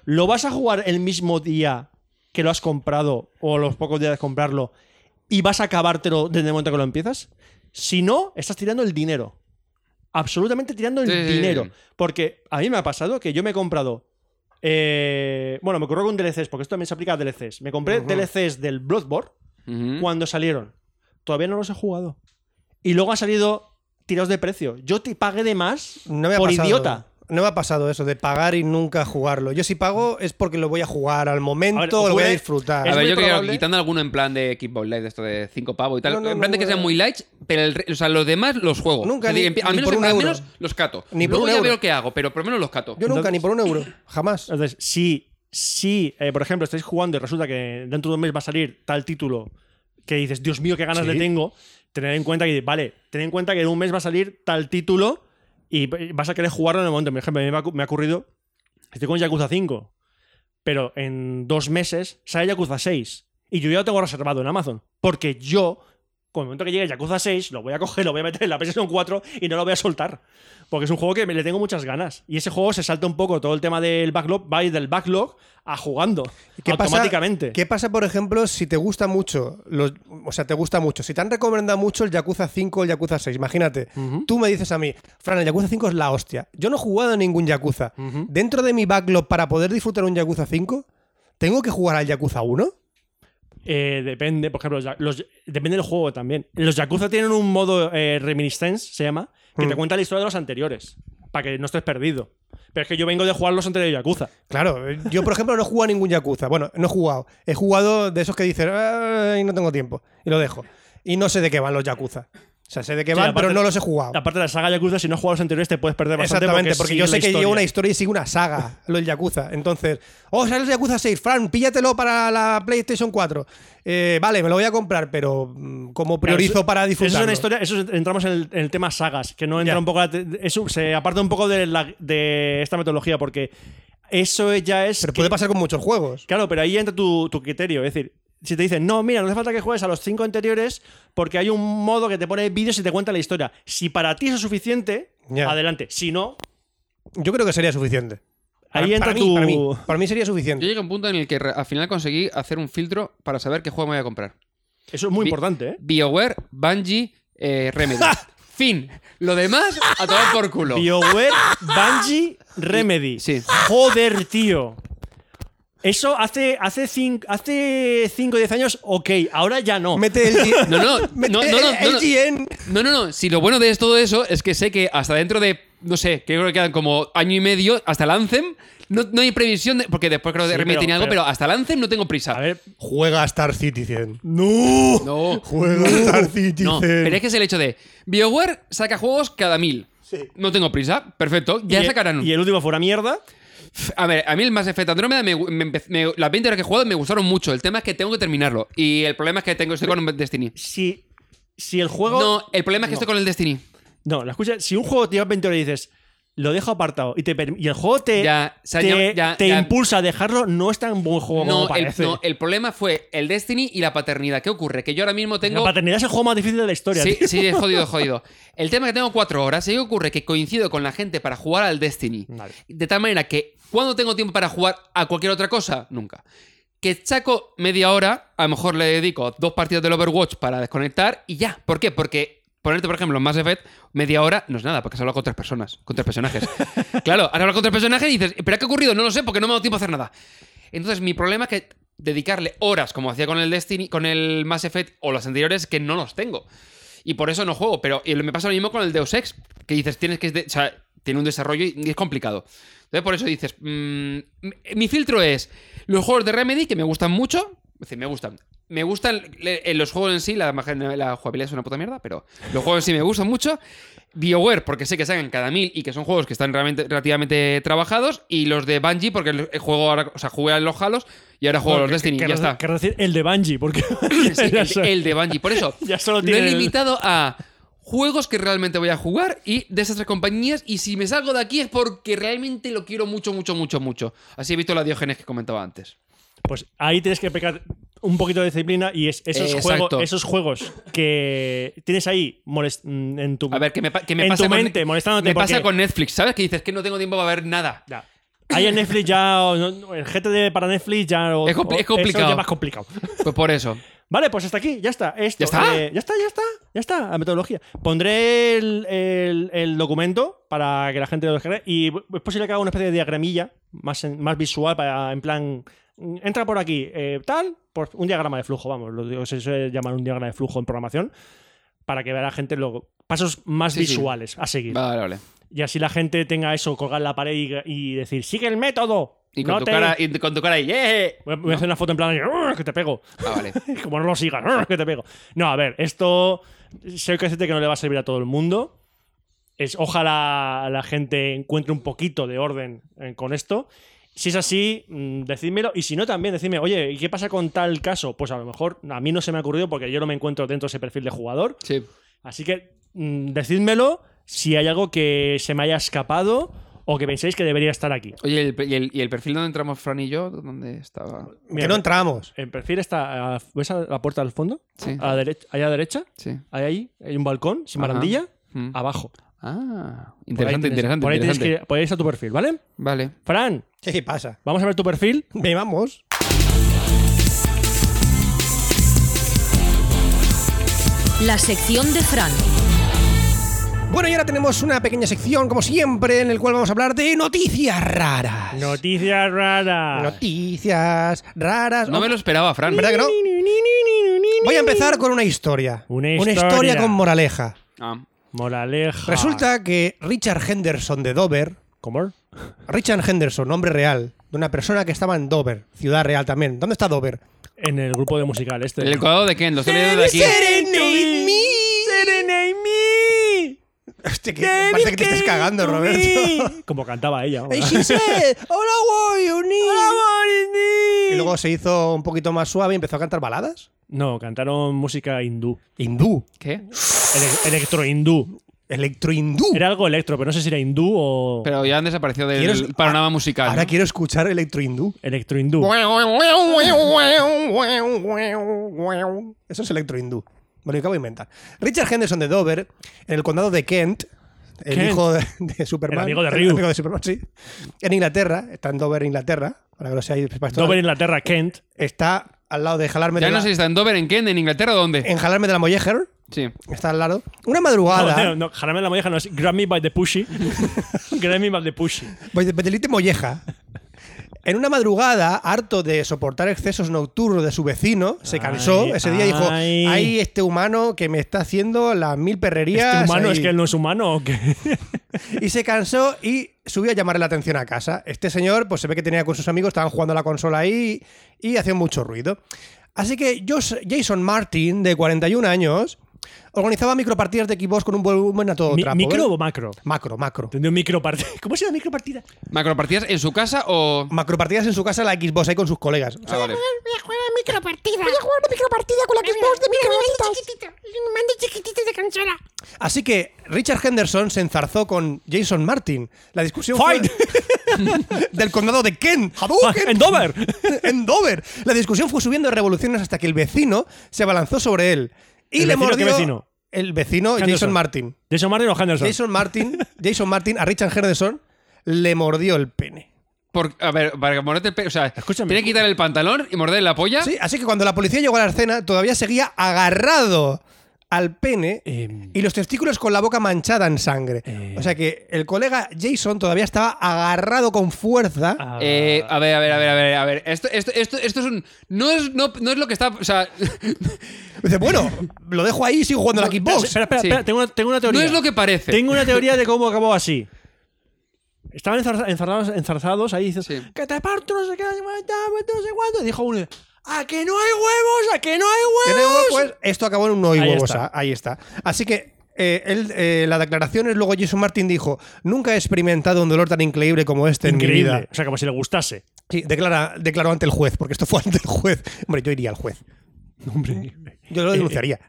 S1: ¿Lo vas a jugar el mismo día que lo has comprado o los pocos días de comprarlo y vas a acabártelo desde el momento que lo empiezas? Si no, estás tirando el dinero. Absolutamente tirando el
S3: Sí, sí, sí.
S1: dinero. Porque a mí me ha pasado que yo me he comprado. eh, bueno, me ocurrió con DLCs, porque esto también se aplica a DLCs. Me compré DLCs del Bloodborne
S3: Ujú.
S1: cuando salieron. Todavía no los he jugado. Y luego ha salido tirados de precio. Yo te pagué de más
S2: No me ha
S1: por
S2: pasado.
S1: idiota.
S2: No me ha pasado eso de pagar y nunca jugarlo. Yo si pago es porque lo voy a jugar al momento,
S1: A ver,
S2: lo voy a
S1: jugué-
S2: disfrutar.
S1: Es
S3: a ver,
S1: muy
S3: yo creo
S1: probable-
S3: quitando alguno en plan de Kickball Light, de esto de 5 pavos y tal.
S2: No, no,
S3: en
S2: no,
S3: plan de que
S2: no.
S3: sean muy light, pero el re- o sea, los demás los juego.
S2: Nunca,
S3: O sea,
S2: ni-
S3: empie- al
S2: ni
S3: menos,
S2: por un
S3: al
S2: euro.
S3: menos los cato.
S2: Ni por
S3: Luego
S2: un
S3: ya
S2: euro.
S3: veo qué hago, pero por lo menos los cato.
S2: Yo nunca,
S1: Entonces-
S2: ni por un euro. Jamás.
S1: Entonces, si, si eh, por ejemplo, estáis jugando y resulta que dentro de un mes va a salir tal título que dices, Dios mío, qué ganas
S2: Sí.
S1: le tengo, tened en cuenta que, vale, tened en cuenta que en un mes va a salir tal título y eh, vas a querer jugarlo en el momento. Por ejemplo, a mí me ha, cu- me ha ocurrido, estoy con Yakuza 5, pero en dos meses sale Yakuza 6 y yo ya lo tengo reservado en Amazon, porque yo... Con el momento que llegue Yakuza 6, lo voy a coger, lo voy a meter en la PlayStation 4 y no lo voy a soltar. Porque es un juego que me le tengo muchas ganas. Y ese juego se salta un poco todo el tema del backlog, va a ir del backlog a jugando. automáticamente.
S2: Pasa, ¿Qué pasa, por ejemplo, si te gusta mucho? los- o sea, te gusta mucho. Si te han recomendado mucho el Yakuza 5 o el Yakuza 6, imagínate. Tú me dices a mí, Fran, el Yakuza 5 es la hostia. Yo no he jugado a ningún Yakuza. Dentro de mi backlog, para poder disfrutar un Yakuza 5, ¿tengo que jugar al Yakuza 1?
S1: eh, depende, por ejemplo, los ya- los- depende del juego también. Los Yakuza tienen un modo eh, Reminiscence, se llama, que te
S2: Mm.
S1: cuenta la historia de los anteriores, para que no estés perdido. Pero es que yo vengo de jugar los anteriores Yakuza.
S2: Claro, eh, yo por ejemplo no he jugado a ningún Yakuza. Bueno, no he jugado. He jugado de esos que dicen, "Ay, no tengo tiempo. Y lo dejo. Y no sé de qué van los Yakuza. O sea, sé de qué
S1: Sí,
S2: van,
S1: aparte-
S2: pero no los he jugado.
S1: Aparte de la saga Yakuza, si no has jugado los anteriores te puedes perder bastante.
S2: Exactamente, porque,
S1: sigue
S2: yo
S1: la
S2: sé que
S1: historia.
S2: lleva una historia y sigue una saga, lo del Yakuza. Entonces, oh, sale el Yakuza 6, Fran, píllatelo para la PlayStation 4. Eh, vale, me lo voy a comprar, pero mm, como
S1: Claro,
S2: priorizo
S1: eso-
S2: para
S1: Eso
S2: disfrutar.
S1: es una historia, eso es- entramos en el, en el tema sagas, que no entra
S2: Ya.
S1: un poco. la te- eso se aparta un poco de, la- de esta metodología, porque eso ya es.
S2: Pero
S1: que-
S2: puede pasar con muchos juegos.
S1: Claro, pero ahí entra tu, tu criterio. Es decir, si te dicen, no, mira, no hace falta que juegues a los cinco anteriores porque hay un modo que te pone vídeos y te cuenta la historia. Si para ti eso es suficiente,
S2: Ya.
S1: adelante. Si no,
S2: Yo creo que sería suficiente.
S1: ahí
S2: Para-
S1: entra
S2: para mí,
S1: tu.
S2: para mí, para mí sería
S3: Yo
S1: <laughs>
S2: suficiente.
S3: llegué a un punto en el que re- al final conseguí hacer un filtro para saber qué juego me voy a comprar.
S1: Eso es muy
S3: Vi-
S1: importante, ¿eh?
S3: BioWare, Bungie, eh, Remedy.
S2: <laughs>
S3: fin. Lo demás, a tomar por culo.
S1: BioWare, Bungie, Remedy.
S3: Sí.
S1: Joder, tío. Eso hace, hace, cin- hace 5 o 10 años, ok, ahora ya no.
S2: Mete el. G-
S3: No, no, no,
S2: mete
S3: no, no,
S2: el- el
S3: no.
S2: GN.
S3: No, no, no. Si lo bueno de todo eso es que sé que hasta dentro de, no sé, que creo que quedan como año y medio, hasta el Anthem, no, no hay previsión, de- porque después creo que
S1: Sí,
S3: Remedy
S1: pero-
S3: tiene algo,
S1: pero-
S3: pero hasta el Anthem no tengo prisa.
S1: A ver,
S2: Juega a Star Citizen.
S1: no.
S3: No,
S2: Juega a Star Citizen.
S3: no. Pero es que es el hecho de, BioWare saca juegos cada mil. No tengo prisa, perfecto, ya
S1: y, e-
S3: sacarán.
S1: y el último fue una mierda.
S3: Pf, A ver, a mí el Mass Effect Andromeda, me, gu- me empe- me- las 20 horas que he jugado me gustaron mucho. El tema es que tengo que terminarlo. Y el problema es que tengo estoy con Destiny.
S1: Si, si el juego.
S3: No, el problema es que estoy con el Destiny.
S1: No, la escucha, si un juego te lleva 20 horas y dices, lo dejo apartado, y, te, per- y el juego te,
S3: Ya, se ha
S1: te,
S3: llam- ya,
S1: te
S3: ya.
S1: impulsa a dejarlo, no es tan buen juego como
S3: No el,
S1: parece.
S3: no, eh, el problema fue el Destiny y la paternidad. ¿Qué ocurre? Que yo ahora mismo tengo.
S1: La paternidad es el juego más difícil de la historia.
S3: Sí, <laughs>
S1: tío.
S3: sí, es
S1: <laughs>
S3: jodido, es jodido. El tema es que tengo cuatro horas. ¿Y qué ocurre? Que coincido con la gente para jugar al Destiny.
S1: Vale.
S3: De tal manera que, cuando tengo tiempo para jugar a cualquier otra cosa? Nunca. Que saco media hora, a lo mejor le dedico dos partidas del Overwatch para desconectar y ya. ¿Por qué? Porque ponerte, por ejemplo, en Mass Effect, media hora no es nada, porque has hablado con tres personas, con
S1: <laughs>
S3: tres personajes. claro, has hablado con tres personajes y dices, ¿pero qué ha ocurrido? No lo sé, porque no me ha dado tiempo a hacer nada. Entonces, mi problema es que dedicarle horas, como hacía con el Destiny, con el Mass Effect o los anteriores, que no los tengo. Y por eso no juego. Pero y me pasa lo mismo con el Deus Ex, que dices, tienes que. de- o sea, tiene un desarrollo y es complicado. Entonces, por eso dices, mm, mi filtro es los juegos de Remedy que me gustan mucho. Es decir, me gustan. Me gustan le- en los juegos en sí, la, magia- la jugabilidad es una puta mierda, pero los juegos en sí me gustan mucho. BioWare, porque sé que sacan cada mil y que son juegos que están realmente, relativamente trabajados. Y los de Bungie, porque el el juego ahora, o sea, jugué a los Halos y ahora juego a los Destiny.
S1: Querrás-
S3: ya está.
S1: querrás decir el de Bungie, porque.
S3: <laughs>
S1: <laughs>
S3: Sí,
S1: ya
S3: el,
S1: sé.
S3: el de Bungie. Por eso,
S1: <laughs> Ya solo
S3: lo he
S1: tiene el-
S3: limitado a juegos que realmente voy a jugar y de esas tres compañías. Y si me salgo de aquí es porque realmente lo quiero mucho, mucho, mucho, mucho. Así he visto la Diógenes que comentaba antes.
S1: Pues ahí tienes que pecar un poquito de disciplina y es esos,
S3: Eh,
S1: juego-
S3: exacto.
S1: esos juegos que tienes ahí molest- mm, en tu,
S3: A ver, que me, pa- que me
S1: en
S3: pasa
S1: tu
S3: con-
S1: mente, molestándote.
S3: Me pasa
S1: porque-
S3: con Netflix, ¿sabes? Que dices que no tengo tiempo para ver nada.
S1: Ya. Ahí en Netflix ya. o no- no, el GTD E para Netflix ya. o-
S3: Es compli-
S1: o-
S3: es complicado.
S1: Eso ya más complicado.
S3: Pues por eso.
S1: Vale, pues hasta aquí, ya está. Esto,
S3: ¿Ya está?
S1: eh, ya está, ya está, ya está, la metodología. Pondré el, el- el documento para que la gente lo descargue y es posible que haga una especie de diagramilla más, en- más visual para, en plan, mm, entra por aquí, eh, tal, por un diagrama de flujo, vamos, lo digo, se suele llamar un diagrama de flujo en programación, para que vea la gente luego pasos más
S3: Sí, sí.
S1: visuales a seguir.
S3: Vale, vale.
S1: Y así la gente tenga eso, colgar la pared y, y decir, sigue el método.
S3: Y con,
S1: no
S3: tu,
S1: te-
S3: cara, y con tu cara ahí, "Eh".
S1: Voy a, voy a hacer una foto en plan, "Arr, que te pego.
S3: Ah, vale.
S1: Y <laughs> como no lo sigas, ¡ah, que te pego. No, a ver, esto sé que que no le va a servir a todo el mundo. Es, ojalá la gente encuentre un poquito de orden eh, con esto. Si es así, mm, decídmelo. Y si no, también decidme, oye, ¿y qué pasa con tal caso? Pues a lo mejor a mí no se me ha ocurrido porque yo no me encuentro dentro de ese perfil de jugador.
S3: Sí.
S1: Así que mm, decídmelo si hay algo que se me haya escapado o que penséis que debería estar aquí.
S3: Oye, ¿y el- y, el, y el perfil donde entramos Fran y yo? ¿Dónde estaba?
S1: Mira,
S2: que no entramos.
S1: El perfil está. a- ¿Ves a la puerta del fondo?
S3: Sí.
S1: A la dere- allá a la derecha.
S3: Sí.
S1: Hay ahí, hay un balcón sin
S3: Ajá.
S1: barandilla,
S3: Mm.
S1: abajo. Por
S3: Ah,
S1: ahí
S3: interesante,
S1: tienes-
S3: interesante.
S1: Por ahí tienes
S3: interesante.
S1: que. Por ahí está tu perfil, ¿vale?
S3: Vale.
S1: Fran,
S2: ¿Qué pasa?
S1: vamos a ver tu perfil.
S2: Ve, vamos.
S5: La sección de Fran.
S2: Bueno, y ahora tenemos una pequeña sección, como siempre, en el cual vamos a hablar de noticias raras.
S1: Noticias raras.
S2: Noticias raras.
S3: Ah.
S2: Oh,
S3: No me lo esperaba, Fran.
S2: ¿Verdad que no? Voy a empezar con una historia.
S1: Una
S2: Una historia
S1: historia.
S2: con moraleja.
S3: Ah.
S1: Moraleja.
S2: Resulta que Richard Henderson de Dover,
S1: ¿Cómo?
S2: Richard Henderson, nombre real, de una persona que estaba en Dover, ciudad real también. ¿Dónde está Dover?
S1: En el grupo de musical este.
S3: El cuadrado de Ken, lo estoy leyendo de aquí.
S2: Serenade me.
S1: Serenade me.
S2: Hostia, que parece que te estás cagando, Roberto.
S1: Como cantaba ella.
S2: And <laughs> she said, "All I want you need". Y
S1: Y
S2: luego se hizo un poquito más suave y empezó a cantar baladas.
S1: No, cantaron música hindú.
S2: Hindú.
S3: ¿Qué?
S1: Ele- Electro-hindú.
S2: Electro-hindú.
S1: Era algo electro, pero no sé si era hindú o
S3: Pero ya han desaparecido del
S2: ¿Quieres-
S3: panorama
S2: ah,
S3: musical.
S2: Ahora
S3: ¿no?
S2: quiero escuchar electro-hindú.
S1: electro-hindú.
S2: Eso es electro-hindú. Me lo acabo de inventar. Richard Henderson de Dover, en el condado de Kent, el
S1: Kent.
S2: hijo de, de Superman.
S1: El amigo de Ryu.
S2: amigo de Superman, sí. En Inglaterra, está en Dover, Inglaterra. Para que lo seáis, para esto-
S1: Dover, Inglaterra, Kent.
S2: Está al lado de jalarme
S3: Ya
S2: de
S3: no
S2: la, Eh.
S3: sé si está en Dover, en Ken, en Inglaterra o dónde.
S2: en jalarme de la molleja.
S3: Sí.
S2: Está al lado. Una
S1: No,
S2: madrugada.
S1: no, no, Jarame la molleja no es Grab me by the pushy. Grab me by the pushy.
S2: Voy de- Betelite Molleja. En una madrugada, harto de soportar excesos nocturnos de su vecino, se cansó.
S1: Ay,
S2: Ese día dijo:
S1: ay.
S2: Hay este humano que me está haciendo las mil perrerías.
S1: ¿Este humano es
S2: ahí".
S1: que él no es humano o qué?
S2: <laughs> Y se cansó y subió a llamarle la atención a casa. Este señor, pues se ve que tenía con sus amigos, estaban jugando a la consola ahí y hacían mucho ruido. Así que Jos- Jason Martin, de 41 años, organizaba micropartidas de Xbox con un volumen a todo
S1: Mi-
S2: trapo.
S1: ¿Micro
S2: ¿eh?
S1: o macro?
S2: Macro, macro.
S1: Tendría un micropartida. <laughs> ¿Cómo se llama micropartida?
S3: ¿Macropartidas en su casa o.?
S2: Mm. Macropartidas en su casa, la Xbox ahí con sus colegas.
S3: Ah, vale.
S7: Voy a jugar a micropartida. Voy a jugar una micropartida con la Xbox de microondas. chiquitito. Mande chiquitito de consola.
S2: Así que Richard Henderson se enzarzó con Jason Martin. La discusión fue-
S1: Fight.
S2: <laughs> del condado
S1: <laughs>
S2: de Kent, Hadouken,
S1: Ah, ¡En Dover!
S2: <laughs> en Dover. La discusión fue subiendo de revoluciones hasta que el vecino se abalanzó sobre él y
S1: ¿El
S2: le
S1: vecino qué
S2: mordió
S1: vecino?
S2: el vecino Jason
S1: Henderson.
S2: Martin.
S1: ¿Jason Martin o Henderson? <laughs>
S2: Jason Martin, Jason Martin a Richard Henderson le mordió el pene.
S3: Por- a ver, para morderte el pe- O sea,
S1: Escúchame.
S3: tiene que quitar el pantalón y morder la polla.
S2: Sí, así que cuando la policía llegó a la escena todavía seguía agarrado al pene
S1: Eh,
S2: y los testículos con la boca manchada en sangre.
S1: Eh.
S2: O sea que el colega Jason todavía estaba agarrado con fuerza.
S1: ah,
S3: Eh, a ver, a ver, a ver, a ver, a ver. Esto, esto, esto, esto es un. No es, no, no es lo que está.
S2: <laughs>
S3: O sea,
S2: Dice, bueno, lo dejo ahí y sigo jugando a la
S1: espera,
S2: Xbox.
S1: espera, espera,
S3: Sí.
S1: espera, tengo, una, tengo una
S3: no
S1: teoría.
S3: es lo que parece.
S1: Tengo una teoría de cómo acabó así. Estaban enzarza- enzarzados, enzarzados ahí dices,
S3: Sí.
S1: que te parto, no sé qué, no sé cuánto, no sé cuánto. Y dijo uno, a que no hay huevos, a que no hay huevos.
S2: Que no hay huevos, pues. esto acabó en un no y
S1: Ahí
S2: huevos.
S1: está.
S2: ah, Ahí está. Así que eh, él, eh, la declaración es luego Jason Martin dijo, nunca he experimentado un dolor tan increíble como este en mi vida.
S1: Increíble. O sea, como si le gustase.
S2: Sí, declara, declaró ante el juez, porque esto fue ante el juez. Hombre, yo iría al juez.
S1: Hombre. Eh,
S2: Yo lo denunciaría.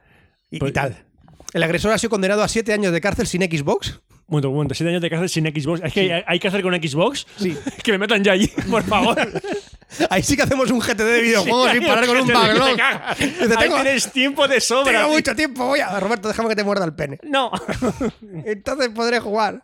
S2: Y,
S1: pues-
S2: y tal. El agresor ha sido condenado a siete años de cárcel sin Xbox. <laughs>
S1: Un momento, un momento, siete años de cárcel sin Xbox. Es que hay, hay que hacer con Xbox.
S2: Sí.
S1: <laughs> que me metan ya allí, por
S2: <laughs>
S1: favor.
S2: Ahí sí que hacemos un GTD de videojuegos sin parar con un
S1: Te- te <laughs>
S2: backlog.
S1: cagas.
S2: Dice,
S1: Ahí
S2: tengo,
S1: tienes tiempo de sobra.
S2: tengo mucho tiempo. Voy a... Roberto, déjame que te muerda el pene. <laughs>
S1: No.
S2: Entonces podré jugar.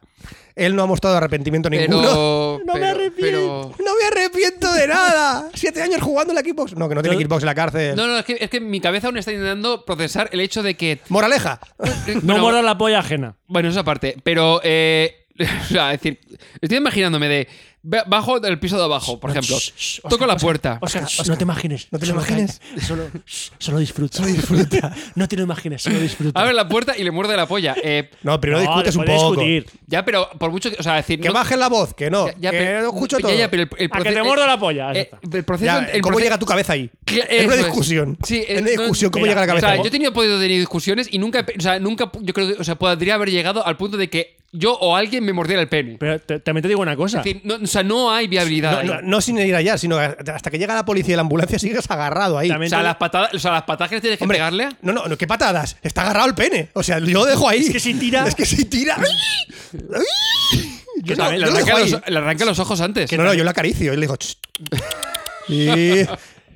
S2: Él no ha mostrado arrepentimiento
S3: Pero.
S2: ninguno.
S1: No me
S3: pero-
S1: arrepiento.
S2: No me arrepiento de nada. Siete años jugando en la Xbox. No, que no tiene
S1: No.
S2: Xbox en la
S3: pero-
S2: cárcel.
S3: No, no, es que, es que mi cabeza aún está intentando procesar el hecho de que.
S2: Moraleja.
S1: No
S3: Pero-
S1: mora la polla ajena.
S3: Bueno, esa parte. Pero, eh, <laughs> o sea, es decir, estoy imaginándome de ba- bajo del piso de abajo, por ejemplo.
S1: Shh, shh,
S3: Toco
S1: Oscar,
S3: la
S1: Oscar,
S3: puerta.
S1: Oscar, no te imagines.
S2: Ah, no te lo
S1: solo
S2: imagines.
S1: cállate, <laughs> Solo, shh, solo disfruta. Solo disfruta. <laughs> no te lo imagines, solo disfruta.
S3: Abre la puerta y le muerde la polla. Eh,
S2: <laughs> No, primero
S1: No,
S2: discutes un
S1: después de
S2: poco.
S1: discutir.
S3: ya, pero por mucho que. O sea, es decir.
S2: Que
S3: no-
S2: bajes la voz, que no.
S3: ya- ya,
S2: que
S3: pero-
S2: no escucho
S3: ya,
S2: todo.
S3: ya, pero el, el
S1: A que
S3: proce-
S1: te mordo la polla, ya
S3: eh,
S1: está.
S3: el proceso.
S2: Ya,
S3: el
S2: ¿Cómo
S3: proce-
S2: llega tu cabeza ahí?
S3: Cla-
S2: en una
S3: eso es.
S2: discusión.
S3: Sí, eh,
S2: en una
S3: no-
S2: discusión, ¿cómo
S3: mira,
S2: llega la
S3: O
S2: cabeza?
S3: sea, yo he tenido podido tener discusiones y nunca, he pe- o sea, nunca, yo creo que, o sea, podría haber llegado al punto de que yo o alguien me mordiera el pene.
S1: Pero te- también te digo una cosa.
S3: Es decir, no- o sea, no hay viabilidad.
S2: No,
S3: ahí.
S2: no, no sin ir allá, sino hasta que llega la policía y la ambulancia sigues agarrado ahí.
S1: También-
S3: o sea, las patadas, o sea, las patadas que tienes que
S2: Hombre,
S3: pegarle.
S2: No, no, no, qué patadas. Está agarrado el pene. O sea, yo lo dejo ahí.
S1: Es que si tira-
S2: Es que si tira. ¡Ay! ¡Ay! Yo,
S3: Que
S2: lo- yo
S3: también le,
S2: lo
S3: arranca
S2: dejo ahí.
S3: los, le arranca los ojos antes.
S2: No, no, yo lo acaricio. Y le digo.
S3: <laughs>
S2: "Ch". Y-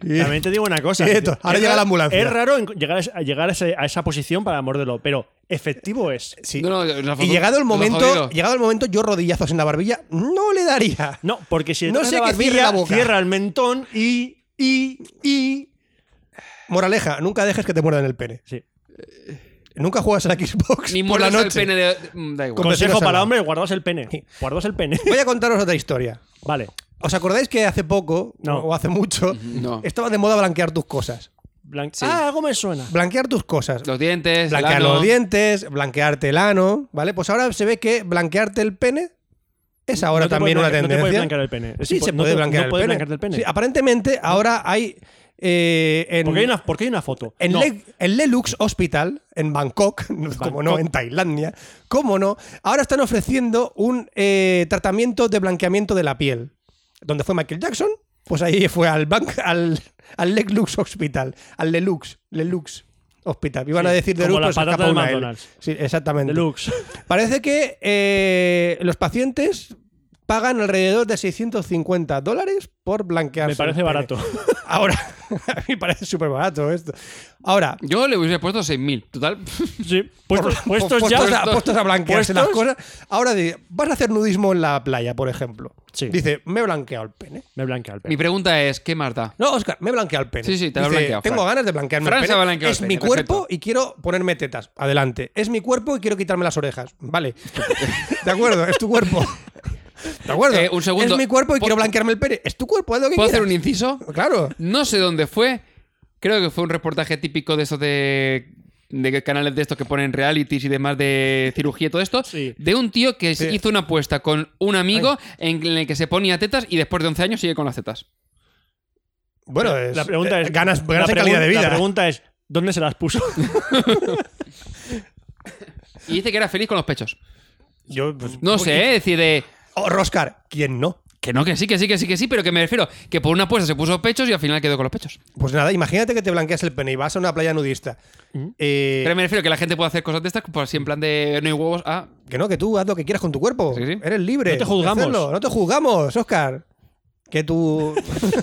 S2: y-
S1: También te digo una cosa.
S2: Quieto,
S1: Es
S2: ahora llega
S1: raro-
S2: la ambulancia.
S1: Es raro en- llegar, a, ese- a llegar a, ese- a esa posición para morderlo, pero efectivo es.
S2: sí.
S3: No, no, lo jod-
S2: y llegado el
S3: lo
S2: momento,
S3: jodido.
S2: llegado el momento, yo rodillazos en la barbilla no le daría.
S1: No, porque si le
S2: No
S1: tocas
S2: sé
S1: la
S2: que
S1: barbilla,
S2: cierre la boca.
S1: cierra el mentón y. y. y.
S2: Moraleja, nunca dejes que te muerdan el pene. Eh,
S1: Sí.
S2: Nunca juegas a la Xbox
S3: Ni
S2: por la
S3: muerdas
S2: noche.
S3: el pene de. mm, Da
S1: Consejo
S2: Con-
S3: igual.
S2: Compensaros
S1: para
S2: algo.
S1: hombres, guardaos el pene. Guardaos el pene. <laughs>
S2: Voy a contaros otra historia.
S1: Vale.
S2: ¿Os acordáis que hace poco,
S1: No.
S2: o hace mucho,
S3: No.
S2: estaba de moda blanquear tus cosas?
S1: Blan-
S3: Sí.
S1: Ah, algo me suena.
S2: Blanquear tus cosas.
S3: Los dientes. el
S2: Blanquear
S3: ano.
S2: los dientes, blanquearte el ano, ¿vale? Pues ahora se ve que blanquearte el pene es ahora
S1: No te puedes
S2: también una
S1: blanquear- no te
S2: tendencia.
S1: puedes blanquear el pene. Es
S2: Sí,
S1: impo-
S2: se
S1: no
S2: puede
S1: te-
S2: blanquear
S1: no
S2: el,
S1: puedes
S2: pene.
S1: blanquearte el pene.
S2: Sí, aparentemente ahora hay eh, en,
S1: Porque hay una, porque hay una foto.
S2: en
S1: No.
S2: Le- en Lelux Hospital, en Bangkok, <laughs> como no, en Tailandia, como no, ahora están ofreciendo un eh, tratamiento de blanqueamiento de la piel. Donde fue Michael Jackson, pues ahí fue al, banc- al, al Lelux Hospital, al Lelux, Lelux Hospital. Iban a decir de
S1: como la
S2: pues se
S1: patata
S2: escapa
S1: del
S2: una L.
S1: McDonald's.
S2: Sí, exactamente.
S1: Deluxe.
S2: Parece que eh, los pacientes pagan alrededor de 650 dólares por blanquearse.
S1: Me parece
S2: el pene.
S1: barato.
S2: <laughs> Ahora, a mí me parece súper barato esto. Ahora,
S1: Pues
S3: Yo le hubiese puesto 6.000. Total.
S1: <laughs>
S3: <laughs>
S1: Sí. Puestos, puestos
S2: puestos
S1: ya.
S2: a, puestos a blanquearse las
S1: Puestos.
S2: cosas. Ahora, di- vas a hacer nudismo en la playa, por ejemplo.
S1: Sí.
S2: Dice, me he blanqueado el pene.
S1: Me blanquea el pene.
S3: Mi pregunta es: ¿qué más da?
S2: No, Oscar, me he blanqueado el pene.
S3: Sí, sí, te lo has
S2: Dice,
S3: blanqueado,
S2: Tengo
S3: Fran.
S2: ganas de blanquearme
S3: Fran
S2: el
S3: se
S2: pene.
S3: ha blanqueado
S2: es
S3: el
S2: mi
S3: pene,
S2: cuerpo
S3: perfecto.
S2: y quiero ponerme tetas. Adelante. Es mi cuerpo y quiero quitarme las orejas. Vale. <laughs> de acuerdo, es tu cuerpo. De acuerdo.
S3: Eh, un segundo.
S2: Es mi cuerpo y
S3: ¿Puedo-
S2: quiero blanquearme el pene. Es tu cuerpo, haz lo que
S3: ¿Puedo hacer un
S2: quieras.
S3: inciso?
S2: Claro.
S3: No sé dónde fue. Creo que fue un reportaje típico de esos de, de canales de estos que ponen realities y demás de cirugía y todo esto.
S1: Sí.
S3: De un tío que se hizo una apuesta con un amigo en el que se ponía tetas y después de 11 años sigue con las tetas.
S2: Bueno, es-
S1: la pregunta
S2: eh,
S1: es.
S2: ganas,
S1: la
S2: ganas en
S1: pregun-
S2: calidad de
S1: La
S2: vida.
S1: pregunta es: ¿dónde se las
S2: <laughs>
S1: puso?
S3: Y dice que era feliz con los pechos.
S2: Yo, pues,
S3: No sé, ¿eh? es decir, de.
S2: Oh, Roscar, ¿quién no?
S3: Que no, que sí, que sí, que sí, que sí, pero que me refiero que por una apuesta se puso pechos y al final quedó con los pechos.
S2: Pues nada, imagínate que te blanqueas el pene y vas a una playa nudista.
S3: Mm.
S2: Eh,
S3: Pero me refiero que la gente puede hacer cosas de estas, pues así en plan de no hay huevos. Ah,
S2: que no, que tú haz lo que quieras con tu cuerpo.
S3: Sí, sí.
S2: Eres libre.
S1: No te
S2: de
S1: juzgamos.
S2: hacerlo. No te juzgamos, Oscar. Que tú.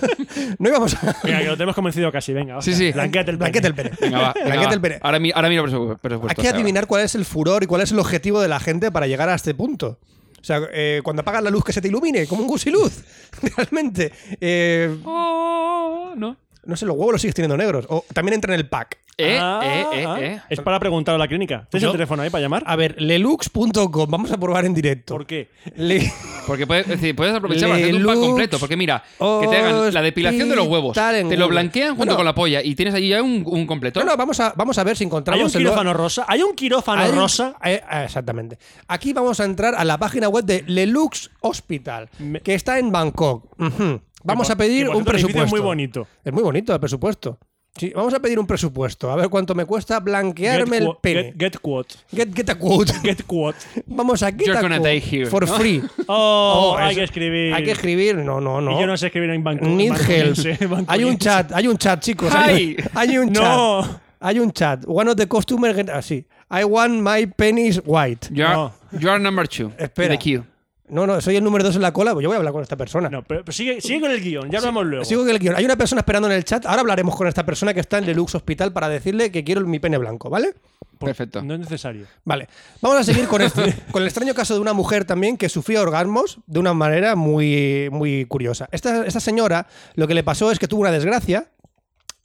S3: <laughs>
S2: no íbamos a.
S1: Venga, que lo tenemos convencido casi. Venga.
S3: Sí,
S1: Oscar,
S3: sí.
S1: Blanquéate el pene.
S2: Blanquete el pene.
S3: venga,
S2: <laughs>
S3: va. venga,
S2: Blanquete
S3: va.
S2: el pene.
S3: Ahora, pues mi- ahora miro por presupuesto.
S2: Hay que adivinar cuál es el furor y cuál es el objetivo de la gente para llegar a este punto. O sea, eh, cuando apagas la luz que se te ilumine, como un gusiluz. <laughs> Realmente. Eh,
S3: Oh, no.
S2: no sé, los huevos los sigues teniendo negros. O también entra en el pack.
S3: Eh,
S1: Ah,
S3: eh, eh,
S1: ah.
S3: eh.
S1: Es para preguntar a la clínica. ¿Tienes
S2: Yo- Ah,
S1: el teléfono ahí para llamar?
S2: A ver, lelux.com. Vamos a probar en directo.
S1: ¿Por qué?
S2: Le-
S3: Porque puedes, es decir, puedes aprovechar para hacer un pack
S2: Lelux
S3: completo. Porque mira, que te hagan la depilación de los huevos,
S2: Hospital en
S3: te lo
S2: Google.
S3: blanquean junto
S2: Bueno.
S3: con la polla y tienes allí ya un, un completo.
S2: No, no, vamos a, vamos a ver si
S1: ¿Hay un
S2: encontramos el
S1: quirófano rosa? ¿Hay un quirófano
S2: Hay un-
S1: Ah, rosa?
S2: eh, eh, exactamente. Aquí vamos a entrar a la página web de Lelux Hospital,
S1: Me-
S2: que está en Bangkok. Ujú. Vamos
S1: Que
S2: a
S1: por- que
S2: pedir
S1: por
S2: un
S1: cierto, el edificio
S2: presupuesto.
S1: Es muy bonito.
S2: Es muy bonito el presupuesto. Sí, vamos a pedir un presupuesto. A ver cuánto me cuesta blanquearme
S1: Get
S2: el
S1: quo-
S2: pene.
S1: Get, get quote.
S2: Get, get a quote.
S1: <laughs> Get
S2: <laughs>
S1: quote.
S2: Vamos a get
S3: You're
S2: a
S3: gonna
S2: quote
S3: die here,
S2: for
S3: ¿no?
S2: free.
S1: <laughs> Oh,
S2: Oh,
S1: hay
S2: eso-
S1: que escribir.
S2: Hay que escribir. No, no, no.
S1: Eh, Y yo no sé escribir en banco.
S2: Need
S1: banco- <laughs>
S2: help.
S1: sí, banco-
S2: Hay un chat, hay un chat, chicos. Hay,
S3: Hi.
S2: hay un chat.
S1: <laughs> No.
S2: Hay un chat. One of the customer get- así. I want my penis white.
S3: You are,
S1: No.
S3: you are number two.
S2: Espera.
S3: in the queue.
S2: No, no, soy el número dos en la cola. Pues yo voy a hablar con esta persona.
S1: No, pues. pero, pero sigue, sigue con el guión, ya hablamos luego.
S2: Sigo con el guión. Hay una persona esperando en el chat. Ahora hablaremos con esta persona que está en Deluxe Hospital para decirle que quiero mi pene blanco, ¿vale?
S1: Por-
S3: Perfecto.
S1: No es necesario.
S2: Vale. Vamos a seguir con, este- con el extraño caso de una mujer también que sufría orgasmos de una manera muy, muy curiosa. Esta, esta señora lo que le pasó es que tuvo una desgracia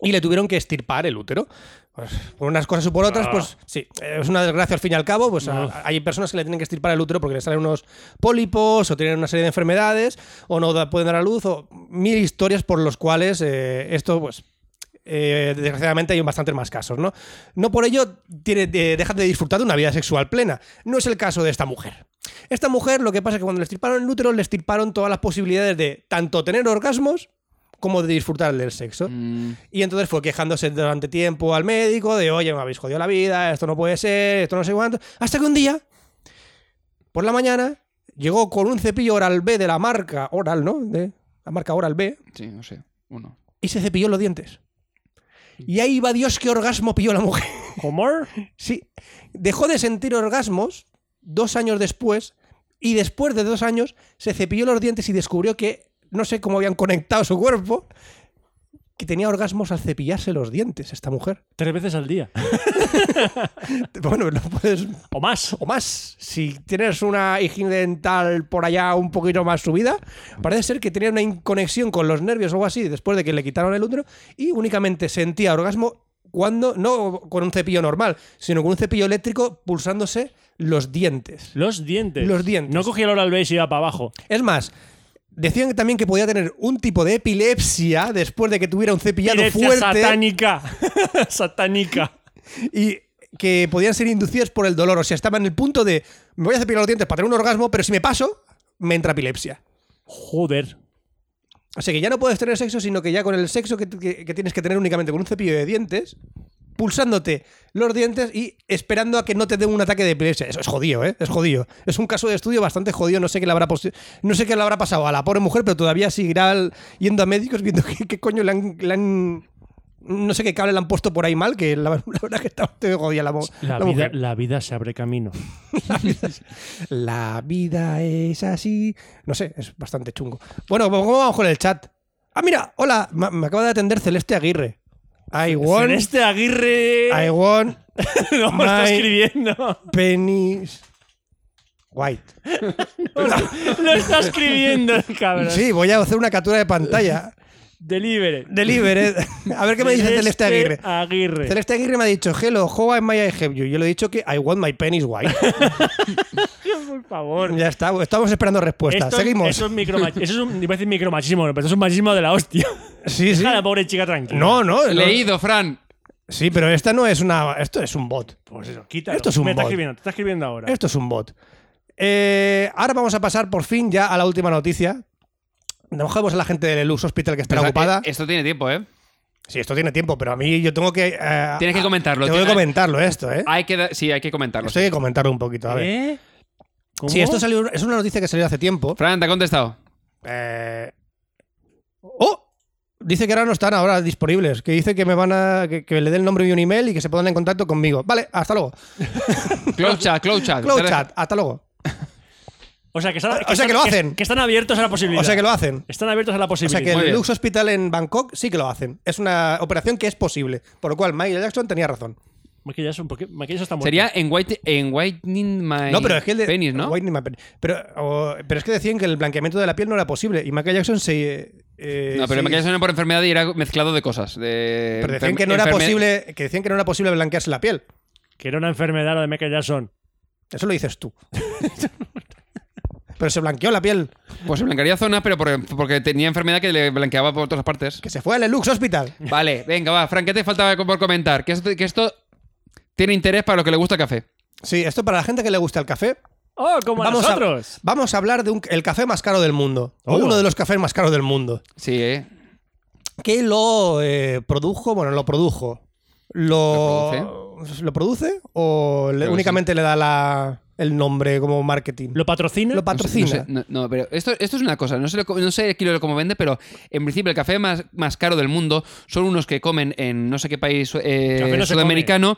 S2: y le tuvieron que estirpar el útero. Pues, por unas cosas o por otras, pues sí, eh, es una desgracia al fin y al cabo. Pues a- hay personas que le tienen que estirpar el útero porque le salen unos pólipos o tienen una serie de enfermedades o no da- pueden dar a luz o mil historias por los cuales eh, esto, pues, eh, desgraciadamente hay bastantes más casos, ¿no? No por ello tiene, de- deja de disfrutar de una vida sexual plena. No es el caso de esta mujer. Esta mujer, lo que pasa es que cuando le estirparon el útero, le estirparon todas las posibilidades de tanto tener orgasmos como de disfrutar del sexo.
S3: Mm,
S2: Y entonces fue quejándose durante tiempo al médico de, oye, me habéis jodido la vida, esto no puede ser, esto no sé cuánto. Hasta que un día, por la mañana, llegó con un cepillo Oral B de la marca Oral, ¿no? De la marca Oral B,
S3: sí, no sé. Uno.
S2: y se cepilló los dientes. Y ahí va Dios qué orgasmo pilló la mujer. <laughs>
S1: ¿Homor?
S2: Sí. Dejó de sentir orgasmos dos años después y después de dos años se cepilló los dientes y descubrió que no sé cómo habían conectado su cuerpo, que tenía orgasmos al cepillarse los dientes esta mujer.
S1: Tres veces al día.
S2: Bueno, no puedes...
S1: O más.
S2: O más, si tienes una higiene dental por allá un poquito más subida, parece ser que tenía una inconexión con los nervios o algo así después de que le quitaron el útero y únicamente sentía orgasmo cuando, no con un cepillo normal, sino con un cepillo eléctrico pulsándose los dientes.
S1: Los dientes.
S2: Los dientes.
S1: No cogía el oral B y iba para abajo.
S2: Es más, decían que también que podía tener un tipo de epilepsia después de que tuviera un cepillado
S1: Epilepsia
S2: fuerte
S1: satánica. <laughs> satánica.
S2: y que podían ser inducidas por el dolor. O sea, estaba en el punto de me voy a cepillar los dientes para tener un orgasmo, pero si me paso, me entra epilepsia.
S1: Joder.
S2: O sea que ya no puedes tener sexo, sino que ya con el sexo que, que- que tienes que tener únicamente con un cepillo de dientes, pulsándote los dientes y esperando a que no te dé un ataque de epilepsia. Eso es jodido, ¿eh? Es jodido. Es un caso de estudio bastante jodido. No sé qué le habrá, posi- no sé qué le habrá pasado a la pobre mujer, pero todavía seguirá al- yendo a médicos viendo <laughs> qué, qué coño le han, le han- No sé qué cable le han puesto por ahí mal, que la, <laughs> la verdad que está bastante jodida la, mo-
S1: La vida,
S2: la mujer.
S1: la vida se abre camino.
S2: La vida, es, la vida es así. No sé, es bastante chungo. Bueno, pues, ¿cómo vamos con el chat? Ah, mira, hola, ma- me, acaba de atender Celeste Aguirre. I
S1: En
S2: want,
S1: este Aguirre.
S2: I want
S1: <laughs> no me está
S2: my-
S1: escribiendo. <laughs>
S2: penis white.
S1: Lo está escribiendo el cabrón.
S2: Sí, voy a hacer una captura
S1: <laughs>
S2: de pantalla.
S1: Delivery.
S2: Delivery. A ver qué me dice Celeste Aguirre.
S1: Aguirre.
S2: Celeste Aguirre me ha dicho, hello, how am I help you? Yo le he dicho que I want my penis white. <laughs>
S1: Por favor.
S2: ya está, estamos esperando respuestas.
S1: Esto-
S2: Seguimos.
S1: Eso es, micromachismo. eso es un, iba a decir micromachismo, pero eso es un machismo de la
S2: <laughs>
S1: hostia.
S2: Sí, sí.
S1: Deja a la pobre chica tranquila.
S2: No, no. no.
S3: Leído, Fran.
S2: Sí, pero esta no es una. Esto es un bot.
S1: Pues eso, quítalo.
S2: Esto es un
S1: Me está
S2: bot.
S1: escribiendo, te está escribiendo ahora.
S2: Esto es un bot. Eh, ahora vamos a pasar por fin ya a la última noticia. Enojamos a la gente del Lux Hospital que está
S3: Pero,
S2: ocupada.
S3: eh, Esto tiene tiempo, ¿eh?
S2: sí, esto tiene tiempo, pero a mí yo tengo que. eh,
S3: Tienes que Ah, comentarlo.
S2: Tengo que
S3: Tiene-
S2: comentarlo esto, ¿eh?
S3: Hay que da- Sí, hay que comentarlo.
S2: Esto hay que comentarlo un poquito, a ver.
S1: ¿Eh? ¿Cómo?
S2: Sí, esto salió, es una noticia que salió hace tiempo.
S3: Fran, te ha contestado.
S2: Eh, ¡Oh! Dice que ahora no están ahora disponibles. Que dice que me van a. que, que le dé el nombre y un email y que se pongan en contacto conmigo. Vale, hasta luego.
S3: Cloud chat, cloud chat.
S2: Cloud Chat, hasta luego.
S1: O sea, que, están-
S2: O sea, que lo
S1: están-
S2: hacen.
S1: Que, están abiertos a la posibilidad.
S2: O sea que lo hacen.
S1: Están abiertos a la
S2: O sea
S1: posibilidad.
S2: que
S3: Muy
S2: el
S3: bien.
S2: Lux Hospital en Bangkok sí que lo hacen. Es una operación que es posible. Por lo cual Michael Jackson tenía razón.
S1: Michael Jackson, ¿por qué? Michael Jackson está muerto.
S3: Sería en, white, en Whitening My
S2: No, pero es que el de-
S3: Penis, ¿no?
S2: Whitney Mappen- Pero, o- pero es que decían que el blanqueamiento de la piel no era posible. Y Michael Jackson se. eh,
S3: no, pero
S2: se-
S3: me quedé sonando por enfermedad y era mezclado de cosas. De
S2: pero decían
S3: enferme-
S2: que no era
S3: enferme-
S2: posible. Que decían que no era posible blanquearse la piel.
S1: Que era una enfermedad la de Michael Jackson.
S2: Eso lo dices tú. <laughs> pero se blanqueó la piel.
S3: Pues se blanquearía zonas, pero por- porque tenía enfermedad que le blanqueaba por todas partes.
S2: Que se fue al Lux Hospital.
S3: Vale, venga, va. Fran, ¿qué te faltaba co- por comentar? Que esto, que esto tiene interés para lo que le gusta el café.
S2: Sí, esto para la gente que le gusta el café.
S1: ¡Oh, como a
S2: A,
S1: nosotros!
S2: vamos a hablar del café más caro del mundo. O
S1: Oh.
S2: uno de los cafés más caros del mundo.
S3: Sí, ¿eh?
S2: que lo eh, produjo, bueno, lo produjo. Lo, ¿Lo produce o le-
S3: Creo que
S2: únicamente le da la, el nombre como marketing?
S1: ¿Lo patrocina?
S2: Lo
S3: No sé-
S2: patrocina.
S3: No, sé- no- no, pero esto, esto es una cosa. No sé, lo- no sé el kilo cómo vende, pero en principio el café más, más caro del mundo son unos que comen en no sé qué país eh,
S1: Café no se
S3: sudamericano.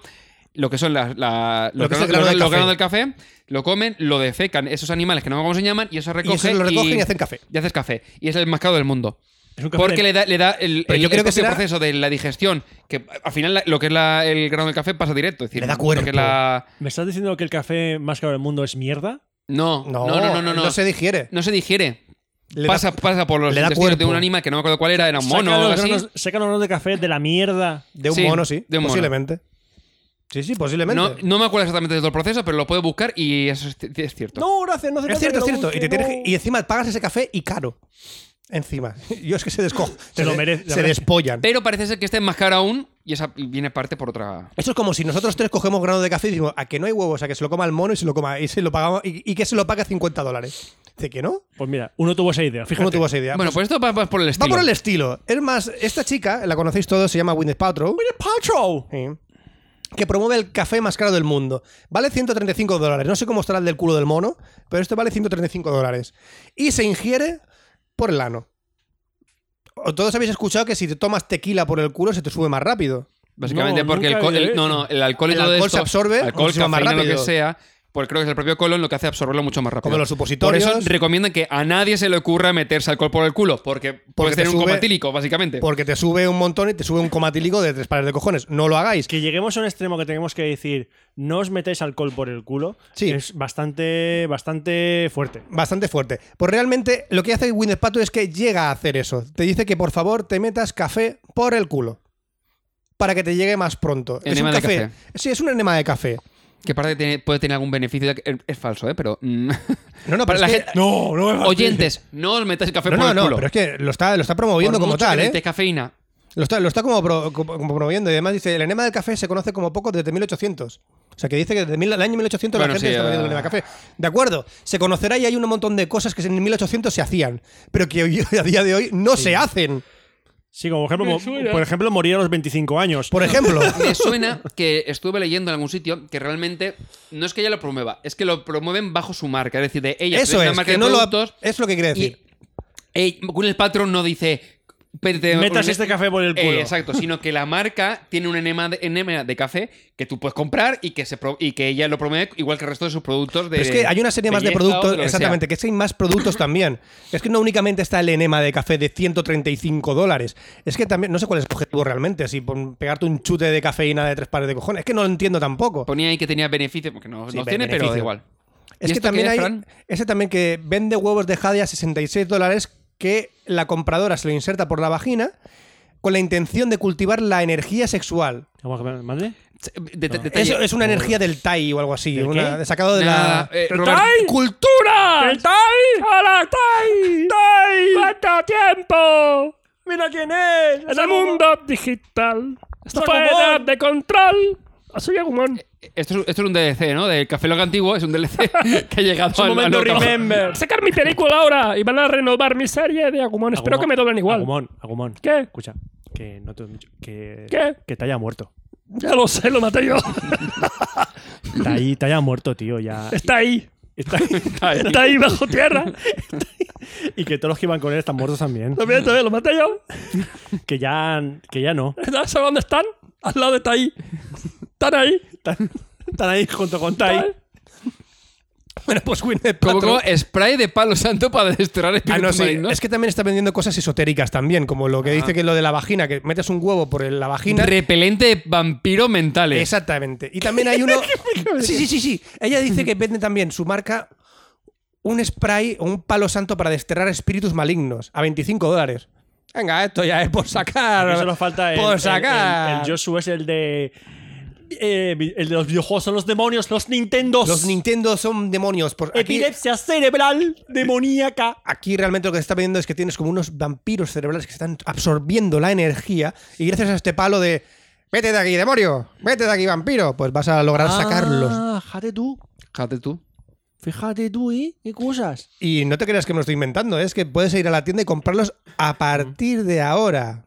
S3: Lo que son las- la-
S2: Lo
S3: los
S2: que es el
S3: granos
S2: grano
S3: los-
S2: del
S3: los
S2: café.
S3: granos del café, lo comen, lo defecan esos animales que no sé cómo se llaman y eso
S2: y
S3: recogen.
S2: eso lo recogen y, hacen café.
S3: y haces café. Y es el más caro del mundo.
S1: Es un café
S3: Porque
S1: de-
S3: le da, le da el,
S2: Pero
S3: el-
S2: yo creo
S3: el
S2: que
S3: propio
S2: será-
S3: proceso de la digestión, que al final la- lo que es la- el grano del café pasa directo. Es decir,
S2: Le da
S3: lo que
S2: cuerpo.
S3: es la-
S1: ¿Me estás diciendo que el café más caro del mundo es mierda?
S3: No,
S2: No,
S3: no, no, no, no, no.
S2: se digiere.
S3: No se digiere.
S2: Le da-
S3: pasa, pasa por los
S2: le da
S3: intestinos de
S2: cuerpo.
S3: un animal que no me acuerdo cuál era, era un
S1: Saca
S3: mono o algo
S1: los
S3: así.
S1: granos- saca los granos de café de la mierda.
S2: de un
S3: sí,
S2: mono, sí.
S3: de un mono.
S2: posiblemente. Sí, sí, posiblemente.
S3: No, no me acuerdo exactamente de todo el proceso, pero lo puedo buscar y eso es, es cierto.
S1: No, gracias, no hace
S2: es
S1: falta
S2: cierto, es
S1: que lo
S2: cierto. Y, te
S1: busque,
S2: tienes
S1: no.
S2: que- y encima pagas ese café y caro. Encima. <laughs> Yo es que se descojo. se,
S1: lo
S2: de-
S1: merece, la
S2: Se
S1: verdad.
S2: despollan.
S3: Pero parece ser que este es más caro aún y esa viene aparte por otra.
S2: Eso es como si nosotros tres cogemos grano de café y decimos, a que no hay huevos, a que se lo coma el mono y se lo coma y se lo pagamos y, y que se lo paga 50 dólares. Dice que no.
S1: Pues mira, uno tuvo esa idea, fíjate.
S2: ¿Cómo tuvo esa idea?
S3: Bueno, pues esto va, va por el
S2: Va
S3: estilo.
S2: por el estilo. Es más, esta chica, la conocéis todos, se llama Gwyneth Paltrow,
S1: Paltrow.
S2: sí, que promueve el café más caro del mundo. Vale 135 dólares. No sé cómo estará el del culo del mono, pero este vale 135 dólares. Y se ingiere por el ano. O Todos habéis escuchado que si te tomas tequila por el culo se te sube más rápido.
S3: Básicamente
S1: No,
S3: porque el,
S1: nunca
S3: co-
S1: he
S3: el-
S1: hecho.
S3: no, no, el alcohol y
S2: El
S3: todo
S2: alcohol
S3: esto,
S2: se absorbe
S3: alcohol,
S2: muchísimo más
S3: cafeína, lo que
S2: rápido.
S3: sea, pues creo que es el propio colon lo que hace absorberlo mucho más rápido.
S2: Como los supositorios.
S3: Por eso recomiendan que a nadie se le ocurra meterse alcohol por el culo, porque, puedes
S2: te
S3: tener un
S2: sube-
S3: comatílico, básicamente.
S2: Porque te sube un montón y te sube un comatílico de tres pares de cojones. No lo hagáis.
S1: Que lleguemos a un extremo que tenemos que decir, no os metáis alcohol por el culo,
S2: Sí.
S1: es bastante, bastante fuerte.
S2: Bastante fuerte. Pues realmente lo que hace Windows Pato es que llega a hacer eso. Te dice que por favor te metas café por el culo. para que te llegue más pronto. es
S3: Enema
S2: un
S3: de
S2: café.
S3: café.
S2: Sí, es un enema de café.
S3: Que parece que tiene- puede tener algún beneficio. ya que- Es, es falso, ¿eh? Pero. mm, <laughs>
S2: No, no, pero
S3: para la
S2: es que-
S3: gente.
S2: no, no me fastidies. <laughs>
S3: Oyentes, no os metáis café
S2: No,
S3: por
S2: no,
S3: el
S2: no,
S3: culo.
S2: pero es que lo está, lo está promoviendo
S3: Por
S2: como
S3: mucho
S2: tal,
S3: que le
S2: ¿eh?
S3: metáis cafeína.
S2: Lo está, lo está como, pro- como- como promoviendo. Y además dice, el enema del café se conoce como poco desde 1800. O sea, que dice que desde mil- el año 1800 la
S3: Bueno,
S2: gente
S3: sí,
S2: está bebiendo
S3: ah.
S2: el enema del café. De acuerdo, se conocerá y hay un montón de cosas que en 1800 se hacían, pero que hoy- <laughs> a día de hoy no se hacen.
S1: Sí, como por ejemplo, mo- por ejemplo, morir a los 25 años.
S2: Por ejemplo,
S3: <laughs>
S2: <laughs>
S3: Me suena que estuve leyendo en algún sitio que realmente no es que ella lo promueva, es que lo promueven bajo su marca. Es decir, de ella
S2: eso
S3: tiene
S2: es,
S3: una marca
S2: que
S3: de
S2: no lo,
S3: productos
S2: es lo que quiere
S3: y
S2: decir.
S3: ey, con el patrón no dice. "Vete,
S1: Metas
S3: un-
S1: este café por el
S3: Eh,
S1: culo.
S3: exacto, sino que la marca tiene un enema de, enema de café que tú puedes comprar y que, se pro- y que ella lo promueve igual que el resto de sus productos. De,
S2: Pero es que hay una serie más de
S3: belleza o
S2: productos,
S3: lo que
S2: exactamente, que es que hay más productos también. Es que no únicamente está el enema de café de 135 dólares, es que también, no sé cuál es el objetivo realmente, si pon- pegarte un chute de cafeína de tres pares de cojones, es que no lo entiendo tampoco.
S3: sea. Ponía ahí que tenía beneficios, porque no,
S2: Sí,
S3: no tiene, pero
S2: beneficio.
S3: da igual. ¿Y
S2: Es que
S3: esto qué
S2: también
S3: es,
S2: hay
S3: Fran?
S2: ese también que vende huevos de jade a 66 dólares que la compradora se lo inserta por la vagina con la intención de cultivar la energía sexual.
S1: Vamos a ver, ¿Madre?
S3: De- de- detalle.
S2: Eso es una energía del Tai o algo así,
S1: ¿Del
S2: una-
S1: qué?
S2: sacado de
S3: Nada,
S2: la
S3: eh,
S1: ¡El
S3: Robert,
S1: Tai!
S2: cultura.
S1: ¡El Tai! ¡Hola, Tai! ¡Tai! ¡Cuánto tiempo! ¡Mira quién es! ¡Es el mundo digital! ¡Esta edad de control!
S8: Ah,
S1: ¡Soy Agumon!
S3: Esto, es, esto es un DLC, ¿no? Del Café Loco Antiguo, es un DLC
S1: <laughs>
S3: que ha llegado
S1: un
S3: al- al
S1: momento
S3: otro.
S1: remember.
S8: sacar mi película ahora y van a renovar mi serie de Agumon. Espero que me doblen igual.
S1: Agumon, Agumon.
S8: ¿Qué?
S1: Escucha, que no te he dicho- que,
S8: ¿Qué?
S1: que te haya muerto.
S8: Ya lo sé, lo maté yo. <laughs>
S1: Te haya, te haya muerto, tío, ya. <laughs>
S8: Está ahí.
S1: Está-
S8: Está ahí bajo tierra.
S1: y que todos los que iban con él están muertos también.
S8: También, también, lo maté yo.
S1: Que ya, que ya no.
S8: ¿Sabes dónde están? Al lado de está ahí. Están ahí.
S1: Están, están ahí junto con Tai.
S2: <laughs> Bueno, pues Gwyneth
S3: Como
S2: Paltrow-
S3: spray de palo santo para desterrar
S2: Ah,
S3: espíritus
S2: no, sí.
S3: malignos.
S2: Es que también está vendiendo cosas esotéricas también, como lo que dice que lo de la vagina, que metes un huevo por el- la vagina.
S3: Repelente de vampiros mentales.
S2: Exactamente. Y también hay uno. sí, sí, sí, sí. Ella dice que vende también su marca un spray o un palo santo para desterrar espíritus malignos a 25 dólares. Venga, esto ya es por sacar.
S1: Eso solo falta el,
S2: Por
S1: el-
S2: sacar.
S1: el- el Joshua es el de. eh, vi- el de los videojuegos son los demonios, los Nintendos.
S2: Los Nintendo son demonios. Por aquí,
S1: Epilepsia cerebral demoníaca.
S2: aquí realmente lo que se está vendiendo es que tienes como unos vampiros cerebrales que están absorbiendo la energía y gracias a este palo de. Vete de aquí, demonio. Vete de aquí, vampiro. Pues vas a lograr sacarlos.
S1: Ah, Fíjate tú.
S3: Fíjate tú.
S1: Fíjate tú, ¿eh? ¿Qué cosas?
S2: Y no te creas que me lo estoy inventando, ¿eh? es que puedes ir a la tienda y comprarlos a partir de ahora.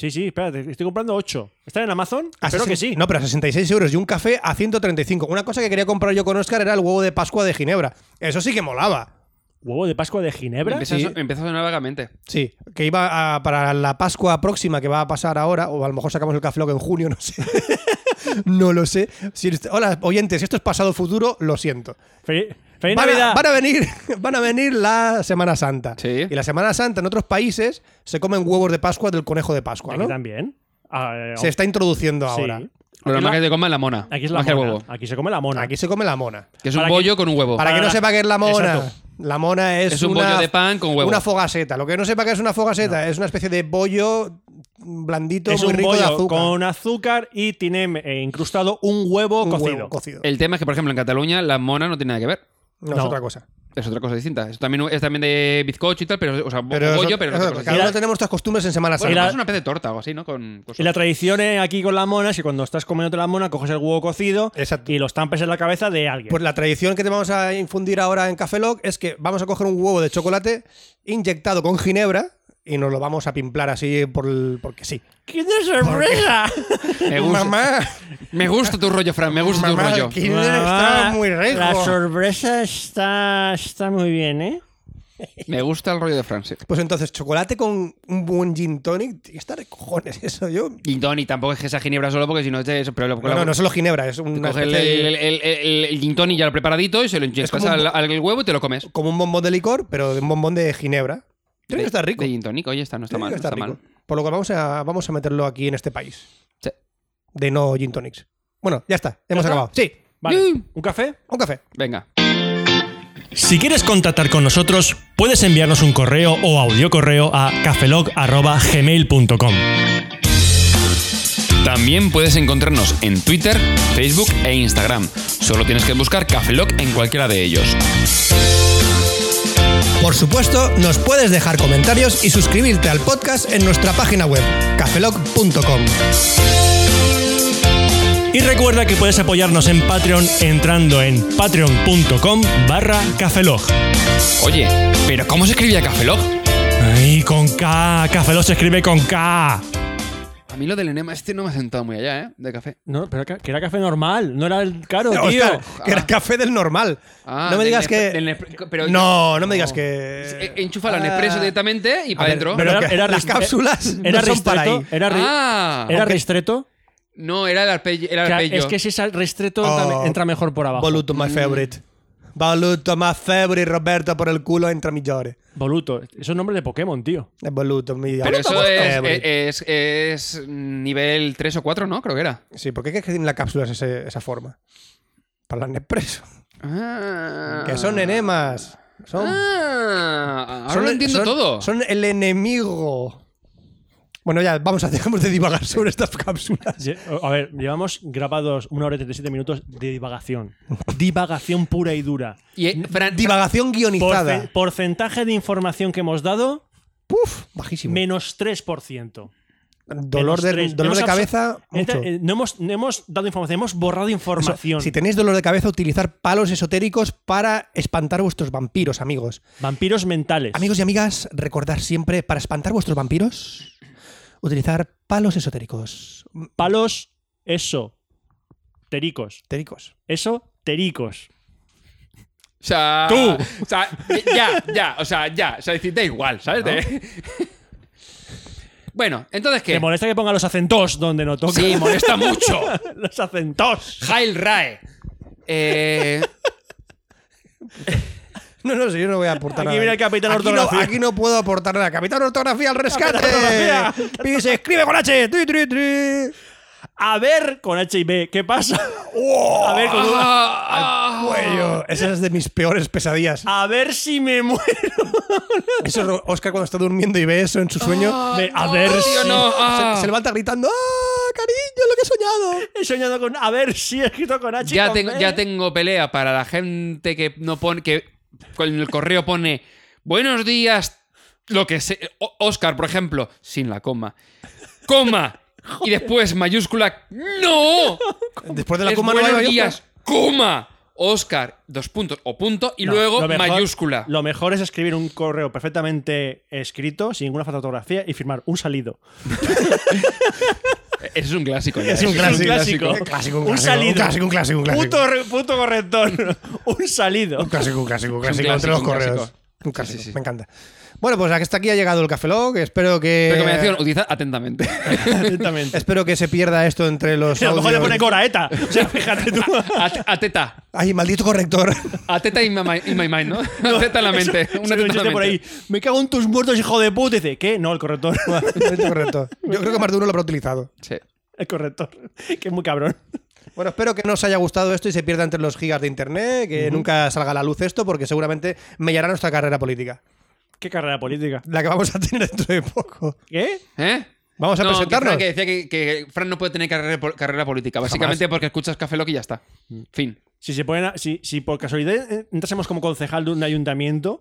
S1: Sí, sí, espérate, estoy comprando 8. ¿Están en Amazon?
S2: A
S8: Ah,
S1: Espero
S2: sesen-
S1: que sí.
S2: No, pero a 66 euros y un café a 135. Una cosa que quería comprar yo con Oscar era el huevo de Pascua de Ginebra. Eso sí que molaba.
S1: Huevo de Pascua de Ginebra.
S3: Empieza, a so- empieza a sonar vagamente.
S2: Sí, que iba a- para la Pascua próxima que va a pasar ahora, o a lo mejor sacamos el café Lock en junio, <laughs> no sé. no lo sé. Si- hola, oyentes, esto es pasado futuro, lo siento.
S1: Fel- ¡Feliz
S2: van,
S1: Navidad!
S2: a, van a venir, <laughs> van a venir la Semana Santa.
S3: Sí.
S2: Y la Semana Santa en otros países se comen huevos de Pascua del conejo de Pascua,
S1: Aquí
S2: ¿no?
S1: también. Ah, eh,
S2: se está introduciendo
S1: sí.
S2: ahora.
S3: Lo
S1: Aquí,
S3: normal que
S1: la-
S3: te coma es la mona.
S1: aquí es la
S3: Más que el
S1: mona.
S3: huevo.
S1: Aquí se come la mona.
S2: Aquí se come la mona.
S3: Que es un
S1: Para que-
S3: bollo con un huevo.
S2: Para, que no
S1: la-
S2: sepa qué es la mona.
S1: Exacto.
S2: La mona es,
S3: Es un
S2: una-
S3: bollo de pan con huevo.
S2: Una fogaseta. Lo que no sepa que es una fogaseta es una especie de bollo blandito
S1: es
S2: muy
S1: un
S2: rico de
S1: bollo
S2: azúcar.
S1: con azúcar y tiene eh, incrustado un huevo
S2: Un
S1: cocido. Eh,
S2: huevo cocido.
S3: El tema es que, por ejemplo, en Cataluña la mona no tiene nada que ver.
S2: No, es
S1: No.
S2: otra cosa.
S3: Es otra cosa distinta. Es también, es también de bizcocho y tal, pero, o sea, bo-
S2: Pero es
S3: bollo,
S2: otra-
S3: pero
S2: es
S3: es otra
S2: otra-
S3: cosa
S2: cada uno
S3: distinta.
S2: tenemos nuestras costumbres en Semana Santa.
S3: Bueno,
S1: la-
S3: pues es una especie de torta o algo así, ¿no? Con cosas.
S1: Y la tradición eh, aquí con la mona es que cuando estás comiéndote la mona coges el huevo cocido
S2: Exacto.
S1: y los tampes en la cabeza de alguien.
S2: Pues la tradición que te vamos a infundir ahora en Café Lock es que vamos a coger un huevo de chocolate inyectado con ginebra y nos lo vamos a pimplar así por el- porque sí.
S1: ¡Qué de sorpresa! <laughs>
S3: me,
S2: <laughs>
S3: gusta,
S2: Mamá,
S3: me gusta tu rollo, Fran, me gusta
S2: mamá,
S3: tu
S2: el
S3: rollo.
S2: kinder está muy rico.
S1: Ah, La sorpresa está, está muy bien, ¿eh?
S3: Me gusta el rollo de Fran, sí.
S2: Pues entonces, chocolate con un buen gin tonic, tiene que estar de cojones eso, yo.
S3: Y Tony, tampoco es que sea ginebra solo porque si no es pero lo-
S2: No, no, no solo ginebra, es una
S3: coge el,
S2: especie de-
S3: el, el, el- el gin tonic ya lo preparadito y se lo inyectas
S2: como un
S3: al, al huevo y te lo comes.
S2: como un bombón de licor, pero de un bombón de ginebra. Tiene
S3: De-
S2: que estar rico.
S3: De gin tonic, oye, está, no está
S2: Tiene
S3: mal.
S2: que
S3: no
S2: estar
S3: está
S2: rico.
S3: mal.
S2: Por lo que vamos a, vamos a meterlo aquí en este país.
S3: Sí.
S2: De no gin tonics. Bueno, ya está, hemos
S1: está?
S2: acabado. Sí,
S1: Vale.
S3: Mm.
S1: ¿Un café?
S2: un café.
S3: Venga.
S1: Si quieres contactar con nosotros, puedes enviarnos un correo o audio correo a cafelog.gmail.com.
S3: También puedes encontrarnos en Twitter, Facebook e Instagram. Solo tienes que buscar Café Lock en cualquiera de ellos.
S2: Por supuesto, nos puedes dejar comentarios y suscribirte al podcast en nuestra página web, cafelog.com.
S1: Y recuerda que puedes apoyarnos en Patreon entrando en patreon.com barra cafelog.
S3: Oye, ¿pero cómo se escribía Café Lock?
S1: Ay, con K. Cafelog se escribe con K.
S3: A mí lo del enema este no me ha sentado muy allá, ¿eh? De café.
S1: No, pero que era café normal, no era el caro, tío.
S2: Oscar, que era café del normal.
S3: Oh, Ah,
S2: no me
S3: del
S2: digas
S3: Nep-
S2: que.
S3: del Nep- pero-
S2: no, no me digas
S3: Eh,
S2: que.
S3: Enchufa la
S2: Ah.
S3: Nespresso directamente y
S2: A
S3: para
S2: ver,
S3: adentro.
S2: pero
S1: Pero era-
S2: que
S1: era
S2: las
S1: ris-
S2: cápsulas
S1: Era
S2: no son para
S1: ristreto.
S2: ahí.
S1: Era, ri-
S3: Ah,
S1: era ristreto.
S3: no, era el arpeggi- era el
S1: Claro,
S3: arpello.
S1: es que si es al restreto
S2: Oh.
S1: también entra mejor por abajo.
S2: Voluto my favorite. Voluto my favorite, Roberto, por el culo entra migliore.
S1: Voluto. Eso es nombre de Pokémon, tío.
S2: Es voluto mi
S3: Pero
S2: voluto
S3: eso
S2: my
S3: es, eh,
S2: favorite.
S3: es- es- es nivel 3 o 4, ¿no? Creo que era.
S2: Sí, ¿por qué crees que tienen las cápsulas ese- esa forma? Para las Nespresso.
S3: Ah.
S2: Que son enemas. Son,
S3: Ah, ahora
S2: son-
S3: lo
S2: son-
S3: entiendo todo.
S2: Son el enemigo. Bueno, ya, vamos a <laughs> dejamos de divagar sobre estas cápsulas.
S1: Lle- A ver, llevamos grabados una hora y 37 minutos de divagación. Divagación pura y dura.
S3: y, eh, Fran-
S2: Divagación guionizada.
S1: Porce- porcentaje de información que hemos dado,
S2: Puf, bajísimo.
S1: menos 3%.
S2: dolor
S1: Menos
S2: de,
S1: tres.
S2: dolor
S1: Hemos
S2: de
S1: absor-
S2: cabeza,
S1: Neta,
S2: mucho.
S1: eh, no, hemos, no hemos dado información, hemos borrado
S2: Eso,
S1: información.
S2: si tenéis dolor de cabeza, utilizar palos esotéricos para espantar vuestros vampiros, amigos.
S1: Vampiros mentales.
S2: Amigos y amigas, recordar siempre, para espantar vuestros vampiros, utilizar palos esotéricos. Mm,
S1: Palos, eso. Tericos.
S2: Esotéricos.
S1: Eso, tericos.
S3: o sea,
S1: Tú.
S3: o sea, ya, ya, o sea, ya. O sea, decir, da igual, ¿sabes? De- <laughs> bueno, entonces, ¿qué?
S1: ¿Te molesta que ponga los acentos donde no toca?
S3: Sí, molesta mucho.
S1: <laughs> los acentos.
S3: Jail Rae. <laughs> Eh,
S2: No, no, si yo no voy a
S1: <laughs>
S2: aportar
S1: Aquí
S2: nada.
S1: viene el capitán
S2: Aquí no-
S1: ortografía.
S2: aquí no puedo aportar nada. Capitán ortografía al rescate.
S1: Capitán
S2: Y se escribe con H. Tri, tri, tri.
S1: A ver con H y B, ¿qué pasa? A ver con una-
S3: ah, ah.
S2: Cuello. Esa es de mis peores pesadillas.
S1: A ver si me muero.
S2: Eso es lo- Oscar cuando está durmiendo y ve eso en su sueño.
S1: Me- a ver
S3: tío,
S1: si.
S3: no. ah.
S2: Se levanta gritando, ¡ah, cariño, lo que he soñado!
S1: He soñado con. A ver si he escrito con H. y
S3: ya,
S1: con
S3: tengo,
S1: B.
S3: ya tengo pelea para la gente que no pone. que con el correo pone buenos días, lo que sé. Oscar, por ejemplo, sin la coma. Coma. Y después mayúscula. ¡No!
S2: Después de la
S3: Es
S2: coma no
S3: buenos
S2: hay
S3: días,
S2: mayúsculas.
S3: coma. Oscar, dos puntos o punto y
S1: No,
S3: luego
S1: lo mejor-
S3: mayúscula.
S1: Lo mejor es escribir un correo perfectamente escrito, sin ninguna fotografía, y firmar un salido.
S3: Es un clásico. ya,
S2: Es un
S3: eh.
S2: clásico.
S1: clásico.
S2: Un clásico, un
S1: Un
S2: clásico,
S1: salido.
S2: un clásico, un clásico, un clásico.
S1: Puto, re- puto corrector. <laughs> un salido.
S2: Un clásico, un clásico, un
S3: Es un
S2: clásico entre los
S3: clásico, un
S2: correos.
S3: clásico.
S2: Un clásico,
S3: Sí, sí, sí.
S2: me encanta. Bueno, pues hasta aquí ha llegado el Café Lock. Espero
S3: Recomendación,
S2: que.
S3: utiliza
S2: <laughs>
S3: atentamente.
S1: Exactamente.
S2: Espero que se pierda esto entre los.
S1: <laughs>
S3: <laughs>
S1: A lo mejor le
S2: audios.
S1: pone coraeta. O sea, fíjate tú. <laughs>
S3: At- Ateta.
S2: Ay, maldito
S3: <laughs>
S2: corrector.
S3: Ateta y my, y my mind, ¿no? Ateta en la mente.
S1: Eso-
S3: Una
S1: eso
S3: ateta en
S1: dice
S3: la
S1: por ahí.
S3: mente.
S1: Me cago en tus muertos, hijo de puta. Y dice, ¿qué? No, el corrector. <laughs>
S2: Maldito corrector. Yo creo que más de uno lo habrá utilizado.
S3: Sí.
S1: El corrector. Que es muy cabrón.
S2: Bueno, espero que no os haya gustado esto y se pierda entre los gigas de internet, que nunca salga a la luz esto, porque seguramente mellará nuestra carrera política.
S1: ¿Qué carrera política?
S2: La que vamos a tener dentro de poco.
S1: ¿Qué?
S3: ¿Eh?
S2: Vamos a
S3: No, que
S2: presentarnos.
S3: Fran, Que, decía que, que Fran no puede tener carrera, pol- carrera política, básicamente porque escuchas Café Lock y ya está. Mm, Fin.
S1: Si, se ponen a- si, si por casualidad eh, entrásemos como concejal de un ayuntamiento,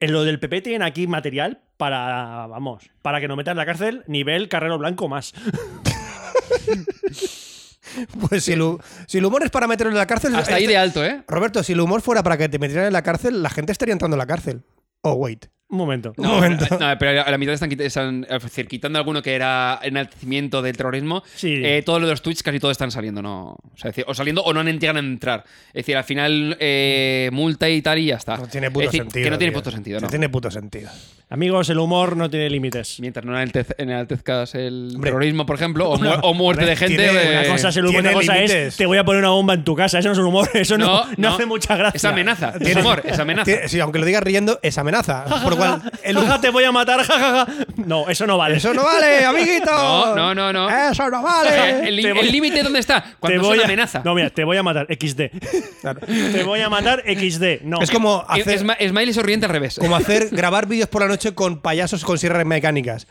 S1: en lo del PP tienen aquí material para, vamos, para que nos metan en la cárcel nivel carrero blanco más. <laughs>
S2: Pues si el, hu- si el humor es para meterlo en la cárcel.
S3: Hasta ahí
S2: este-
S3: de alto, ¿eh?
S2: Roberto, si el humor fuera para que te metieran en la cárcel, la gente estaría entrando en la cárcel. Oh, wait.
S1: Un momento.
S2: Un momento.
S3: pero- no, pero a la mitad están, quit- están, es decir, quitando alguno que era enaltecimiento del terrorismo.
S1: Sí.
S3: eh, todos los tweets casi todos están saliendo, ¿no? O, sea, es decir, o saliendo o no han llegan a entrar. Es decir, al final eh, multa y tal y ya está.
S2: No tiene puto
S3: Es decir,
S2: sentido.
S3: Que no tiene
S2: tío.
S3: puto sentido, ¿no?
S2: tiene puto sentido.
S1: Amigos, el humor no tiene límites.
S3: Mientras no enaltez- enaltezcas el
S2: Hombre.
S3: terrorismo, por ejemplo, o, mu- o muerte de gente.
S2: tiene una
S1: Una
S3: eh,
S1: cosa es el humor,
S2: tiene
S1: otra cosa
S2: límites.
S1: es te voy a poner una bomba en tu casa. Eso no es un humor, <laughs> eso no, no hace mucha gracia.
S3: Es amenaza. Es amor, es amenaza.
S2: Tiene- sí, aunque lo digas riendo, es amenaza. Por lo cual, el
S1: Jaja,
S2: humor-
S1: te voy a matar, jajaja. No, eso no vale.
S2: Eso no vale, amiguito.
S3: No, no, no, no.
S2: Eso no
S3: O sea,
S2: vale.
S3: <laughs> el
S1: Te voy-
S3: el límite, ¿dónde está?
S1: te
S3: Cuando es
S1: voy
S3: una
S1: a-
S3: amenaza.
S1: No, mira, te voy a matar, XD.
S2: Claro.
S1: te voy a matar, XD. No.
S2: Es como
S3: Es-
S2: hacer,
S3: es ma- Smiley sonriente al revés.
S2: como hacer grabar vídeos por la noche con payasos con sierras mecánicas.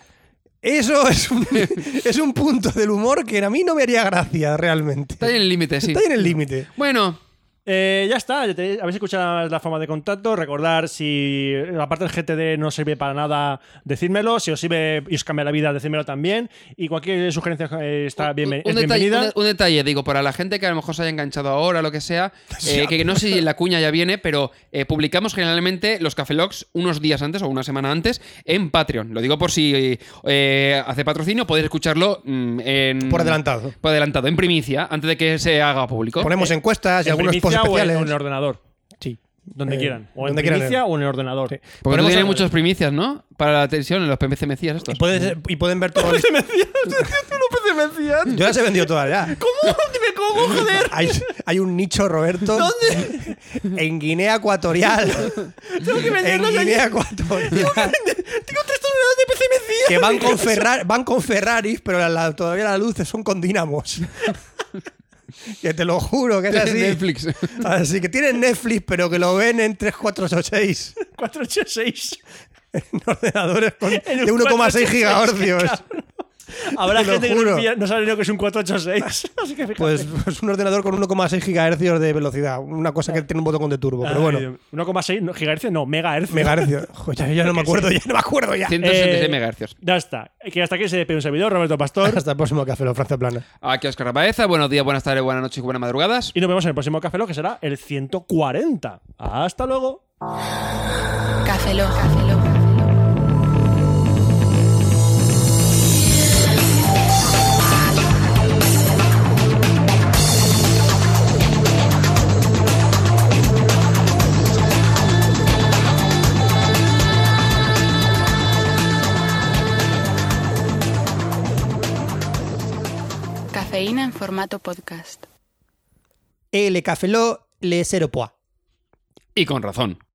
S2: Eso es un, <laughs> es un punto del humor que a mí no me haría gracia realmente.
S3: <laughs> Está ahí en el límite, sí.
S2: Está ahí en el límite.
S3: Bueno,
S1: Eh, ya está, ya tenéis- habéis escuchado la forma de contacto. Recordar si la parte del GTD no os sirve para nada, decírmelo. Si os sirve y os cambia la vida, decírmelo también. Y cualquier sugerencia eh, está
S3: un,
S1: bienve-
S3: un
S1: es
S3: detalle,
S1: bienvenida.
S3: un- un detalle, digo, para la gente que a lo mejor se haya enganchado ahora, lo
S2: <laughs>
S3: que sea, eh, que no sé si la cuña ya viene, pero eh, publicamos generalmente los Cafelogs unos días antes o una semana antes en Patreon. Lo digo por si eh, hace patrocinio, podéis escucharlo mm, en-
S2: Por adelantado.
S3: Por adelantado, en primicia, antes de que se haga público.
S2: Ponemos encuestas y
S1: En
S2: algunos posts
S1: primicia o en-
S2: especiales.
S1: o en el ordenador.
S2: Sí.
S1: Donde
S2: Eh,
S1: quieran. O en
S2: donde quieran. eh.
S1: primicia o en el ordenador.
S3: Porque tú
S2: Ponemos
S3: tienes
S1: <laughs>
S2: a-
S3: muchas primicias, ¿no? Para la televisión, en los PPC Mecías estos.
S2: Y pueden, y pueden
S1: <laughs>
S2: ver todos. los- Yo las he vendido
S1: <laughs>
S2: todas ya.
S1: ¿Cómo? Dime cómo,
S2: <laughs>
S1: joder.
S2: Hay, hay un nicho, Roberto. ¿Dónde? En Guinea Ecuatorial.
S1: <laughs> Tengo que
S2: en
S1: venderlas
S2: Guinea Ecuatorial.
S1: Tengo tres toneladas de PC
S2: que van con, Ferrari, van con Ferraris, pero la- la- todavía las luces son
S1: <laughs>
S2: con dinamos. que te lo juro que es así.
S3: <laughs> Netflix.
S2: <laughs> Así que tienen Netflix, pero que lo ven en 3,486.
S1: <laughs> 486.
S2: <laughs> En ordenadores con-
S1: En un
S2: de 1,6
S1: 486,
S2: gigahercios.
S1: Habrá
S2: Te lo
S1: gente que no,
S2: juro.
S1: pilla- no sabe lo que es un 486. <laughs> Así que fíjate.
S2: Pues, <laughs> pues un ordenador con 1,6 gigahercios de velocidad. Una cosa que tiene un botón de turbo, pero bueno.
S1: Ay, 1,6 no, gigahercios, no, megahercios.
S2: Megahercios. Joder, ya, ya no me acuerdo, ya no me acuerdo ya.
S3: 176
S1: Eh,
S3: megahercios.
S1: Ya está. Que hasta aquí se despide un servidor, Roberto
S2: <laughs>
S1: Pastor.
S2: Hasta el próximo café, lo Francia Plana.
S3: Aquí Oscar Baeza. Buenos días, buenas tardes, buenas noches y buenas madrugadas.
S1: y nos vemos en el próximo Café Lock, que será el 140. Hasta luego.
S4: Café Lock. Café Lock.
S9: Cafeína en formato podcast.
S2: El café lo le cero
S3: Y con razón.